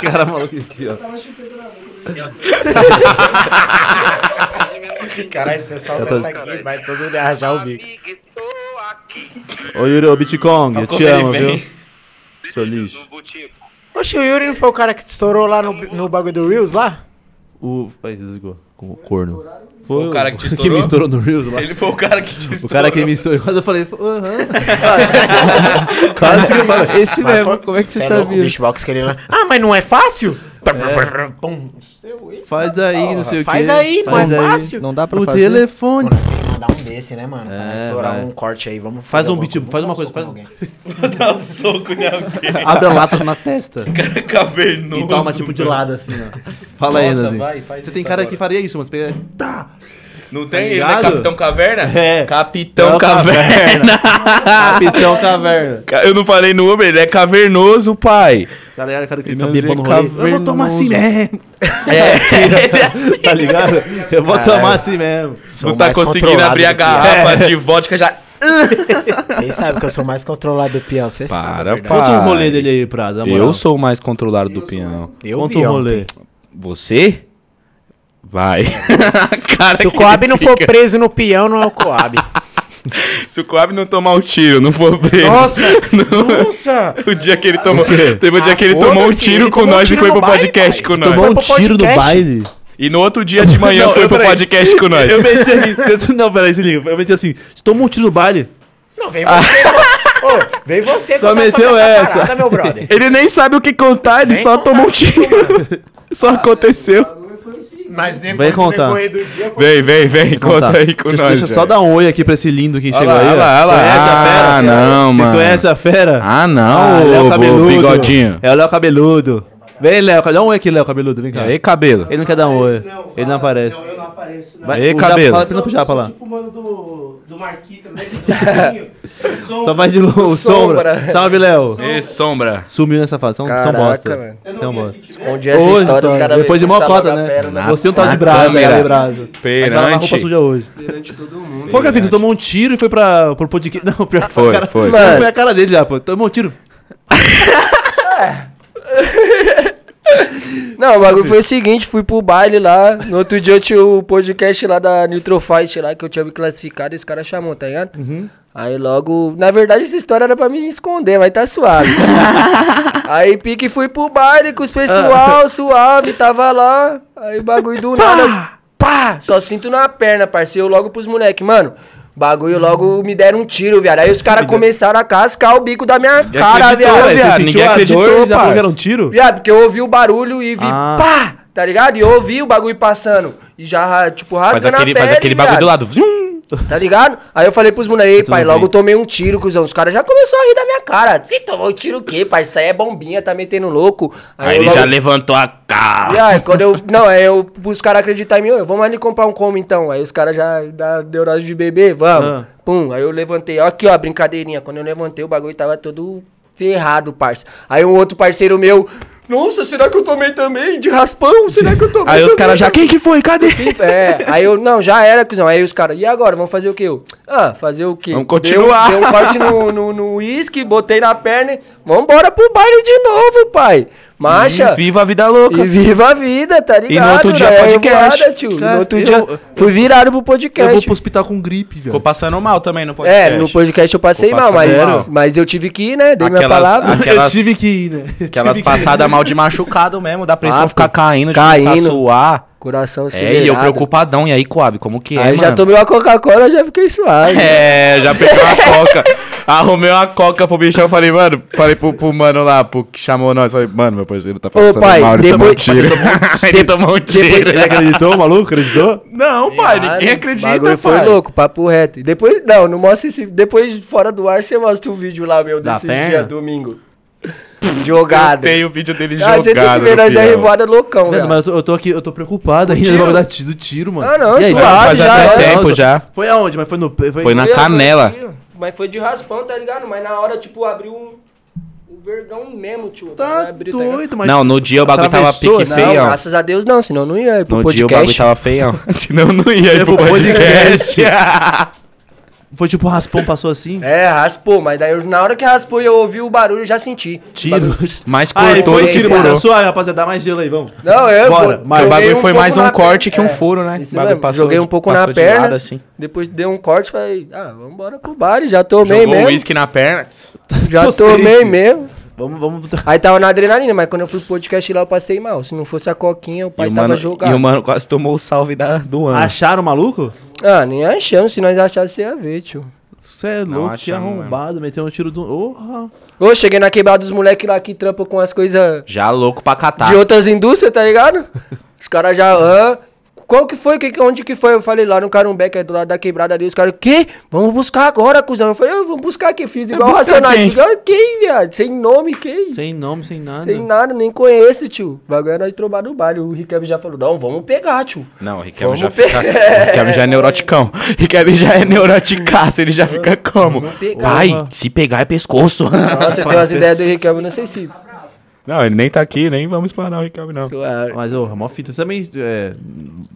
Cara maluco aqui, ó.
Caralho, você solta
tô-
essa aqui, vai todo mundo arranjar o bico.
Amiga, estou aqui.
Ô Yuri, ô Bitcoin, eu te amo, viu? Seu
No
lixo.
butico.
Oxe, o Yuri não foi o cara que estourou lá no, no bagulho do Reels lá?
O. Ai, desligou. Com o corno. Foi
o cara que te
me <laughs>
estourou?
estourou no Reels lá.
Ele foi o cara que te
O cara que me estourou. Quase eu falei. Aham. Quase que eu falei.
Esse mesmo, como é que você
Você é louco, o
sabia?
beatbox querendo lá. Ah, mas não é fácil? Pum.
Faz aí, não sei o que.
Faz aí, não é fácil?
Não dá pra
O
fazer.
telefone.
Mano, tem que mandar um desse, né, mano? Pra
É,
estourar
vai.
um corte aí, vamos
Faz
fazer
um
alguma
beat, faz uma coisa, faz
com
um.
Dá um soco em alguém.
Abre a lata na testa
Cavernoso.
e toma tipo de lado assim, ó. Fala aí, Nanzinho. Você tem cara que faria isso, mas pega. Tá!
Não tem ele,
ligado?
né? Capitão Caverna?
<laughs> É.
Capitão Caverna.
Capitão Caverna.
Eu não falei no Uber, ele é cavernoso, pai.
Tá ligado? Cara que fica
Nanzinho
bebendo no rolê. Eu vou tomar assim mesmo. <laughs>
<laughs>
É.
assim.
tá ligado? Eu vou tomar assim mesmo.
Sou
não tá
mais
conseguindo
controlado
abrir a
do que é. ela.
garrafa de vodka já.
<laughs> Vocês sabem que eu sou mais controlado do peão, vocês sabem.
Para,
Conta o
pai.
um rolê dele aí, Prado. na moral.
Ah, é. Eu sou o mais controlado do pinhão.
Eu
Conta o
vi ontem.
rolê.
Você? Vai. Cara,
Tá, Se o
que
Coab
ele
não for
fica.
preso no peão, não é o
<laughs>
Coab.
<laughs> Se o Coab não tomar um tiro, não for preso.
Nossa! Nossa!
O dia que ele tomou. Teve o dia que ele
Ah,
tomou um
foda-se,
tiro
ele
com
tomou um
nós e
tiro
foi
no
pro
baile,
podcast
pai.
com
Tomou
nós.
um tiro no baile?
E no outro dia de manhã foi pro podcast com nós.
<laughs> Eu meti assim. Não, peraí, se liga. Eu meti assim. Se toma um tiro no baile.
Não, vem você. Ô, vem você
Só
contar
meteu
sobre
essa.
parada, meu brother.
Ele nem sabe o que contar, ele só tomou um tiro. <laughs> Só aconteceu.
Mas depois
Vem contar.
do decorrer do dia, foi...
Vem, vem, vem, conta
Tá.
aí com
Deixa-
nós.
Deixa só
velho.
dar um oi aqui pra esse lindo que chegou
lá,
aí. ó.
olha lá, olha lá.
Conhece a fera?
Ah, não,
Vocês
mano.
conhecem a fera?
Ah,
Ah,
não,
Léo
ô, ô, bigodinho.
É o Léo Cabeludo. Vem, Léo, dá um oi aqui, Léo, cabeludo. Vem cá.
E aí, cabelo?
Ele não quer dar um oi. Ele não aparece.
Não, eu não apareço, não.
Vai,
E aí,
o Japa-
cabelo?
Fala, pina pro Japa lá.
Tipo o mano do, do Marquita, né? <laughs> Do Eu sou-
Só vai de longe, sombra.
Sombra.
Salve, Léo.
E sombra?
Sumiu nessa fase, são, são
Caraca,
bosta.
velho.
São bosta.
Escondi essa
Hoje,
história, os
só,
caras
depois de mó
puxar logo
cota,
a
né?
perna.
Você não tá de brasa,
câmera. é
cara de brasa. Mas tava na roupa
Perante.
suja hoje.
Perante todo mundo. né?
Qual que é a vida? Tomou um tiro e foi pra, pro podcast. Não, pior que
Foi,
o cara,
foi.
Mano. Foi a cara dele já, pô. Tomou um tiro.
Não, o bagulho foi o seguinte, fui pro baile lá, no outro dia eu tinha o podcast lá da Neutral Fight lá, que eu tinha me classificado, esse cara chamou, tá ligado? Aí logo, na verdade essa história era pra me esconder, mas tá suave. aí pique fui pro baile com os pessoal, suave, tava lá, aí bagulho do nada, pá, só sinto na perna, parceiro, logo pros moleque, mano. Bagulho logo me deram um tiro, viado. Aí os caras começaram a cascar o bico da minha cara, viado.
velho,
Você
viado,
sentiu
ninguém
a dor,
acreditou,
já falou que
parça.
era um tiro?
Viado, ah, porque eu ouvi o barulho e vi
Ah.
pá, tá ligado? E eu ouvi o bagulho passando. E já, ra- tipo, rasga
Faz aquele,
na pele,
faz aquele bagulho do
viado,
lado. Zum.
Tá ligado? Aí eu falei pros moleques, ei, pai,
bem.
logo eu tomei um tiro, cuzão. Os caras já começaram a rir da minha cara. Você tomou um tiro o quê, pai? Isso aí é bombinha, tá metendo louco.
Aí
eu
ele
logo-
já levantou a cara.
E aí,
<laughs>
quando eu... Não, aí eu, os caras acreditarem em mim, "Ô, eu vamos ali comprar um combo então. Aí os caras já dá- deu horário de beber, vamos.
Ah.
Pum, aí eu levantei. Ó, aqui, ó, a brincadeirinha. Quando eu levantei, o bagulho tava todo ferrado, parça. Aí um outro parceiro meu... Nossa, será que eu tomei também? De raspão? Será que eu tomei
Aí os
também?"
caras já. Quem que foi? Cadê?
É, aí eu, não, já era, cuzão. Aí os caras, e agora? Vamos fazer o quê? Eu, ah, fazer o quê?
Vamos continuar.
Dei um, dei um corte no- no no uísque, botei na perna e vambora pro baile de novo, pai. Macha.
E viva a vida louca.
E viva a vida, tá ligado?
E no outro dia,
né?
podcast.
Voada, tio.
Cara,
no outro
eu-
dia,
eu-
fui virado pro
Eu vou
podcast.
pro hospital com gripe,
Ficou
velho.
passando mal também no
É,
podcast.
no podcast eu passei
Ficou
mal, mas,
passando mal.
mas eu tive que ir, né? Dei minha
Aquelas-
palavra.
Eu
Aquelas-
tive que ir, né? <laughs> Eu
Aquelas
tive que ir.
passadas mal de machucado mesmo, da pressão
Ah,
ficar caindo, de
caindo.
começar a suar.
Coração
É,
acelerado.
e eu preocupadão. E aí, Coab, como que é,
Aí eu já
mano?
tomei uma Coca-Cola, já fiquei suave.
É, já peguei uma <laughs> coca. Arrumei uma coca pro bichão, falei, mano, falei pro, pro mano lá, pro que chamou nós, falei, mano, meu parceiro tá passando
pai,
mal, ele tomou um
depois-
tiro. <laughs> ele tomou um tiro.
Você acreditou, maluco? <laughs> Acreditou?
Não, pai, ninguém
Ah,
acredita,
O bagulho
pai.
foi louco, papo reto. E depois, não, não mostra esse. Depois, fora do ar, você mostra o vídeo lá, meu,
Da
desse
perna?
<laughs>
dia, domingo. Jogado.
Tem o vídeo dele
Ah,
jogado.
você tem que ver,
no
nós é
peão.
revoada loucão,
Mano,
velho.
mas eu tô, eu tô aqui, eu tô preocupado ainda
tiro?
do dar tiro, do tiro, mano.
Ah, não,
E aí,
suave,
vai-
Faz
já é.
até
era.
tempo já. é
Foi aonde? Mas foi no. pe- Foi,
Foi na canela.
Mas foi de raspão, tá ligado? Mas na hora, tipo, abriu um. um vergão mesmo, tio.
Tá
Abriu, tá ligado?
doido, mas.
Não, no dia o bagulho tava
Atravessou,
pique
não,
Não,
feião.
graças a Deus não, senão não ia ir pro
No dia o bagulho tá-
podcast.
tava <laughs> feião. Ah, Senão eu não ia ir
pro
pro <laughs> podcast.
Foi tipo o raspão passou assim.
É, raspou, mas daí eu- na hora que raspou eu ouvi o barulho, eu já senti.
<laughs> Tiro.
Mas
Ah, ele
cortou
foi
e
tiro, mas
furou.
tá suave, rapaziada. Dá mais gelo aí, vamos.
Não, eu.
Bora,
bo-
mas
O
joguei
bagulho foi
pouco
mais um
na
corte que um
perna. É,
furo, né?
Isso
O bagulho
mesmo, joguei um pouco na
passou de
perna,
lado, assim.
depois deu um corte, falei, ah, vambora pro bar, já tomei
Jogou um
mesmo,
uísque na perna. <laughs>
já
Tô
tomei
safe.
mesmo.
Vamos, vamos.
Aí tava na adrenalina, mas quando eu fui pro podcast lá eu passei mal, se não fosse a coquinha o
E
pai
o,
tava
mano,
jogado.
e o mano quase tomou o salve da, do ano.
Acharam o maluco?
Ah, nem achando, se nós achássemos você ia ver, tio.
Você é louco, que
achamos,
arrombado. Meteu um tiro do. Porra.
Ô, cheguei na quebrada dos moleques lá que trampam com as coisas
Já louco pra catar.
de outras indústrias, tá ligado? Os caras já, hã? Qual que foi? Que, que- onde que foi? Eu falei lá no Carumbé, que é do lado da quebrada ali. Os caras, que? Vamos buscar agora, cuzão. Eu falei, eu vou buscar aqui. Fiz igual o
buscar
Racionais.
quem?
Igual Quem, viado? Sem nome, quem?
Sem nome, sem nada.
Sem nada, nem conheço, tio. O bagulho é nós trombar no baile. O Riquelme já falou, não, vamos pegar,
<laughs>
tio.
Não, o Riquelme
Vamos
já
pe-
fica. <laughs> O Riquelme já é neuroticão. O Riquelme já é neuroticaço, ele já fica como?
pegar.
Ai, se pegar é pescoço.
Nossa, eu tenho umas ideias do Riquelme, não sei se...
Não, ele nem tá aqui, nem vamos espanar o Riquelme, não.
Mas, ô, mó fita. Você também. é,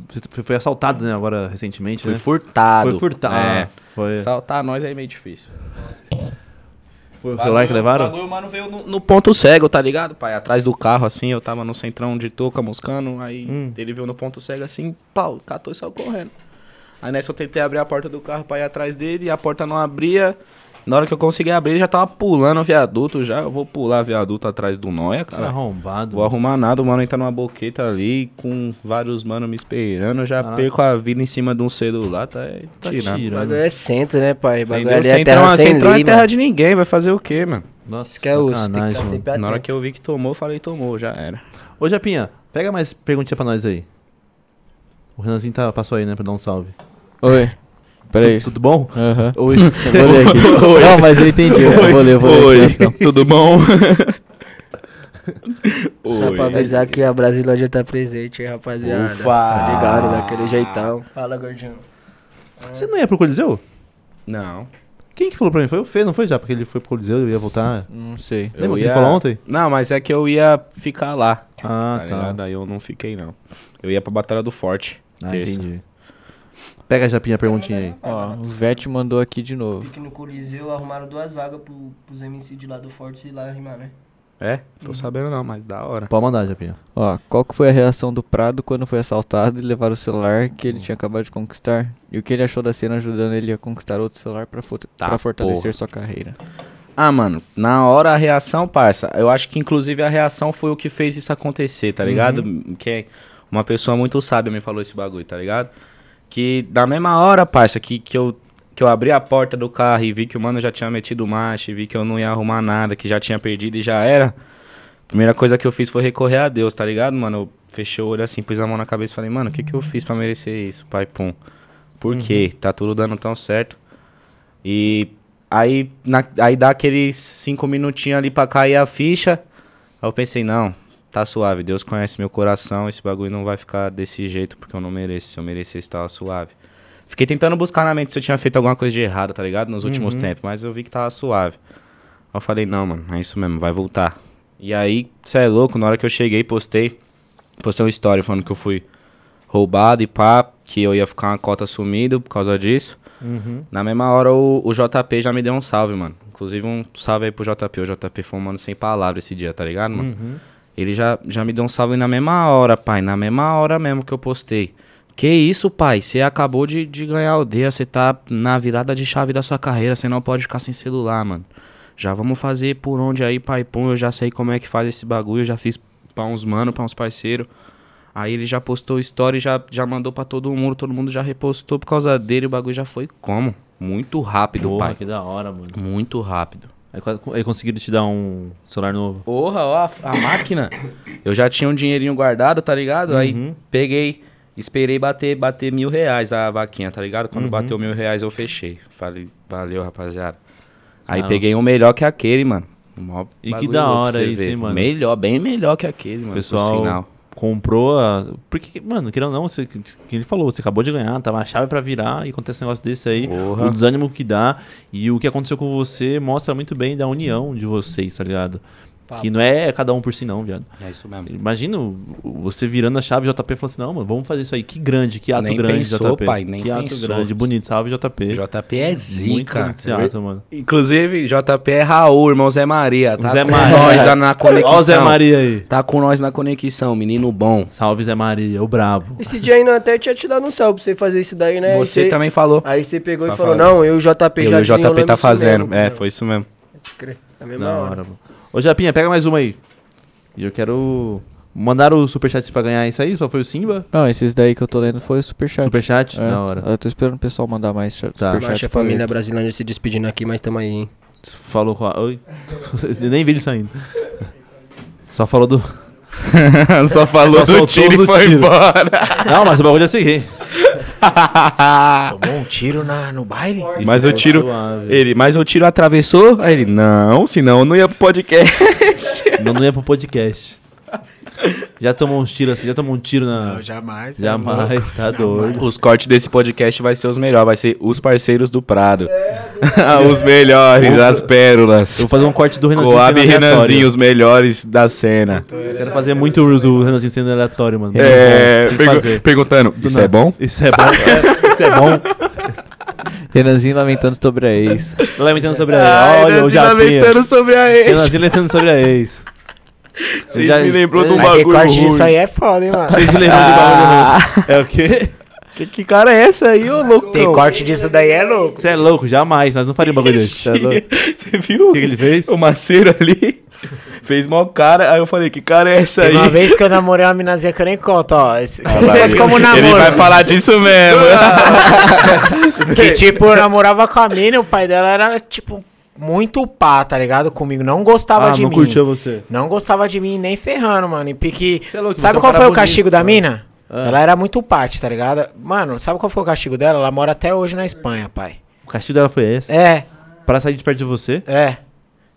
você foi- foi assaltado, né? Agora, recentemente,
Foi
né?
furtado.
Foi furtado. Ah,
É.
Foi,
Saltar nós é meio difícil.
foi o celular que
O
levaram?
bagulho, mano, veio no, no ponto cego, tá ligado, pai? Atrás do carro, assim, eu tava no centrão de touca, moscando, aí ele veio no ponto cego, assim, pau, catou e saiu correndo. Aí nessa eu tentei abrir a porta do carro pra ir atrás dele, e a porta não abria. Na hora que eu consegui abrir, ele já tava pulando o viaduto já. Eu vou pular viaduto atrás do Noia, cara.
Arrombado.
Vou arrumar nada, o mano entra numa boqueta ali, com vários manos me esperando, eu já perco a vida em cima de um celular, tá, é,
Tá
tirando.
O
tirando.
bagulho é centro, né, pai? O bagulho
Entendeu?
ali é
Centrão,
terra sem
centrão
lei,
é terra
mano.
de ninguém, vai fazer o quê, mano?
Nossa,
Isso que é osso, tem que
sacanagem,
estar
mano.
sempre atento.
Na hora que eu vi que tomou, eu falei, tomou, já era.
Ô, Japinha, pega mais perguntinha pra nós aí. O Renanzinho tá, passou aí, né, pra dar um salve.
Oi.
<laughs>
Peraí.
Tudo bom?
É.
Aham.
Oi.
Eu vou ler aqui. né?
<laughs>
Não, mas eu entendi. Eu vou ler, eu vou ler.
tudo bom?
Só pra avisar que a Brasilândia tá presente, hein, rapaziada.
Ufa!
Tá ligado,
Ah.
daquele jeitão. Fala, gordinho.
Você não ia pro Coliseu?
Não.
Quem que falou pra mim? Foi o Fê, não foi já? Porque ele foi pro Coliseu e ia voltar.
Não sei.
Lembra
Eu
que ele
ia-
falou ontem?
Não, mas é que eu ia ficar lá.
Ah,
tá
tá.
ligado? Aí eu não fiquei, não. Eu ia pra Batalha do Forte.
Ah,
terça.
entendi. Pega a Japinha a perguntinha aí.
Ó, o Vete mandou aqui de novo.
Aqui no Coliseu arrumaram duas vagas pro, pros MC de lá do Forte ir lá rimar, né?
É? Tô sabendo não, mas da hora.
Pode mandar, Japinha.
Ó, qual que foi a reação do Prado quando foi assaltado e levaram o celular que ele tinha acabado de conquistar? E o que ele achou da cena ajudando ele a conquistar outro celular pra, fo-
Tá,
pra fortalecer
porra.
sua carreira?
Ah, mano, na hora a reação, parça, eu acho que inclusive a reação foi o que fez isso acontecer, tá ligado?
Uhum.
Que uma pessoa muito sábia me falou esse bagulho, tá ligado? Que da mesma hora, parça, que, que, eu, que eu abri a porta do carro e vi que o mano já tinha metido marcha, e vi que eu não ia arrumar nada, que já tinha perdido e já era. Primeira coisa que eu fiz foi recorrer a Deus, tá ligado, mano? Eu fechei o olho assim, pus a mão na cabeça e falei, mano, o que, que eu fiz pra merecer isso, pai pum? Por quê?
Uhum.
Tá tudo dando tão certo.
<laughs>
E <laughs> aí, na- aí dá aqueles cinco minutinhos ali pra cair a ficha. Aí eu pensei, não, tá suave, Deus conhece meu coração, esse bagulho não vai ficar desse jeito porque eu não mereço. Se eu merecesse, tava suave. Fiquei tentando buscar na mente se eu tinha feito alguma coisa de errado, tá ligado? Nos últimos tempos, mas eu vi que tava suave. Aí eu falei, não, mano, é isso mesmo, vai voltar. E aí, cê é louco, na hora que eu cheguei, postei. Postei uma história falando que eu fui roubado e pá, que eu ia ficar uma cota sumido por causa disso. Na mesma hora, o, o JP já me deu um salve, mano. Inclusive, um salve aí pro JP. O JP foi um mano sem palavras esse dia, tá ligado, mano? Ele já, já me deu um salve na mesma hora, pai. Na mesma hora mesmo que eu postei. Que isso, pai? Você acabou de, de ganhar a aldeia. Você tá na virada de chave da sua carreira. Você não pode ficar sem celular, mano. Já vamos fazer por onde aí, pai? Pum, eu já sei como é que faz esse bagulho. Eu já fiz pra uns mano, pra uns parceiros. Aí ele já postou story, já, já mandou pra todo mundo, todo mundo já repostou por causa dele, o bagulho já foi como? Muito rápido,
Porra,
pai.
que da hora, mano.
Muito rápido.
Aí, quase- aí conseguiram te dar um celular novo.
Porra, ó, a, a máquina. Eu já tinha um dinheirinho guardado, tá ligado?
Uhum.
Aí peguei, esperei bater, bater mil reais a vaquinha, tá ligado?
Uhum.
Quando bateu mil reais eu fechei. Falei, valeu, rapaziada. Aí
Ah,
peguei um melhor que aquele, mano. O maior
E que
bagulho
da
louco pra
hora
você
isso,
ver.
hein, mano?
Melhor, bem melhor que aquele,
O
mano. por
pessoal
um sinal.
comprou a. Porque, mano, querendo ou não, você, que ele falou, você acabou de ganhar, tava a chave pra virar e acontece um negócio desse aí.
Porra.
O desânimo que dá e o que aconteceu com você mostra muito bem da união de vocês, tá ligado? Que não é cada um por si, não, viado.
É isso mesmo.
Imagina o- você virando a chave, JP falando assim: não, mano, vamos fazer isso aí. Que grande, que ato
Nem
grande,
pensou,
JP.
pai, nem
que ato
pensou.
grande, bonito, salve, JP.
JP é
Muito
zica.
bonito esse ato, mano.
Inclusive, JP é Raul, irmão Zé Maria. Tá
Zé
com
Maria.
nós na conexão.
Ó, o Zé Maria aí.
Tá com nós na conexão, menino bom.
Salve, Zé Maria, o brabo.
Esse dia ainda até tinha te dado um salve pra você fazer isso daí,
É,
né? Aí
Você também falou.
Aí você pegou
Tá
e falou,
falando.
não, eu e o JP
Eu
já
e o JP tá
desenrolamos
fazendo.
isso
É,
né,
mesmo.
foi isso mesmo.
Pode crer. Na
É
mesma
Da
hora.
hora, mano. Ô, Japinha, pega mais uma aí. E eu quero. mandar o superchat pra ganhar isso aí? Só foi o Simba?
Não, esses daí que eu tô lendo foi o Superchat.
Superchat?
É,
Da hora.
Eu tô esperando o pessoal mandar mais cha-
Tá.
Superchat.
Baixa a
pra
família
ler.
brasileira se despedindo aqui, mas tamo aí, hein?
Falou com a. Oi? <laughs> Eu Nem vi ele saindo. Só falou do.
Só falou
Só soltou do tiro.
embora.
Não, mas o bagulho é seguir.
Tomou um tiro na, no baile?
Mas o tiro.
né?
Ele, mas o tiro atravessou? Aí ele, não, senão eu não ia pro podcast.
Não, não ia pro podcast. Já tomou uns tiros assim, já tomou um tiro na.
Não, jamais.
Jamais,
é
tá doido.
Os cortes desse podcast vai ser os melhores, vai ser os parceiros do Prado.
É,
<laughs> os melhores, as pérolas.
Eu vou fazer um corte do Renanzinho
Coab e
sendo aleatório.
Renanzinho, os melhores da cena.
Eu Quero fazer muito reels do Renanzinho sendo aleatório, mano.
É,
Tem que
pergu-
fazer.
perguntando, isso é bom?
Isso é bom. é, isso é bom.
Renanzinho lamentando sobre a
<laughs>
ex.
Lamentando sobre a
né,
ex. Olha, o Japinha.
né, sobre a
Renanzinho lamentando sobre a ex.
Vocês
Já-
me lembrou de um
Mas ter
bagulho
corte
ruim.
disso aí é foda,
<laughs>
hein, mano.
Vocês me lembram de bagulho ruim. É o quê?
Que, que cara é essa aí, ô louco?
Ter corte disso daí é louco.
Você é louco, jamais. Nós não faríamos bagulho desse. Cê é
<laughs>
louco.
Você viu? O
que que ele fez?
O Maceiro ali fez mó cara. Aí eu falei, que cara é essa aí? Ah,
Teve uma
<laughs>
vez que eu namorei uma minazinha que eu nem conto, ó. Esse,
Tá
<laughs> que eu
Vai,
conto como
Ele vai
namoro.
falar disso mesmo.
Ah!
<laughs>
Que tipo, eu namorava com a mina e o pai dela era, tipo, muito pá, tá ligado? Comigo. Não gostava
Ah,
de
não
mim.
curtia você.
Não gostava de mim nem ferrando, mano. E pique.
é louco, você é
sabe
um
qual
cara
foi o
bonito,
castigo da
mano. Ah.
mina? Ela era muito parte, tá ligado? Mano, sabe qual foi o castigo dela? Ela mora até hoje na Espanha, pai.
O castigo dela foi esse.
É,
Pra sair de perto de você.
é.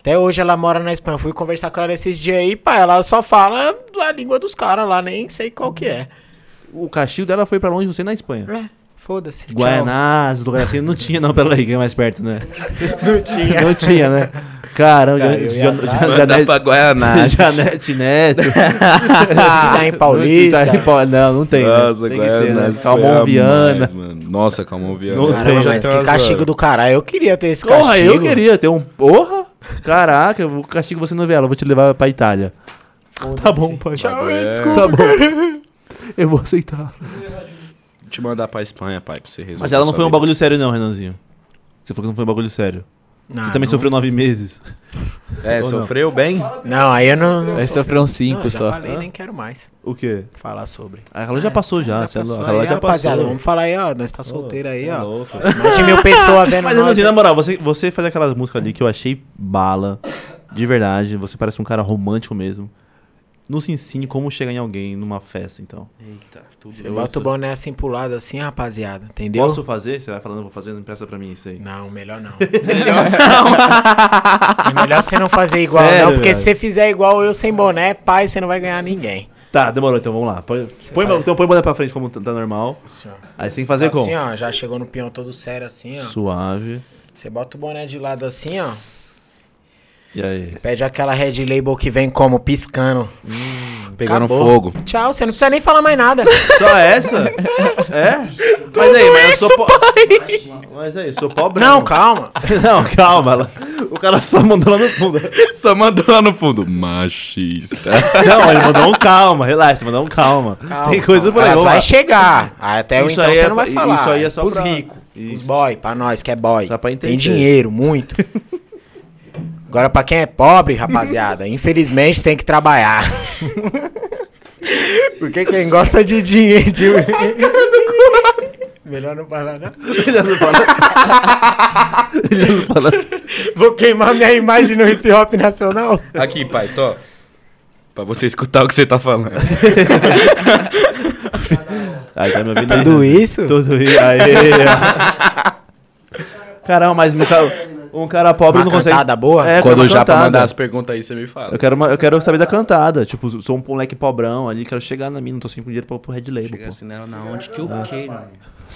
Até hoje ela mora na Espanha. Eu fui conversar com ela esses dias aí, pá, ela só fala a língua dos caras lá, nem sei qual que é.
O cachimbo dela foi pra longe, você na Espanha.
É, foda-se. tchau.
Guaianás, lugar assim, não tinha não, pera aí, que é mais perto, né?
<laughs> Não tinha. <laughs>
Não tinha, né? Caramba,
Cara,
Jan-
eu ia
Jan-
lá.
Jan-
Manda
Janete-
pra Guaraná.
Janete Neto.
Itaim Paulista.
Não, <laughs> não, não tem. né? tem que ser, né? Salmão Viana.
Nossa, Calmon Viana.
Não
Caramba,
tem, já
mas
tem
que
umas-
castigo do caralho. Eu queria ter esse castigo.
Porra, eu queria ter um. Porra! Caraca, eu castigo você no vela, eu vou te levar pra Itália. Tá bom, pai.
Tchau,
É.
desculpa.
Eu vou aceitar.
Te mandar pra Espanha, pai, pra você resolver.
Mas ela não
sua
foi um
vida.
bagulho sério, não, Renanzinho. Você falou que não foi um bagulho sério.
Não,
Você também
não.
sofreu nove meses.
É,
Ou não?
sofreu bem?
Não, aí eu não.
É
Aí sofreu uns 5
não, eu já
só.
falei, nem quero mais
O quê?
falar sobre.
Ah, Ela já passou já, sei lá, Ela
aí,
já
É, rapaziada,
passou.
vamos falar aí, ó. Nós tá solteiro aí,
Tá
ó.
louco.
Mais de mil pessoas vendo
<laughs> Mas,
nós.
Renanzinho, na moral, você, você faz aquelas músicas ali que eu achei bala. De verdade, você parece um cara romântico mesmo. Não se ensine como chegar em alguém numa festa, então.
Eita, tudo.
Eu
Bota o boné assim pro lado, assim, rapaziada. Entendeu?
Posso fazer? Você vai falando, eu vou fazer, não empresta pra mim isso aí.
Não, melhor não. melhor não. É melhor você não fazer igual,
Sério,
não. Porque
velho?
se você fizer igual eu sem boné, pai, você não vai ganhar ninguém.
Tá, demorou, então vamos lá. Põe, põe, então põe o boné pra frente como tá tá normal. Aí você tem que fazer
Tá assim,
como?
ó. Já chegou no peão todo sério, assim, ó.
Suave.
Você bota o boné de lado assim, ó.
E aí?
Pede aquela red label que vem como? Piscando.
Pegando
Acabou.
fogo.
Tchau, você não precisa nem falar mais nada.
Só essa?
<laughs>
É? Mas aí, mas eu sou pobre. Mas aí, eu sou pobre.
não, calma.
não, <laughs> calma. ela- O cara só mandou lá no
<laughs>
fundo.
Só mandou lá no fundo. Machista.
Não, ele mandou um calma, relaxa, mandou um calma. Tem coisa por aí.
Elas
vamos lá.
vai chegar. Até o então
aí
você
é
não vai
pra-
falar.
Isso aí é só
Os
pra-
ricos, os
Isso. <laughs>
boy, pra nós que é boy.
Só pra entender.
Tem dinheiro, <laughs> muito. Agora pra quem é pobre, rapaziada, infelizmente tem que <laughs> trabalhar. Porque quem gosta de dinheiro... de- <laughs> Melhor não falar, não.
Ele não fala. Ele não fala.
Vou queimar minha imagem no hip hop nacional.
<laughs> Aqui, pai, tô. Pra você escutar o que você tá falando.
Aí tá me ouvindo aí,
Tudo
né?
isso?
Tudo isso. Aê. ó. <laughs> Caramba, mas um cara, um cara pobre
Uma
não consegue.
cantada boa?
É,
Quando
uma
o Japa
cantada.
mandar as perguntas aí, você me fala.
Eu quero, uma- eu quero saber da cantada. Tipo, sou um moleque pobrão ali, quero chegar na mina, não tô sem dinheiro pra, pro Red Label, pô.
Sinal na onde que eu
Ah.
queiro.
né?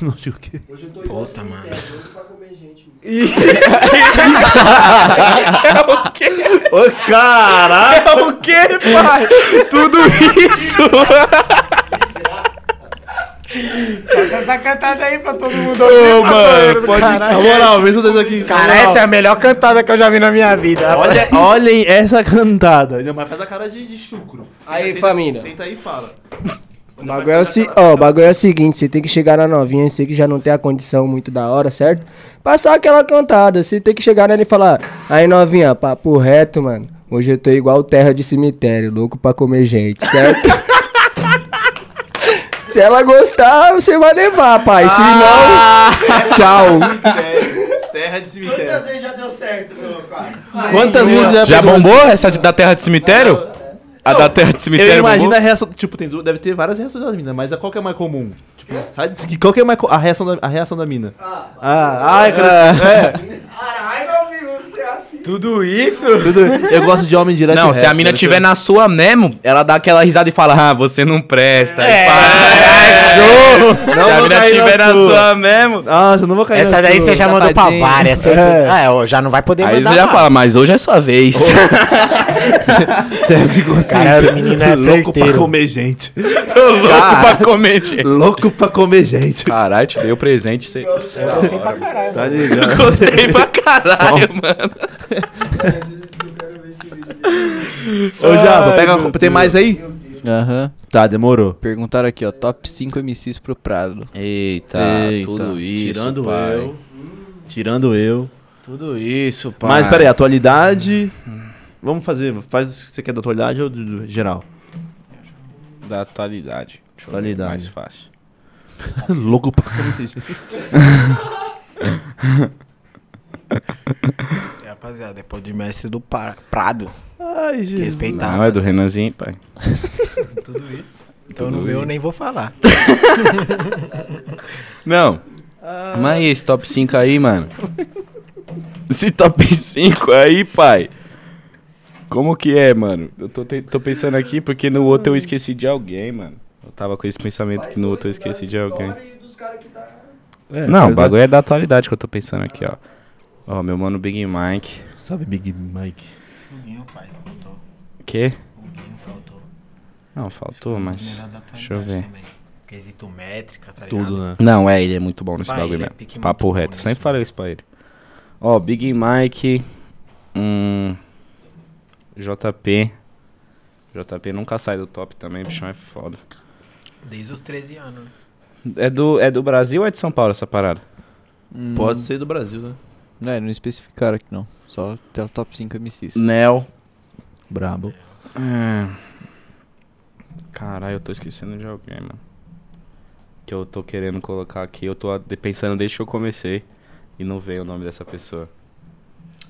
Não digo o quê?
Hoje eu tô indo assim,
Puta, mano.
pra comer gente. mano.
<laughs> Ô, caralho!
O quê, pai? Tudo isso?
Solta essa cantada aí pra todo mundo
Ô,
ouvir.
mano, pode...
Na moral, mesmo desse aqui. na
Cara,
moral.
essa é a melhor cantada que eu já vi na minha vida.
Olha, olhem essa cantada. Não, mas faz a cara de, de chucro.
Aí, família.
Senta aí e fala.
O bagulho, é o,
tá
se-
tá
ó, o bagulho é o seguinte, você tem que chegar na novinha, você que já não tem a condição muito da hora, certo? Passar aquela cantada, você tem que chegar nela e falar, aí novinha, papo reto, mano, hoje eu tô igual terra de cemitério, louco pra comer gente, certo? <laughs> Se ela gostar, você vai levar, pai, se
Ah!
não, tchau.
Terra de cemitério.
Às vezes já deu certo, meu pai.
Quantas vezes já,
Já
pegou
bombou essa de- da terra de cemitério? A da terra de
assim? Eu
cemitério
imagino
bombou?
a reação. Tipo, tem, du- deve ter várias reações da mina, mas a- qual que é a mais comum? Tipo, sabe que- qual que é a, mais, co- a, reação da, a reação da mina? Ah, ah, ai, é. cara.
Caralho, meu amigo, você é assim.
Tudo isso?
é. eu gosto de homem direto. e
Não, se
reto,
a mina
quero
tiver
ser-
na sua mesmo, ela dá aquela risada e fala, ah, você não presta. É, show!
é, Não
se a
vou
mina
cair na
tiver na
sua.
sua mesmo,
Ah, eu não vou cair
Essa
na
daí
sua.
você já mandou pra
safadinho.
<laughs>
várias, certeza. Ah, É. ó, já não vai poder
aí
mandar
você já
mais.
fala, mas hoje é sua vez.
Até ficou assim.
Cara, as meninas é
louco pra
certeiro.
comer gente.
Tô louco pra comer,
<laughs>
gente.
Louco pra comer gente.
Caralho, te dei o presente, você...
Tá ligado?
Gostei pra caralho, mano.
Ô, Java, pega. Tem mais aí?
Aham.
Tá, demorou.
Perguntaram aqui, ó. Top 5 MCs pro Prado.
Eita,
Tá,
Eita,
tudo isso,
Tirando
pai.
eu. Tirando eu.
Tudo isso, pai.
Mas peraí, atualidade. Vamos fazer. Faz o que você quer da atualidade ou do, do geral?
Da atualidade. Deixa eu ver,
Atualidade.
Mais fácil.
Louco pra comer gente.
Rapaziada, depois de mestre do Par- Prado.
Ai,
que
Jesus.
Respeitar.
Ah,
Não, é do Renanzinho, pai.
Então no meu eu nem vou falar.
Não.
Ah.
Mas esse top 5 aí, mano. Esse top 5 aí, pai.
Como que é, mano? Eu tô, te- tô pensando aqui porque no outro eu esqueci de alguém, mano. Eu tava com esse pensamento que no outro eu esqueci de alguém. Não, o bagulho é da atualidade que eu tô pensando aqui, ó. Ó, meu mano Big Mike.
Sabe Big Mike?
Quê?
faltou.
Não, faltou, mas. Deixa eu ver.
Quesito métrica, tá ligado?
Tudo, né?
Não, é, ele é muito bom nesse
Pai,
bagulho
ele é
mesmo.
pique
Papo
muito bom
reto.
nisso.
Sempre falei isso pra ele. Ó, Big Mike. Hum, JP. JP nunca sai do top também, bichão é foda.
Desde os 13 anos. né?
É do, é do Brasil ou é de São Paulo essa parada?
Pode ser do Brasil, né?
Não, não especificaram aqui não. Só até o top 5 MCs.
Nel.
Brabo.
Caralho, eu tô esquecendo de alguém, mano. Que eu tô querendo colocar aqui. Eu tô a- de- pensando desde que eu comecei. E não veio o nome dessa pessoa.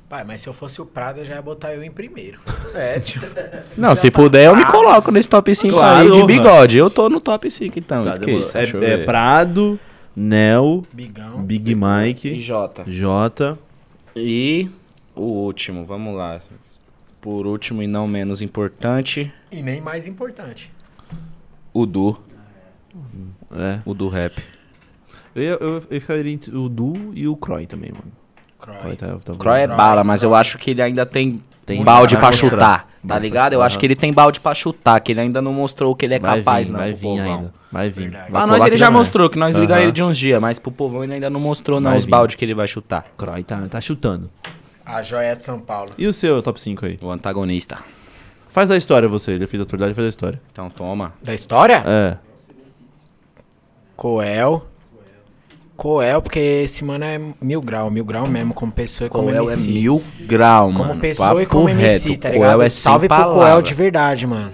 Pai, mas se eu fosse o Prado, eu já ia botar eu em
<laughs>
primeiro. É, tipo.
Não, se puder, eu me coloco nesse top 5
Claro,
aí de
mano.
bigode. Eu tô no top 5, então.
Tá,
esqueça.
demorou.
deixa eu
é, é
ver.
Prado, Nel,
Bigão.
Big
E
Mike,
Jota.
Jota.
E o último, vamos lá. Por último e não menos importante,
E nem mais importante.
o Du,
É.
o do rap.
Eu, ia- eu, eu ficaria entre o Du e o Croy também, mano. Croy
Croy.
tá, tá
O Croy é
Croy,
bala, mas
Croy.
eu acho que ele ainda tem,
Tem
balde pra
muito craque.
chutar, tá
Balde
ligado?
pra
Eu
chutar.
acho que ele tem balde pra chutar, que ele ainda não mostrou que ele é
vai
capaz,
vir,
não.
Vai
pro
vir
povão.
ainda. Vai vir.
Verdade.
Vai
Pra
colar
nós ele
que
já
não é.
mostrou, que nós ligar
Aham.
ele de uns dias, mas pro povão ele ainda não mostrou não
Vai
os
vir.
balde que ele vai chutar.
Croy tá, tá chutando.
A joia de São Paulo.
E o seu top 5 aí?
O antagonista.
Faz a história você, ele fez a atualidade, faz a história.
Então toma.
Da história?
É.
Coel. Coel, porque esse mano é mil grau, mil grau mesmo, como pessoa e como
Coel é
MC.
mil grau, mano.
como pessoa
Papo
e como MC,
reto.
tá
Coel
ligado?
é sem
Salve pro Coel
palavra.
de verdade, mano.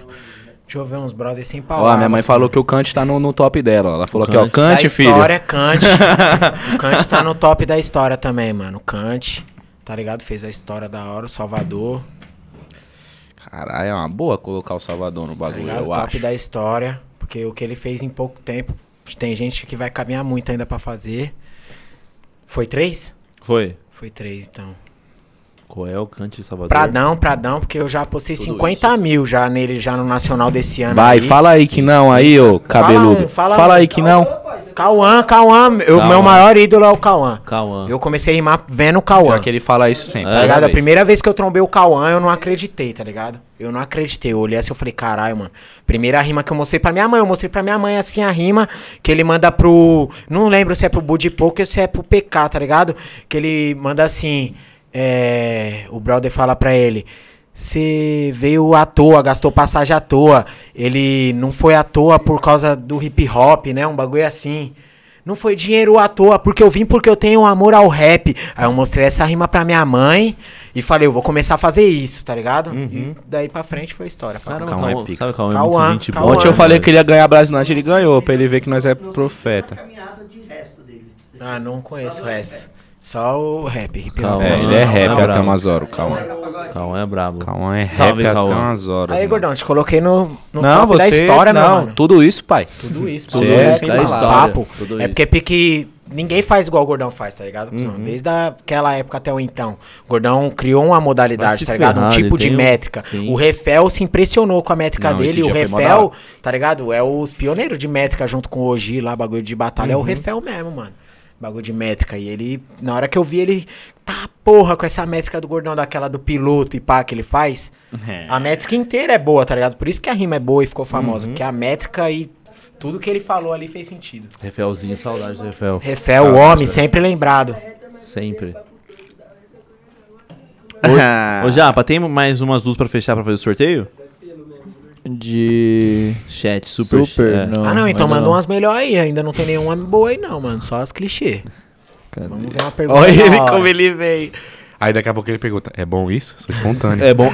Deixa eu ver uns brothers sem
Ó,
palavras.
minha mãe falou
mano.
que o Kant tá no, no top dela. ó. Ela falou aqui, ó, Kant,
da
filho. <laughs>
história, Kant. o Kant tá no top da história também, mano. Kant, tá ligado? Fez a história da hora, o Salvador,
Caralho, é uma boa colocar o Salvador no
tá
bagulho,
ligado?
eu
top
acho.
da história, porque o que ele fez em pouco tempo, tem gente que vai caminhar muito ainda pra fazer. Foi três?
Foi.
Foi três, então.
Coel, Kant e Salvador.
Pradão, Pradão, porque eu já postei 50 mil já nele, já no Nacional desse ano.
Vai,
aí.
fala aí que não aí, ô cabeludo.
um, fala um.
aí que não.
Cauã, Cauã, o meu maior ídolo é o Cauã.
Cauã.
Eu comecei a rimar vendo o Cauã.
Pior que ele fala isso sempre.
Tá
toda
ligado? A
vez.
primeira vez que eu trombei o Cauã, eu não acreditei, tá ligado? Eu não acreditei. Eu olhei assim, eu falei, caralho, mano. Primeira rima que eu mostrei pra minha mãe. Eu mostrei pra minha mãe, assim, a rima que ele manda pro... Não lembro se é pro Budi Poker ou se é pro PK, tá ligado? Que ele manda assim... é, O brother fala pra ele... Você veio à toa, gastou passagem à toa. Ele não foi à toa por causa do hip hop, né? Um bagulho assim. Não foi dinheiro à toa, porque eu vim porque eu tenho um amor ao rap. Aí eu mostrei essa rima pra minha mãe e falei, eu vou começar a fazer isso, tá ligado?
Uhum.
E daí pra frente foi história. pra
Caramba,
Cauã é
Cauã,
pica.
Ah, sabe Cauã é
Cauã,
muito gente
Cauã.
boa.
Ontem eu falei
velho.
que ele ia ganhar Brasilante, ele ganhou, pra ele ver que nós é profeta.
Caminhada de resto dele.
caralho. Ah, não conheço o resto. Só o rap, hip hop.
Calma.
É,
É,
ele é rap
Não,
até
brabo.
umas horas, calma.
Cauã é brabo.
Calma, é
Salve,
rap até
Cauã.
umas horas.
Aí,
mano.
gordão, te coloquei no, no
Não,
top
você,
da história, meu
não, é
mano.
tudo isso, <laughs> pai.
Tudo isso,
Tudo
tudo
isso, é
isso,
da
esse
história,
papo.
tudo
é
isso.
porque pique. Ninguém faz igual o Gordão faz, tá ligado? cuzão?
Uhum.
Desde aquela época até o então. O Gordão criou uma
Vai
modalidade,
se
tá ligado?
ferrar,
um tipo
ele
de
tem um-
métrica.
Sim.
O Refel se impressionou com a métrica
Não, esse
dele. O
dia foi mó da
Refel,
hora.
tá ligado? É os pioneiros de métrica junto com o Oji lá, bagulho de batalha.
Uhum.
É o Refel mesmo, mano. Bagulho de métrica. E ele, na hora que eu vi ele, tá porra com essa métrica do Gordão, daquela do piloto e pá que ele faz. A métrica inteira é boa, tá ligado? Por isso que a rima é boa e ficou famosa.
Uhum.
Porque a métrica e tudo que ele falou ali fez sentido.
Refelzinho, saudade do
<laughs>
Refel.
Refé, o homem, sempre lembrado.
Sempre. Ô, Japa, tem mais umas duas pra fechar pra fazer o sorteio?
De.
Chat, super.
Super.
é.
não,
ah, não, então
ainda
manda
não.
umas melhores aí. Ainda não tem nenhuma boa aí, não, mano. Só as clichês.
Cadê?
Vamos ver uma pergunta.
Olha ele
da hora.
como ele veio. Aí daqui a pouco ele pergunta, é bom isso? Sou espontâneo.
É bom. <laughs>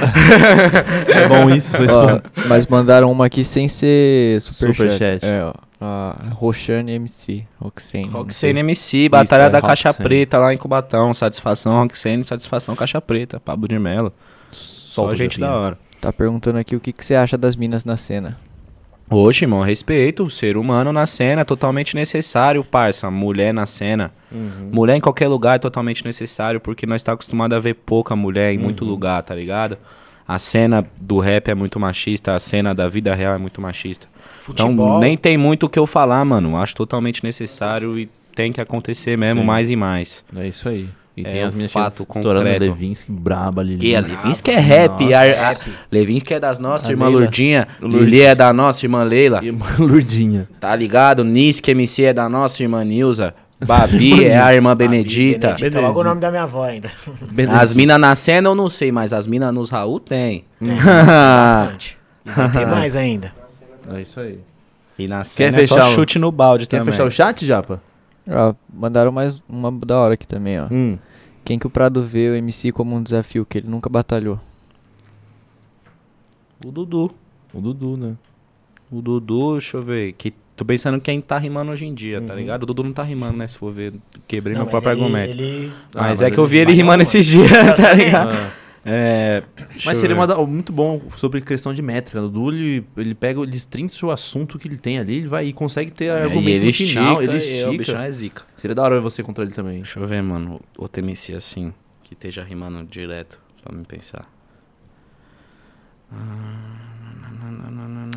é bom isso, vocês
Ó, mas mandaram uma aqui sem ser superchat.
Superchat.
É, ó. A Roxane MC. Roxane.
é
não sei.
Roxane MC, Batalha
Isso, é
da Caixa
Roxane.
Preta lá em Cubatão, Satisfação, Roxane, Satisfação, Caixa Preta, Pablo de Mello. Só
Solta o
gente
Japinha.
da hora.
Tá perguntando aqui o que, que você acha das minas na cena.
Oxe, irmão, respeito. O ser humano na cena é totalmente necessário, parça. Mulher na cena. Mulher em qualquer lugar é totalmente necessário, porque nós tá acostumado a ver pouca mulher em muito lugar, tá ligado? A cena do rap é muito machista, a cena da vida real é muito machista. Então
Futebol.
nem tem muito o que eu falar, mano. Acho totalmente necessário e tem que acontecer mesmo
Sim.
mais e mais.
É isso aí. E tem
É
as
um
minhas
fato
estourando
concreto.
Levinsky, braba, Lili.
E a Levinsky é rap. A, a Levinsky é das nossas,
A
irmã
Leila.
Lurdinha. Lili é da nossa, irmã Leila.
<laughs> Lurdinha.
Tá ligado? Nisk MC é da nossa, irmã Nilza. Babi é a <laughs> irmã Benedita.
Benedita, tá logo o nome da minha avó ainda.
As minas na cena eu não sei, mas as minas nos Raul tem.
Bastante. E vai ter mais ainda.
É isso aí.
E na cena
Quer
é só
fechar o-
chute no balde
Quer
também.
fechar o chat, Japa?
Ó, Ah, mandaram mais uma da hora aqui também, ó.
Hum.
Quem que o Prado vê o MC como um desafio que ele nunca batalhou?
O Dudu.
O Dudu, né?
O Dudu, deixa eu ver. Que... Tô pensando quem tá rimando hoje em dia, tá ligado? O Dudu não tá rimando, né? Se for ver, quebrei meu próprio argumento.
Ele,
Mas,
mas
é que eu vi ele
Mas não,
rimando
mano.
esses dias, <laughs> tá ligado? É.
Mas seria uma da- muito bom sobre questão de métrica. O Dudu, ele, ele pega, ele destrincha o assunto que ele tem ali, ele vai e consegue ter argumento
É, ele
no final, ele
estica. e O bicho
estica.
é zica.
Seria da hora você contra ele também.
Deixa eu ver, mano. Outro MC assim, que esteja rimando direto, pra me pensar. Ah,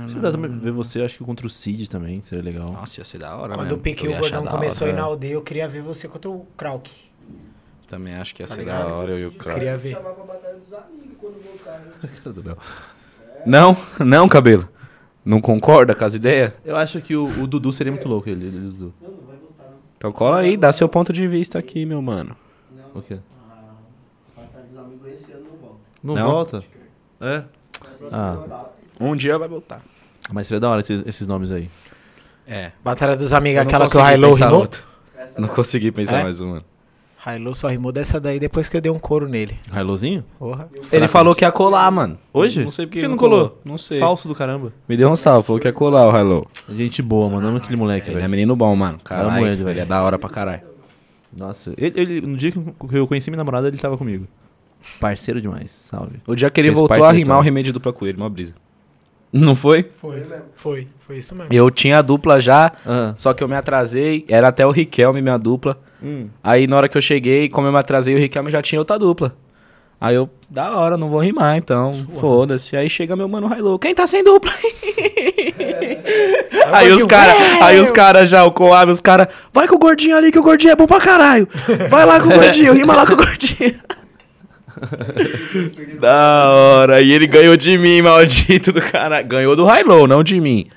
Se eu também ver você, acho que contra o Cid também, seria legal.
Nossa, ia ser da hora,
Quando
mesmo.
o Pique e
Eu
o
ia achar
Gordão
da
começou a
hora. né?
ir na aldeia, eu queria ver você contra o Krauk.
Também acho que ia
Tá
ser da
ligado?
hora eu e o
Eu
cara.
queria ver.
Chamar pra batalha dos amigos quando voltar. né?
Não, <laughs> não, cabelo. Não concorda com as ideias?
Eu acho que o, o Dudu seria muito louco, ele, ele Dudu.
Então cola aí, dá seu ponto de vista aqui, meu mano.
O quê?
Batalha dos amigos esse ano não volta.
Não,
Não?
volta? É? Ah,
Um dia vai voltar.
mas seria da hora esses, esses nomes aí.
É.
Batalha dos amigos,
não
aquela que o
consegui
Hilo
pensar
rimou.
outro. <laughs> Não consegui pensar
É?
mais um, mano.
Hilo só rimou dessa daí depois que eu dei um couro nele.
Railozinho?
Porra.
Ele falou que ia colar, mano.
Hoje?
Não sei porque
Por que
ele
não colou?
Não sei.
Falso do caramba.
Me deu um salve, falou que ia colar o Hello.
Gente boa, mano. Amo aquele moleque,
Ele é
velho.
menino bom, mano.
Amo
Caralho,
ele,
ele,
velho.
é da hora pra caralho.
Nossa, ele, ele- no dia que eu conheci minha namorada, ele tava comigo. Parceiro demais, salve.
O dia que ele
Fez parte
voltou
da
a rimar
história.
o remédio dupla com ele, uma brisa. Não foi?
Foi, foi, foi isso mesmo.
Eu tinha a dupla já,
Ah.
só que eu me atrasei. Era até o Riquelme, minha dupla.
Hum.
Aí na hora que eu cheguei, como eu me atrasei, o Riquelme já tinha outra dupla. Aí eu, da hora, não vou rimar, então, foda-se. Aí chega meu mano Hilo, quem tá sem dupla?
É.
aí os cara, aí os cara já, o Coab, os cara, vai com o gordinho ali que o gordinho é bom pra caralho. Vai lá com o gordinho, rima lá com o
<laughs>
gordinho. da hora. E ele ganhou de mim, maldito do cara. Ganhou do Hilo, não de mim.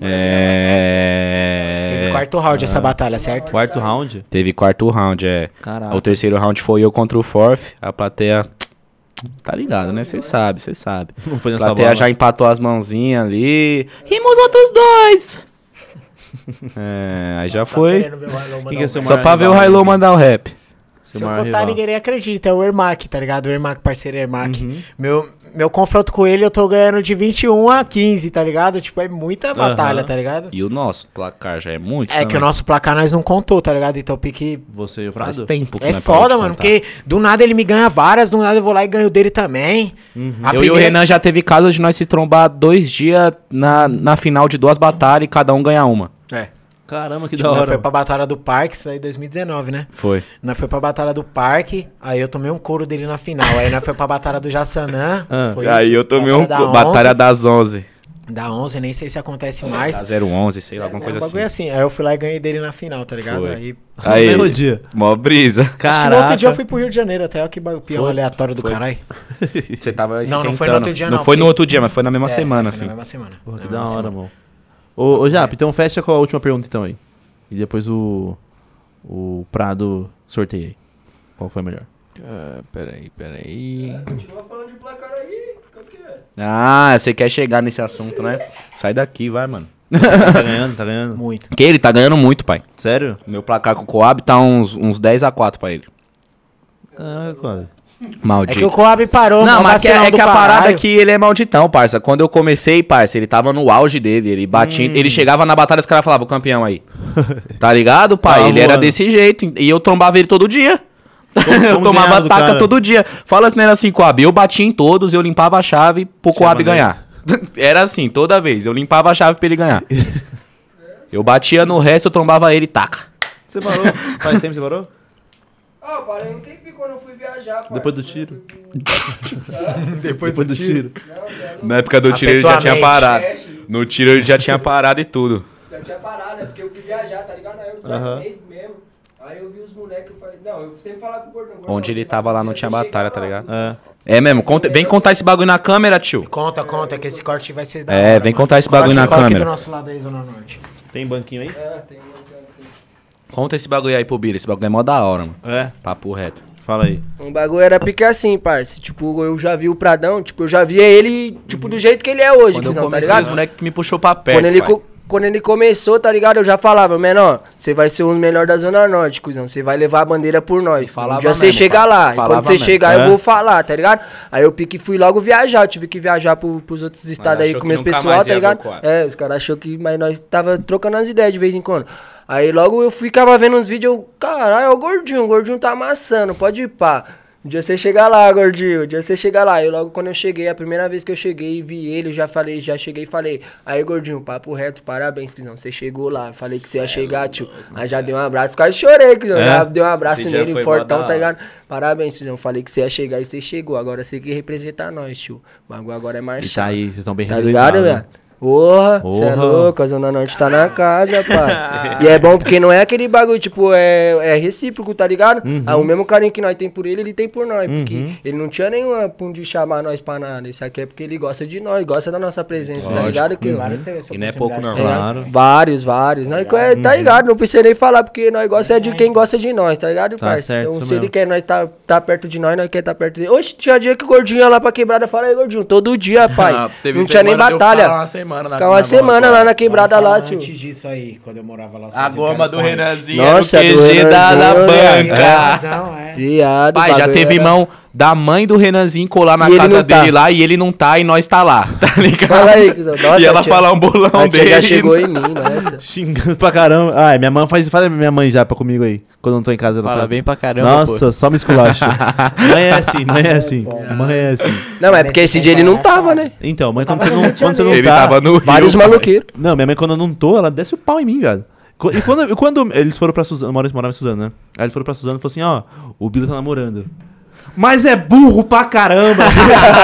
É.
Teve quarto round essa batalha, certo?
Quarto round?
Teve quarto round, é.
Caraca.
O terceiro round foi eu contra o Forth. A plateia. Tá ligado, né? Você sabe, você sabe.
Não foi
A
nessa
plateia
bola.
já empatou as mãozinhas ali. Rima os outros <laughs> dois! é, aí já foi.
Tá Querendo ver o Hilo
Quem que é
mandar
seu
um-
Só pra ver o Hilo mandar o rap.
Se eu contar,
ninguém.
ninguém acredita. É o Ermac, tá ligado? O Ermac, parceiro Ermac.
Uhum.
Meu, meu confronto com ele, eu tô ganhando de 21 a 15, tá ligado? Tipo, é muita batalha, tá ligado?
E o nosso placar já é muito.
É que o nosso placar nós não contou, tá ligado? Então, pique.
Você e o
Faz
Prado?
tempo que
É
não
foda,
pra
mano,
contar.
porque do nada ele me ganha várias, do nada eu vou lá e ganho dele também. A
Uhum. Eu e o
primeira-
Renan já teve caso de nós se trombar dois dias na, na final de duas batalhas e cada um ganhar uma.
É.
Caramba, que
Tipo,
da
nós foi
hora.
pra Batalha do Parque, isso aí em 2019, né?
Foi.
Nós foi pra Batalha do Parque, aí eu tomei um couro dele na final. Aí nós foi pra Batalha do Jassanã. foi
Ah, aí
isso,
eu tomei um.
da 11,
batalha das 11.
Da 11, nem sei se acontece mais.
Tá 011, sei lá, alguma
É um
coisa
bagulho
assim.
assim. Aí eu fui lá e ganhei dele na final, tá ligado?
Foi.
Aí.
Aí,
No mesmo dia.
mó brisa.
Acho que no outro
Caraca.
dia eu fui pro Rio de Janeiro até, ó, que bagulho pião aleatório do caralho.
Você tava
Não, não foi no outro dia,
Não, foi
não, porque-
no outro dia, mas foi na mesma
É,
semana,
foi na
assim.
mesma semana.
Porra, que
Na
da
mesma
hora,
semana.
mano. Ô, ô Jap, então fecha com a última pergunta então aí. E depois o. O Prado sorteia aí. Qual foi a melhor?
Ah, peraí, peraí.
Continua falando de placar aí. Qual que é?
Ah, você quer chegar nesse assunto, né? Sai daqui, vai, mano.
tá ganhando, tá ganhando.
Muito.
Porque ele tá ganhando muito, pai.
Sério?
Meu placar com o Coab tá uns, uns 10x4 pra ele.
Caraca, cara.
É
Maldito.
que o Coab parou,
Não,
mó
mas que-
vacilão
é
do
que a parada é
caralho.
que ele é malditão, parça. Quando eu comecei, parça, ele tava no auge dele. Ele batia,
Hum.
ele chegava na batalha e os caras falavam, campeão
<laughs>
aí. tá ligado, pai?
Tava
ele era
voando.
desse jeito. E eu trombava ele todo
<laughs>
dia.
É um
eu
como
tomava
ganhava do
taca
cara?
todo dia. Fala assim, era assim, Coab. Eu batia em todos, eu limpava a chave pro Coab
maneiro.
ganhar. <laughs> era assim, toda vez. Eu limpava a chave pra ele
<laughs>
ganhar. eu batia no resto, eu trombava ele, taca.
Você parou? Faz tempo que você parou?
Ah, eu parei um tempinho quando eu fui viajar, parça.
Depois do tiro.
Depois
do tiro.
Na época do tiro ele já tinha
Afetou a
parado.
mente.
No tiro ele já tinha parado e tudo.
Já tinha parado, né? Porque eu fui viajar, tá ligado? Aí eu desanimei mesmo. Aí eu vi os moleques, eu falei, não, eu sempre falava pro gordão. gordão,
Onde ele
você
tava
vai-
lá não
você
tinha
chega
batalha, tá
lá,
ligado?
É.
É mesmo, conta- vem contar esse bagulho na câmera, tio.
Conta, conta, que esse corte vai ser da
É, vem contar esse bagulho
Corte-
na
corta aqui
câmera.
do nosso lado aí, Zona Norte.
Tem banquinho aí?
É, tem uma cara aqui.
Conta esse bagulho aí pro Bira, esse bagulho é mó da hora, mano.
É,
Papo reto.
fala aí.
Um bagulho era pique assim, parça. Tipo, eu já vi o Pradão, tipo, eu já via ele, tipo, do jeito que ele é hoje,
Quando eu
Crisão, tá
comecei, os
ligado?
moleques me puxou pra perto,
quando, ele
pai.
co- quando ele começou, tá ligado? Eu já falava, menor, você vai ser um dos melhores da Zona Norte, cuzão. Você vai levar a bandeira por nós.
falava
um dia você
mesmo,
chegar
pai.
lá. E
Falava
quando você
mesmo.
chegar,
É.
eu vou falar, tá ligado? Aí eu pique fui logo viajar. Eu tive que viajar pro, pros outros estados aí
achou
com
que
meus
nunca
pessoal,
mais
tá
ia
ligado?
evacuar.
É, os caras achou que. Mas nós tava trocando as ideias de vez em quando. Aí logo eu ficava vendo uns vídeos, eu, caralho, é o gordinho, o gordinho tá amassando, pode ir pá. Um dia você chegar lá, gordinho, um dia você chegar lá. E logo quando eu cheguei, a primeira vez que eu cheguei e vi ele, eu já falei, já cheguei e falei, aí gordinho, papo reto, parabéns, Crisão, você chegou lá. Eu Falei que você ia
é
chegar, tio. Aí já dei um abraço, quase chorei, Crisão,
É?
já dei um abraço
Esse dia
nele,
foi
fortão,
mó da
tá
hora.
ligado? Parabéns, Crisão, falei que você ia chegar e você chegou. Agora você que representa nós, tio. O bagulho agora é
E
marchar.
tá né? aí, vocês estão bem
Tá ligado,
representados,
velho? Porra,
Porra.
você é louco, a Zona Norte tá na casa, pai. e é bom porque não é aquele bagulho, tipo, é, é recíproco, tá ligado? Ah, o mesmo carinho que nós tem por ele, ele tem por nós. Porque ele não tinha nenhum pum de chamar nós pra nada. Isso aqui é porque ele gosta de nós, gosta da nossa presença, tá ligado? Que,
E não é pouco não.
Claro.
Vários, vários. Nós, é, tá ligado? Não precisa nem falar, porque nós gosta é de quem gosta de nós, tá ligado,
Tá
parça?
certo,
Então,
isso
se ele
mesmo.
quer nós tá, tá perto de nós, nós quer tá perto dele. Oxe, tinha dia que o gordinho ia lá pra quebrada fala, aí, gordinho, todo dia, pai. não tinha nem batalha.
Uma semana na
Ficar uma semana lá na quebrada lá, tio.
Antes disso aí, quando eu morava lá
A goma do Renanzinho
Nossa,
era o
do
QG da, da
Renanzinho,
banca.
Renanzinho.
Viado,
Pai, já
bagulho
teve
era-
irmão da mãe do Renanzinho colar na
E ele
casa
não tá.
dele lá e ele não tá e nós tá lá, <laughs> tá ligado?
<laughs> Fala aí, cuzão. Nossa,
e ela
a tia-
falar um bolão
A tia
dele.
já chegou em mim, né, nossa.
Xingando pra caramba. Ah, minha mãe faz. Fala minha mãe já pra comigo aí. Quando eu não tô em casa, ela
Fala
fala.
bem pra caramba,
Nossa, só me esculacho. mãe é assim, mãe é assim. Mãe é assim.
Não, é porque esse dia ele não tava, né?
Então, mãe, quando você não, quando você não
Ele
tá.
tava no Rio.
Vários maluqueiros.
Não, minha mãe, quando eu não tô, ela desce o pau em mim, velho. Co- E quando, e quando eles foram pra Suzano, moram- moravam em Suzano, né? Aí eles foram pra Suzano e falou assim: ó, o Bila tá namorando. Mas é burro pra caramba!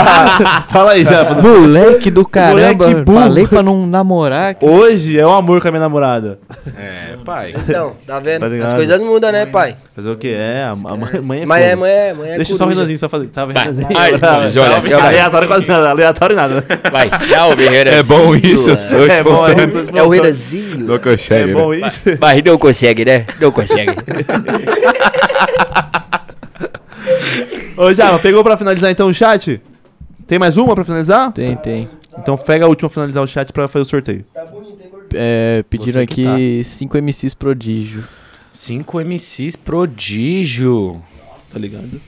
<laughs> Fala aí, já.
Moleque do caramba,
Moleque burro.
falei pra não namorar. que-
Hoje é o amor com a minha namorada.
É, pai.
Então, tá vendo?
Tá ligado?
As coisas mudam, né, pai?
Fazer o quê? É, a, a mãe, mãe é
Mas é,
foda.
mãe é, mãe é
Deixa só o
coruja.
Renanzinho só fazer. Salve, Renanzinho.
Ai,
Bravo.
mas olha,
Salve,
se ela-
Aleatório quase nada, aleatório nada.
Vai, salve, É bom isso, eu sou
É bom, é
espontâneo.
bom.
É o Renanzinho.
Não
É
consegue, né?
bom isso.
Mas não consegue, né? Não consegue.
Ô, Java, pegou pra finalizar então o chat? Tem mais uma pra finalizar?
Tem, tem.
Então pega a última pra finalizar o chat pra fazer o sorteio.
É, pediram
Você que
aqui 5 MCs prodígio.
5 MCs prodígio.
Tá ligado?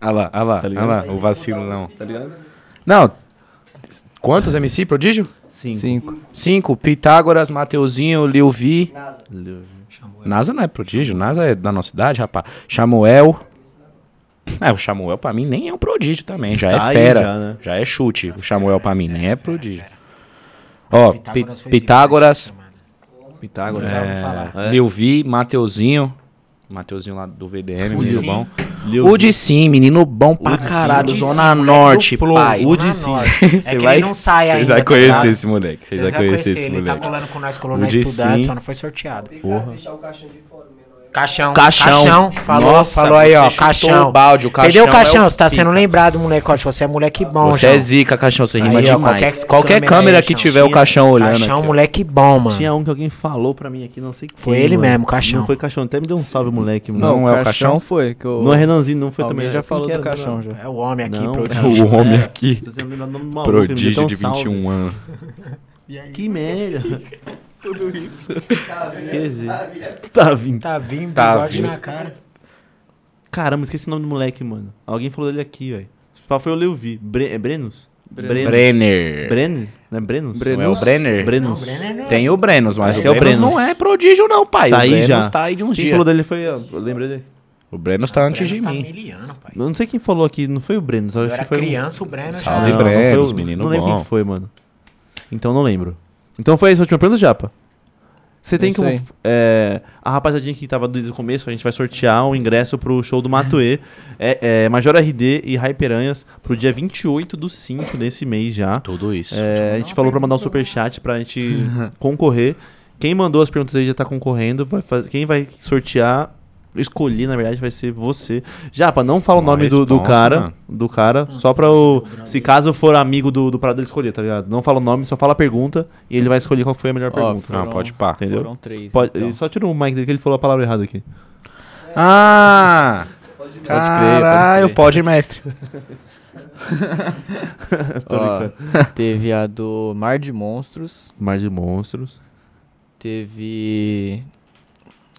Ah lá, ah lá, ah
ligado?
lá, o vacilão. Tá ligado? Não. Quantos MC prodígio?
5.
Cinco. Pitágoras, Mateuzinho, Liuvi. NASA não é prodígio, NASA é da nossa idade, rapaz. Samuel. É, o Samuel pra mim nem é um prodígio também, já
Tá
é
aí,
fera.
já,
já,
né?
é chute. O Samuel pra mim nem é prodígio. Ó, Pi-
Pitágoras foi
Pitágoras.
zica nessa semana.
Pitágoras,
Vocês vão falar.
É.
Liuvi, Mateuzinho. Mateuzinho lá do VDM, menino
Sim.
bom.
Lil-
O de sim, menino bom pra caralho. Zona Norte,
Flow,
pai.
Zona
de sim.
Norte. É que ele não sai ainda.
Vocês vai
tá ligado?
conhecer esse moleque. Vocês
Vocês
vai
vão
conhecer
conhecer,
esse
ele tá
moleque.
colando com nós, colou na
O de
estudante,
sim.
só não foi sorteado.
Obrigado, deixar o caixão de fora, menor.
Caixão,
Caixão.
Falou,
Nossa,
falou aí,
você
ó.
chutou
Caixão.
o balde, o
Cadê o
caixão
caixão?
é o
Você tá sendo
pica.
lembrado, molecote. Você é moleque bom,
Você
João.
é zica, caixão. Você
Aí,
rima
ó,
demais. Qualquer, É câmera
aí,
que
João,
tiver o
tira.
caixão olhando.
Caixão,
aqui, ó.
moleque bom, mano.
Tinha um que alguém falou pra mim aqui, não sei quem.
Foi ele
mano.
mesmo, Caixão.
Não foi Caixão, até me deu um salve, moleque, mano.
Não, é o caixão?
foi. Que eu...
Não é Renanzinho, não foi
Alguém
também.
já
Quem
falou
que
do
era?
caixão já.
É o homem aqui,
Não,
prodígio.
é o homem
aqui.
Tô tentando lembrar o nome do maluco, ele me deu
Prodígio
um
de
salve.
21 anos.
Que merda. Tudo isso. Quer dizer, tá vindo.
Tá vindo,
Tá
bigode
vindo.
na cara.
Caramba, esqueci o nome do moleque, mano. Alguém falou dele aqui, velho. Esse papo Foi o Leuvi. Bre é Brenos? Brenos.
Brenner.
Brenos? Não é Brenos?
Não é o Brenner?
Brenos.
é
Tem o Brenos, mas
Acho
o
que é o
Brenos,
Brenos.
não é prodígio, não, pai.
Tá
o
aí
Brenos
já.
tá aí de um
Quem
dia.
falou dele foi. ó, Eu lembrei dele.
O Brenos tá antes de
Tá
mim.
miliano, pai.
Eu não sei quem falou aqui, não foi o Breno. Só
Eu
acho
era
que foi um-
criança, o Breno já...
Salve,
não,
Breno,
não foi o-
os menino
Não lembro
bom.
quem que foi, mano. Então não lembro. Então foi essa a última pergunta, Japa. Você tem
Isso
como.
aí.
é, a rapaziadinha que tava desde o começo, a gente vai sortear um ingresso pro show do
<laughs>
Matuê. É, é, Major RD e Hyperanhas pro dia 28 do 5 desse mês já.
Tudo isso.
É, a gente falou pra mandar um superchat pra <laughs> gente concorrer. Quem mandou as perguntas aí já tá concorrendo. vai faz- Quem vai sortear, escolher, na verdade, vai ser você. Japa, não fala o
Uma
nome do, do
responsa,
cara.
mano.
Do cara, só pra o. Se caso for amigo do, do Prado, ele escolher, tá ligado? Não fala o nome, só fala a pergunta e ele vai escolher qual foi a melhor pergunta.
foram- Ah, pode pá.
Entendeu?
Foram três.
Pode-
então.
Só tira o mic dele que ele falou a palavra errada aqui.
Ah!
crer,
Caralho,
pode crer.
pode, mestre.
Ó, teve a do Mar de Monstros,
Mar de Monstros.
teve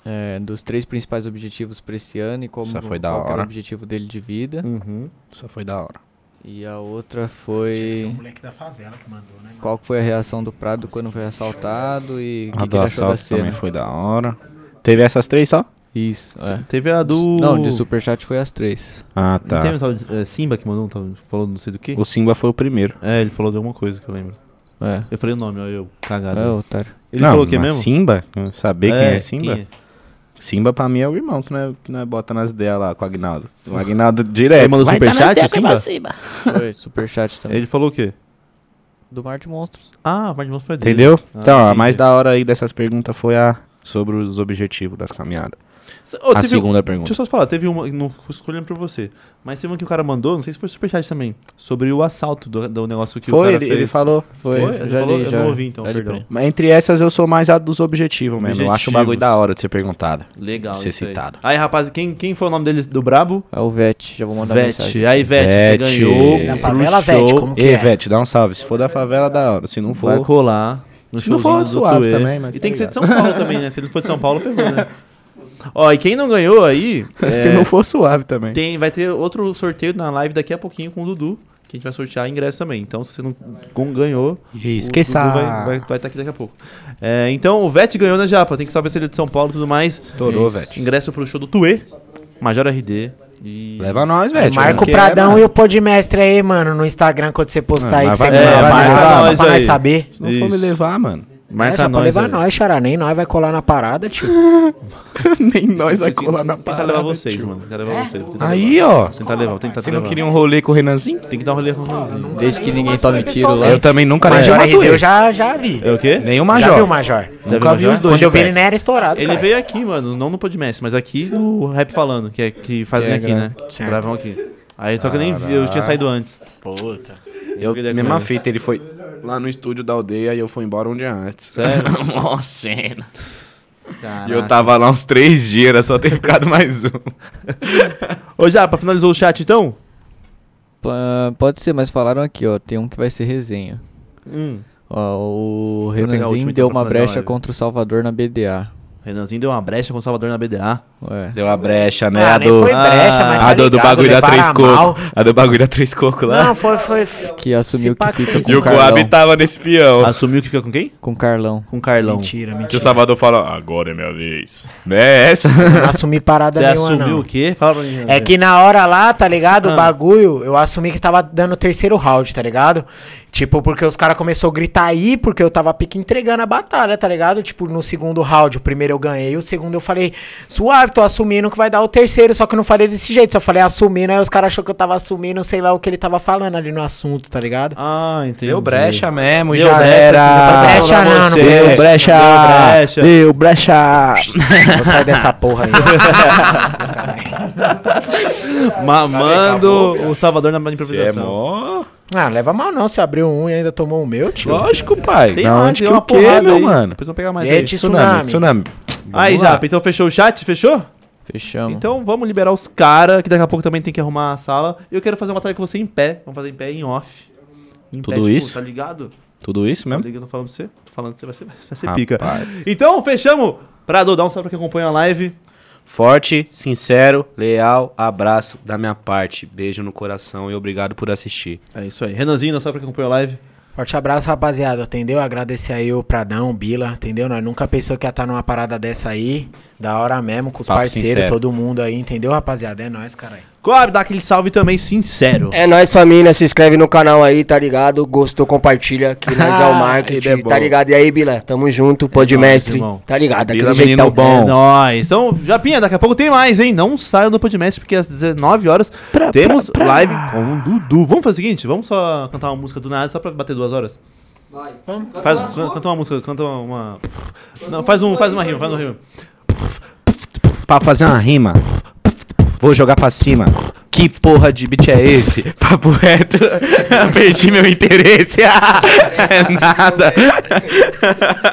é, dos três principais objetivos pra esse ano e como
Essa foi da
qual que era
hora.
o objetivo dele de vida.
Uhum.
Isso foi da hora.
E a outra foi
um moleque da favela que mandou, né?
qual que foi a reação do Prado quando foi assaltado e o
A
que, que
do
ele achou da
assalto também
cena.
foi da hora. Teve essas três só?
Isso, é.
Teve a do.
Não, de superchat foi as três.
Não
Ah,
tem
tá.
um tal de, é, Simba que mandou, um tal- falou não sei do que?
O Simba foi o primeiro.
É, ele falou de alguma coisa que eu lembro.
É.
Eu falei o nome, ó, eu cagado.
É, otário.
Ele
não,
falou o que
mas
mesmo?
Simba? Saber quem é Simba?
quem é?
Simba pra mim é o irmão que nós, que nós bota nas ideias lá com o Agnaldo. O Agnaldo direto.
Ele mandou
Vai
tá
dar nas
superchat,
ideias
o
que é
Simba?
Simba.
Foi, superchat também.
é? Ele falou o quê?
Do Mar de Monstros.
Ah, mas não foi dele.
Entendeu?
Ah,
então, a
entendi.
mais da hora aí dessas perguntas foi a sobre os objetivos das caminhadas.
S- ô,
a
teve um-
segunda
Deixa
pergunta.
eu só te falar, teve uma, não fui escolhendo pra você, mas teve uma que o cara mandou, não sei se foi superchat também, sobre o assalto do, do negócio que o
Foi,
cara
ele,
fez.
ele falou.
Foi,
Foi? Ele
já
falou?
li,
Eu
já.
não ouvi, então,
já li
perdão.
pra ele.
Mas entre essas eu sou mais a dos objetivos mesmo. Eu acho o bagulho
Objetivos.
da hora de ser perguntado.
Legal,
Ser
isso aí.
citado.
Aí, rapaz, quem, quem foi o nome dele do brabo?
É o Vete, já vou mandar mensagem.
Vete. Aí, Vete,
Vete.
você ganhou.
Da
pro
favela, Vete,
show.
como que
Ei,
é?
Vete, dá um salve. Se for da favela, da hora. Se não
Vai
for.
colar. No
Se não
showzinho
for,
do
suave
Tuê.
também, mas
E
tá
tem que ser de
ligado.
São Paulo também, né? Se ele for de São Paulo, ferrou,
<laughs>
né? Ó, e quem não ganhou aí.
Se
é,
não for suave também.
Tem, vai ter outro sorteio na live daqui a pouquinho com o Dudu, que a gente vai sortear ingresso também. Então, se você não com- ganhou,
E
o Dudu vai estar vai, vai tá aqui daqui a pouco. É, então, o Vete ganhou na Japa. Tem que saber se ele é de São Paulo e tudo mais.
Estourou, Vete.
Ingresso pro show do Tuê, Major RD. E...
Leva nós, Vete.
Marca o
Porque
Pradão
é,
e o Podmestre aí, mano, no Instagram, quando você postar aí,
mas
que você
vai-
manda
é,
a
vai
parada,
levar
só
nós
pra nós
aí.
saber.
Se não for me
Isso.
levar, mano.
É, já
Marca
pode
nós.
levar
aí.
nós, Xará, nem nós vai colar na parada, tio.
Nem nós vai colar na É?
Tentar levar vocês, mano. Tentar levar vocês. vou tentar
Aí,
levar.
ó.
Tentar levar, vou tentar
Você
levar.
não queria um rolê com o Renanzinho?
Tem que dar um rolê ruimzinho.
Desde que ninguém tome tiro lá.
né?
Eu também nunca
Mas
vi.
Major
Já
RD eu
matei.
já, já vi.
É o quê?
Nem o
Já
Major.
vi o Major.
Já
Nunca
viu
vi
o
os
Major?
dois.
Quando
de
eu vi
perto.
ele, nem era estourado,
Ele
cara.
veio aqui, mano, não no Podmess, mas aqui no Rap Falando, que é que fazem aqui, né?
Certo.
Gravam aqui. Aí só que eu nem vi, eu tinha saído antes.
Puta.
Eu,
é
Fiquei com
mesma
ele.
fita, ele foi lá no estúdio da aldeia e eu fui embora um dia antes.
<coughs>
Sério?
Mó cena. E eu tava lá uns três dias, era
<laughs>
só ter ficado mais um.
Ô, já, pra finalizar o chat então?
Pã, ah, Pode ser, mas falaram aqui, ó. Tem um que vai ser resenha.
Hum.
Ó, o
pegar o último,
Renanzinho
então,
deu
pra
uma
falar da
brecha
live.
contra o Salvador na BDA.
Renanzinho deu uma brecha com o Salvador na BDA.
Ué.
Deu a brecha, né?
Ah,
a
nem
do,
foi brecha,
Ah,
mas tá
a do, do
ligado,
bagulho da
levaram
Três
a
Coco.
mal.
A do bagulho da Três Coco lá.
Não, foi, foi...
Que assumiu
pá
que
que
fica
fez.
com
e o
o
Coab tá-
Carlão.
tava nesse peão.
Assumiu que fica com quem?
Com o Carlão.
Com o Carlão.
Mentira,
<laughs> Que o
mentira.
Salvador fala, agora é minha vez. Né, essa?
Eu não assumi parada
Você
nenhuma,
assumiu
não.
o quê? Fala pra mim.
É que na hora lá, tá ligado?
Ah.
O bagulho, eu assumi que tava dando o terceiro round, tá ligado? Tipo, porque os caras começaram a gritar aí, porque eu tava pique entregando a batalha, tá ligado? Tipo, no segundo round, o primeiro eu ganhei, o segundo eu falei, suave, tô assumindo que vai dar o terceiro, só que eu não falei desse jeito, só falei assumindo, aí os caras achou que eu tava assumindo, sei lá o que ele tava falando ali no assunto, tá <laughs> ligado?
Ah, entendi.
Deu brecha mesmo,
Deu
já
brecha,
era.
não
brecha não, não
você.
foi
Deu brecha.
Deu brecha.
Deu Ah, brecha.
Vou sair dessa porra aí.
Mamando o Salvador na
é
improvisação.
É mó...
ah, leva mal não, você abriu um e ainda tomou o meu, tio.
Lógico, pai.
Tem
da
mais,
onde
deu
que
uma
o quê,
porrada
meu
aí.
mano?
Depois vão pegar mais
E aí,
aí.
te- é Tsunami,
Tsunami.
Aí, já, então fechou o chat? Fechou?
Fechamos.
Então vamos liberar os caras, que daqui a pouco também tem que arrumar a sala. Eu quero fazer uma batalha com você em pé. Vamos fazer em pé e em off. Em
Tudo isso?
Tá ligado?
Tudo isso
Tá
mesmo?
ligado? Eu Tô falando pra você. Tô falando pra você, vai ser, vai ser
Rapaz.
pica. Então, fechamos. Prado, dá um salve pra quem acompanha a live.
Forte, sincero, leal, abraço da minha parte. Beijo no coração e obrigado por assistir.
É isso aí. Renanzinho, dá um salve pra quem acompanha a live.
Forte abraço, rapaziada, entendeu? Agradecer aí o Pradão, o Bila, entendeu? Nós nunca pensou que ia estar numa parada dessa aí. Da hora mesmo, com os
Papo
parceiros,
sincero.
todo mundo aí, entendeu, rapaziada? É nóis, caralho.
Cobre, dá aquele salve também sincero.
É nóis, família. Se inscreve no canal aí, tá ligado? Gostou, compartilha, que nós
Ah,
é o marketing,
ele é bom.
tá ligado? E aí, Bila, tamo junto, pode mestre, tá ligado? Aquele
É Bila,
jeitão
menino bom. É nóis. Então, Japinha, daqui a pouco tem mais, hein? Não saiam do Podmestre, porque às 19 horas temos live com o Dudu. Vamos fazer o seguinte, vamos só cantar uma música do nada, só pra bater duas horas?
Vai.
Faz, can- canta uma música, canta uma... Não, faz, um, faz uma rima, faz uma rima.
Pra fazer uma rima. Vou jogar pra cima. Que porra de beat é esse? <laughs> Papo reto. Perdi meu interesse. é nada.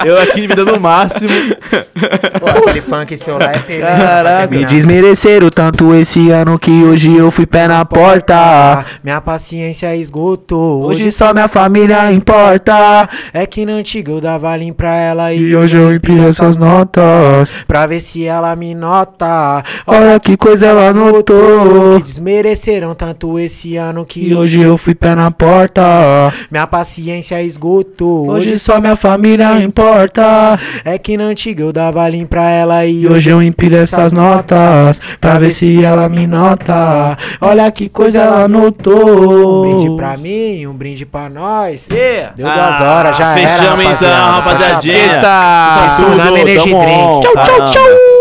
Eu aqui me dando o máximo.
<laughs> Pô, aquele funk seu lá é perigo.
Caraca.
tá.
Me
Desmereceram tanto esse ano que hoje eu fui pé na porta.
Ah, Minha paciência esgotou. Hoje
Hoje só minha família importa.
é que na antiga eu dava lim pra ela e,
E hoje eu empilho essas notas.
pra ver se ela me nota.
Olha que coisa ela notou.
que desmereceram tanto esse ano que
E hoje eu fui pé na porta.
minha paciência esgotou.
Hoje só minha família importa.
é que na antiga eu dava lim pra ela e,
E hoje eu empilho essas notas pra ver se ela me nota. Olha que coisa ela
Um brinde
notou.
pra mim, um brinde pra nós. Deu
Ah,
duas horas, já era.
Fechamos então,
rapaziada. Fecha a
rapaziada.
Tsunami Energy Drink.
Tá. Tchau, tchau, tchau.